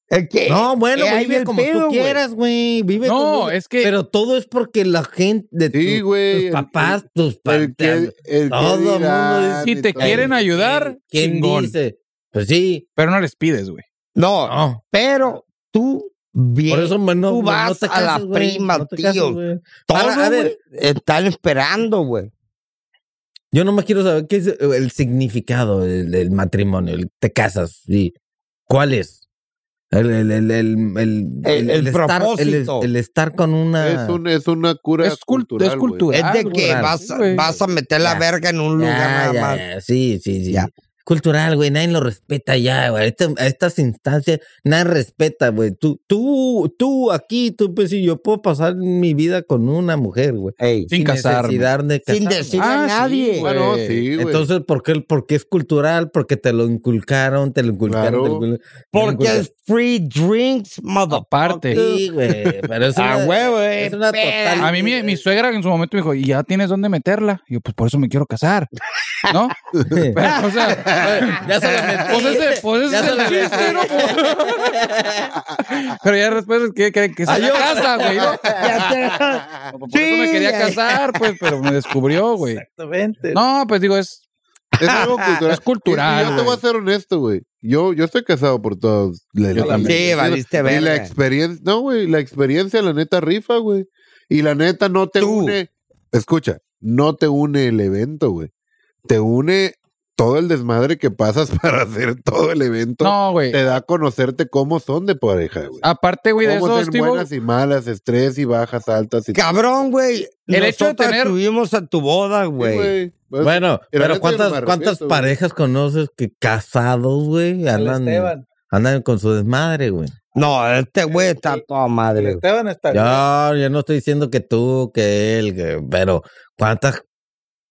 Es que,
No, bueno,
eh, ahí
vive
el
como
pedo,
tú
güey.
quieras, güey.
pues,
Vive
No,
como-
es que
Pero todo es porque la gente de
Sí,
tu-
güey.
tus
el-
papás, tus
el- el que-
padres.
el que
Todo mundo
dirán
dice,
si
y
te
todo.
quieren ayudar,
¿Quién
chingón.
dice? Pues sí.
Pero no les pides, güey.
No,
No.
pero tú bien.
Por eso man, no,
tú
man, no
vas
te
a la
cases, güey,
prima,
no te cases,
tío.
güey.
todo,
Para- a ver,
güey, están esperando, güey.
yo nomás quiero saber qué es eh, el significado del, del matrimonio. el te casas, sí. ¿Cuál es? El, el, el, el, el,
El- el
estar, el,
propósito.
el estar con una.
Es, un- es una cura
Es, cul-
cultural.
es
güey.
cultural.
es de que
güey.
vas,
Sí, güey.
vas a meter la
Ya.
verga en un
Ya,
lugar nada
Ah, ya,
más.
ya, Sí, sí, sí.
Ya.
Cultural, güey, nadie lo respeta ya, güey. Este- a estas instancias nadie respeta, güey. Tú, tú, tú aquí, tú, pues sí, yo puedo pasar mi vida con una mujer, güey.
Ey,
Sin casarme.
necesidad de
Sin
casarme.
decir
Ah, sí,
a nadie.
güey.
Bueno, sí, güey.
Entonces, ¿por qué, porque es cultural? Porque te lo inculcaron, te lo inculcaron.
Claro.
te lo incul-
porque
te lo
es free drinks,
Aparte.
motherfucker.
inculcaron. Sí, güey, pero es
A
una-
huevo, eh,
es una
peda.
total-
A mí mi, mi suegra en su momento me dijo, ¿y ya tienes dónde meterla? Y yo, pues por eso me quiero casar. ¿No? Pero, o sea,
Ya se la metí.
pues ese, pues ese
Ya
es
se
el
la
chiste, ¿no? Pero ya después es que creen que se
Ay, yo-
casa, güey, ¿no?
Ya
Por eso me quería casar, pues, pero me descubrió, güey.
Exactamente.
No, pues digo, es,
Es algo cultural.
es cultural.
Y yo te voy
güey.
a ser honesto, güey. Yo, yo estoy casado por todos. La-
Yo
la-
te-
también.
Sí, valiste
Y la
verga.
experiencia, no, güey, la experiencia, la neta, rifa, güey. Y la neta no te
Tú.
une, escucha, no te une el evento, güey. Te une todo el desmadre que pasas para hacer todo el evento.
No, güey.
Te da a conocerte cómo son de pareja, güey.
Aparte, güey, de
cómo
eso,
son
Steve,
buenas y malas, estrés y bajas, altas y
Cabrón, güey.
El hecho de
nosotros
tener-
estuvimos a tu boda, güey.
Pues,
Bueno,
Pero
pero
neta,
¿cuántas,
yo no me
cuántas
arrepiento, güey.
parejas conoces que casados, güey,
El
andan,
Esteban.
andan con su desmadre, güey?
No, este güey está toda
El
madre. güey.
Esteban está bien.
Ya, yo no estoy diciendo que tú, que él, que- pero ¿cuántas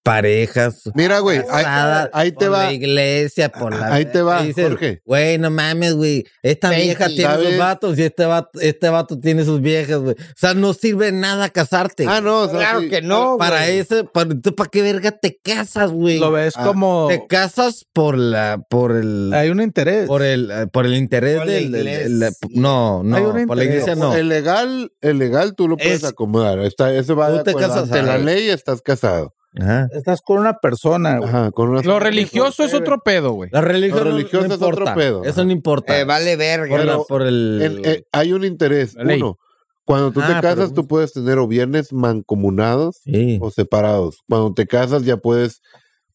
parejas
Mira, güey, ahí,
casadas
ahí te
por
va. Ah,
la iglesia, por la...
Ahí te va,
y dices,
Jorge.
Güey, no mames, güey. Esta
Veinte.
vieja tiene sus
¿Sabes?
vatos y este vato, este vato tiene sus viejas, güey. O sea, no sirve nada casarte.
Ah, no, o sea,
Claro
sí.
que no,
para
güey.
ese, para, ¿tú para qué verga te casas, güey?
Lo ves
Ah,
como
Te casas por la, por el...
hay un interés.
Por el, eh, por el interés
Por la
del, del- del-
iglesia.
No,
Hay
no,
un
por la
interés.
iglesia no.
El legal, el legal tú lo
Es-
puedes acomodar. Está, eso va
Tú
de
te
acuerdo.
casas,
Ante la
¿sabes?
ley estás casado.
Ajá.
Estás con una
Ah,
persona, güey.
Ajá, con una-
Lo religioso es otro pedo, güey.
La religión,
Lo
no-
religioso
no
es otro
importa.
pedo.
Eso no importa.
Eh, vale verga.
por, la-
pero-
por el...
en- eh, hay un interés.
La ley.
Uno, cuando tú
Ah,
te casas,
pero-
tú puedes tener o bienes mancomunados
sí.
o separados. Cuando te casas, ya puedes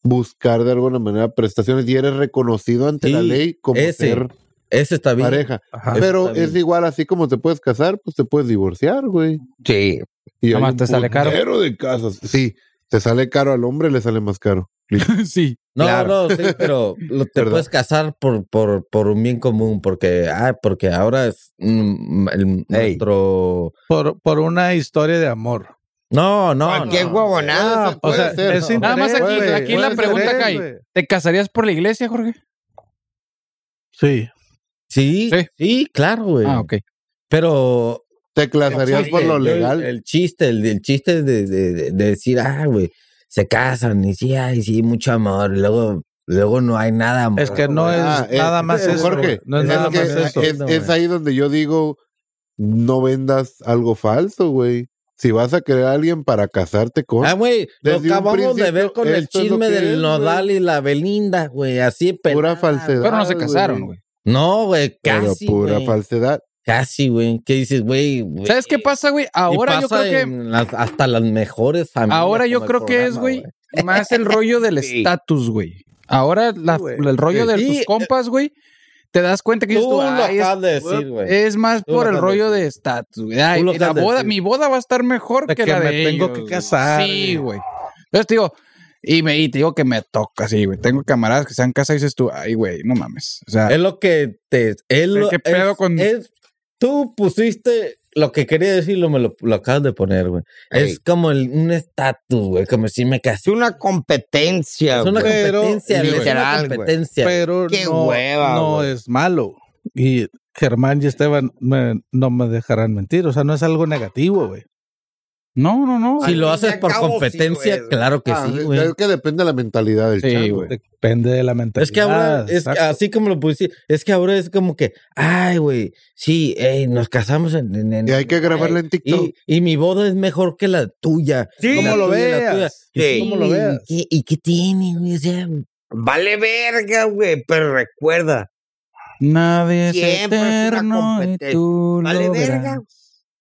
buscar de alguna manera prestaciones y eres reconocido ante
Sí,
la ley como
ese.
ser
Ese está bien.
pareja.
Ajá.
Pero
está bien.
es igual, así como te puedes casar, pues te puedes divorciar, güey.
Sí.
Y
Nada
hay
más
un
te sale caro.
putero de casas. Sí, te sale caro al hombre, le sale más caro.
sí.
No,
Claro.
no, sí, pero lo- te
Perdón.
puedes casar por, por, por un bien común, porque, ah, porque ahora es mm, el- nuestro...
Por, por una historia de amor.
No, no,
Qué
no.
huevonada.
O sea,
Puede ser,
es
¿no?
interés,
Nada más aquí-
güey.
aquí la
Puede
pregunta
ser,
cae.
güey.
¿Te casarías por la iglesia, Jorge?
Sí.
Sí,
Sí.
sí, claro, güey.
Ah, ok.
Pero...
Te clasarías por lo
yo-
legal.
El, chiste, el, el chiste de, de- de- de decir, ah, güey, se casan y sí, ay, sí, mucho amor. y Luego, luego no hay nada. amor,
Es que no
güey.
es
Ah, eh,
nada más
eh,
eso.
Jorge,
güey. no es,
es
nada
que
más eso.
es-
güey.
es ahí donde yo digo, no vendas algo falso, güey. Si vas a querer a alguien para casarte con...
Ah, güey, lo
Desde un
acabamos de
principio,
ver con el
esto es lo
chisme
que
del
es, güey.
Nodal y la Belinda, güey, así pero
pura falsedad.
Pero no se casaron, güey.
No, güey,
Pero
casi,
pura
güey.
falsedad.
Casi, güey. ¿Qué dices, güey? güey?
¿Sabes qué pasa, güey? Ahora
Y
yo
pasa
creo que
en las- hasta las mejores familias.
Ahora yo
como el
creo que es,
programa,
güey, más el rollo del
Sí.
estatus, güey. Ahora la-
güey.
el rollo de
Sí.
eh,
tus compas, güey, te das cuenta que dices
Tú
tú,
lo
"Ay, es,
acabas de decir, güey.
es más
Tú lo
por el
acabas de
rollo
decir.
de estatus, güey. Ay,
Tú lo
la
acabas de
boda,
decir.
mi boda va a estar mejor
De
que,
que
la
me
de
tengo
ellos,
que
güey.
casar,
Sí,
güey.
güey. Entonces te digo, y, me, y te digo que me toca, sí, güey. Tengo camaradas que se han casado y dices tú, ay, güey, no mames. O sea,
Es lo que te. Es lo,
¿Qué pedo
es-
con-
es- tú pusiste lo que quería decirlo, me lo, lo acabas de poner, güey.
Ey.
Es como el- un estatus, güey, como si me
Es
casé.
una competencia.
Es una
güey.
Pero-
competencia, güey,
Literal,
es una
güey.
competencia.
Pero
Qué
no,
hueva,
no
güey.
es malo. Y Germán y Esteban me- no me dejarán mentir. O sea, no es algo negativo, güey.
no, no, no.
Si
Al
lo
fin y
haces
al
por
cabo, sí,
competencia,
güey.
claro que
Ah,
sí,
es-
güey.
es que depende de la mentalidad del
Sí,
chango.
güey.
Depende de la mentalidad.
Es que ahora, es que
exacto.
así como lo pusiste, es que ahora es como que, ay, güey, sí, ey, nos casamos en. en- en-
Y hay que grabarla en TikTok.
Y, y mi boda es mejor que la tuya.
Sí.
La
¿Cómo lo
tuya, la
veas?
tuya.
Sí.
¿Cómo lo
¿Y
veas?
qué- ¿Y qué tiene, güey? O sea,
Vale verga, güey. Pero recuerda,
Nadie es
Siempre es una
eterno y
competencia.
tú
vale
lo verás.
verga.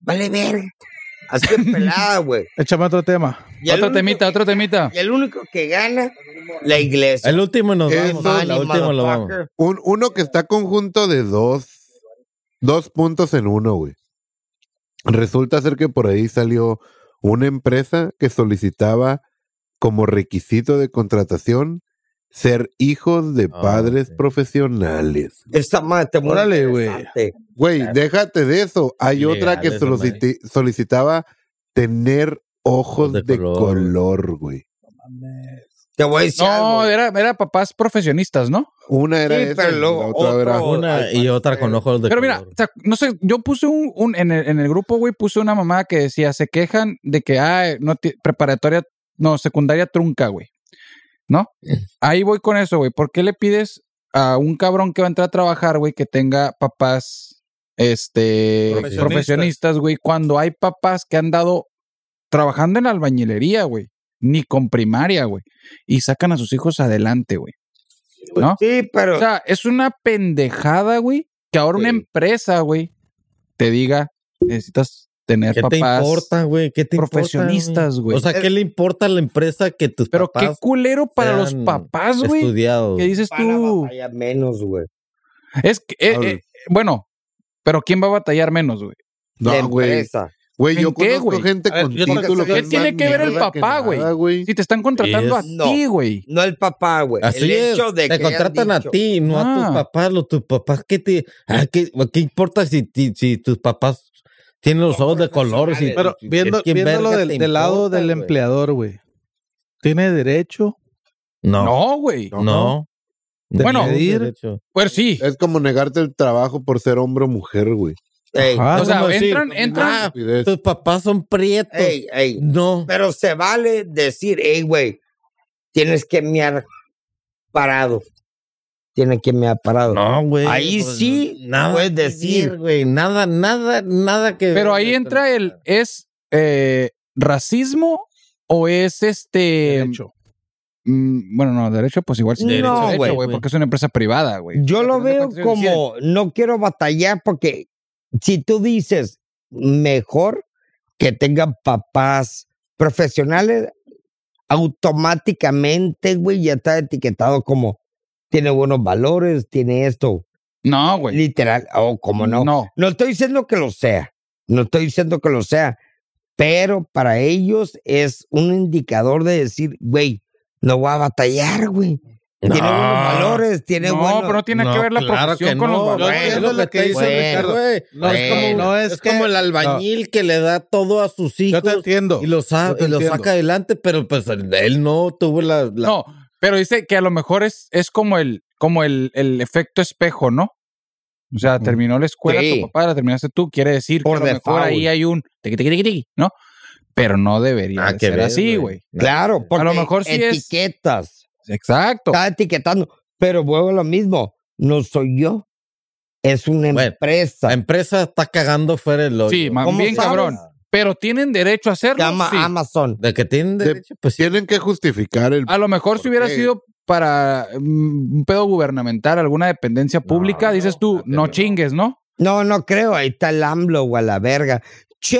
Vale verga. Así que pelada, güey.
Échame otro tema.
Y el
Otro
único
temita,
que-
otro temita.
Y el único que gana, la iglesia.
el último nos
Eso,
vamos. El último lo vamos.
motherfucker.
Un, uno que está conjunto de dos, dos puntos en uno, güey. Resulta ser que por ahí salió una empresa que solicitaba como requisito de contratación ser hijos de
Ah,
padres
sí.
profesionales.
Esta madre te muy
Órale, güey.
interesante.
Güey, déjate de eso. Hay
Ilegal
otra que
esa madre.
solici- solicitaba tener ojos
Ojos
de,
de color,
color,
güey.
güey.
Te voy a decir
No,
algo.
era, era papás profesionistas, ¿no?
Una era
Sí,
esa
pero
y
luego
la otra era-
otro-
Una y otra con ojos de
Pero mira,
color.
o sea, no sé, yo puse un, un- en, el, en el grupo, güey, puse una mamá que decía, se quejan de que, ah, no ti- preparatoria, no, secundaria trunca, güey. ¿No? Ahí voy con eso, güey. ¿Por qué le pides a un cabrón que va a entrar a trabajar, güey, que tenga papás, este,
Profesionistas.
profesionistas, güey, cuando hay papás que han dado trabajando en la albañilería, güey, ni con primaria, güey, y sacan a sus hijos adelante, güey? ¿No?
Sí, pero
O sea, es una pendejada, güey, que ahora una
Sí.
empresa, güey, te diga, necesitas tener
¿Qué te
papás.
importa, güey? ¿Qué te importa,
profesionistas, güey.
O sea, ¿qué le importa a la empresa que tus
Pero qué
papás
culero para los
sean
papás, güey.
estudiados?
¿Qué dices
van a
tú?
batallar menos, güey.
Es que, eh, eh, bueno, pero ¿quién va a batallar menos, güey?
la
No, güey.
empresa.
Güey,
¿En
yo
qué,
conozco
güey?
gente
A ver,
con
yo te-
título
¿qué
es más
tiene que ver el
mierda que
papá,
nada,
güey? Si te están contratando
Es-
a
no.
ti, güey.
No el papá, güey.
Así
el
es.
hecho de
te
que hayan
contratan
dicho,
a ti, no a
Ah.
tus papás. Los, tus papás, ¿qué te. ah, qué, qué importa si, ti- si tus papás tienen los
Son
ojos de colores?
profesionales.
y- y-
Pero viendo,
¿quién
viéndolo
verga
del,
te
del lado
importa,
del
güey?
empleador, güey. ¿Tiene derecho?
No,
No, güey.
no.
De
Bueno,
pedir.
de hecho.
Pues sí.
Es como negarte el trabajo por ser hombre o mujer, güey.
Ey,
Ajá.
o sea,
¿cómo decir?
entran, entran.
Ah, tus papás son prietos.
ey, ey.
No.
Pero se vale decir, hey, güey, tienes que mear parado. Tienes que mear parado.
No, güey.
Ahí
pues,
sí puedes
que
decir.
ver, güey. Nada, nada, nada que.
Pero
ver
ahí
con
entra
eso.
el, ¿es eh, racismo o es
Eh,
este...
Derecho.
Mm, bueno, no, derecho, pues igual sí.
No,
Derecho, derecho,
güey,
güey,
güey.
porque es una empresa privada, güey.
Yo lo
Al final de
veo
cuentas, ellos deciden.
como, no quiero batallar porque si tú dices, mejor que tengan papás profesionales, automáticamente, güey, ya está etiquetado como, tiene buenos valores, tiene esto.
No, güey.
Literal, oh, cómo no.
No.
No estoy diciendo que lo sea, no estoy diciendo que lo sea, pero para ellos es un indicador de decir, güey, no voy a batallar, güey. Tiene
No.
buenos valores, tiene
No,
buenos...
pero no tiene que ver la profesión con los
no,
valores.
güey, es lo que te dice
bueno,
Ricardo. güey. No, es
bueno.
como,
No, es
es
que-
como el albañil que le da todo a sus
Yo
hijos
te entiendo.
y lo, sa-
yo te
y lo
entiendo.
saca adelante, pero pues él no tuvo la... la-
No, pero dice que a lo mejor es, es como el, como el, el efecto espejo, ¿no? O sea, terminó la escuela
Sí.
tu papá, la terminaste tú, quiere decir que
Por
a lo mejor
default.
ahí hay un tiqui, tiqui, tiqui, tiqui, ¿no? Pero no debería
Nada
de
que
ser
ver,
así, güey.
Claro, porque
A lo mejor sí es- Oh.
etiquetas.
Exacto.
está etiquetando, pero vuelvo a lo mismo, no soy yo, es una
Bueno, La
empresa.
empresa está cagando fuera el hoyo.
Sí, más
¿Cómo
bien
sabes?
cabrón. Pero tienen derecho a
Se
hacerlo.
llama
Sí.
Amazon.
De que tienen
De-
derecho, pues sí.
Tienen que justificar el.
A lo mejor si
¿Por
hubiera
qué?
sido para mm, un pedo gubernamental, alguna dependencia pública,
no,
dices tú,
fíjate,
no
no.
chingues, ¿no?
No, no creo, ahí está el AMLO o a la verga. Che,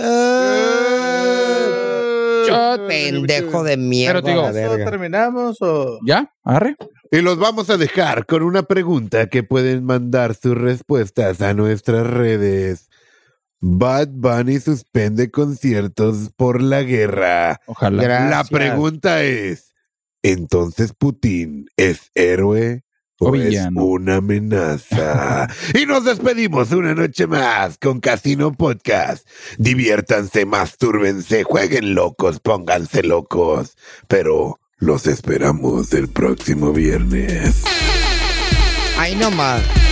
Chot.
pendejo de mierda.
Pero te digo-
a la
¿Eso
verga.
terminamos o...?
¿Ya? Arre.
Y los vamos a dejar con una pregunta que pueden mandar sus respuestas a nuestras redes. Bad Bunny suspende conciertos por la guerra.
Ojalá.
Gracias.
La pregunta es, entonces Putin es héroe o,
O
es
villano.
una amenaza. y nos despedimos una noche más con Casino Podcast. Diviértanse, mastúrbense, jueguen locos, pónganse locos, pero los esperamos el próximo viernes.
Ahí nomás.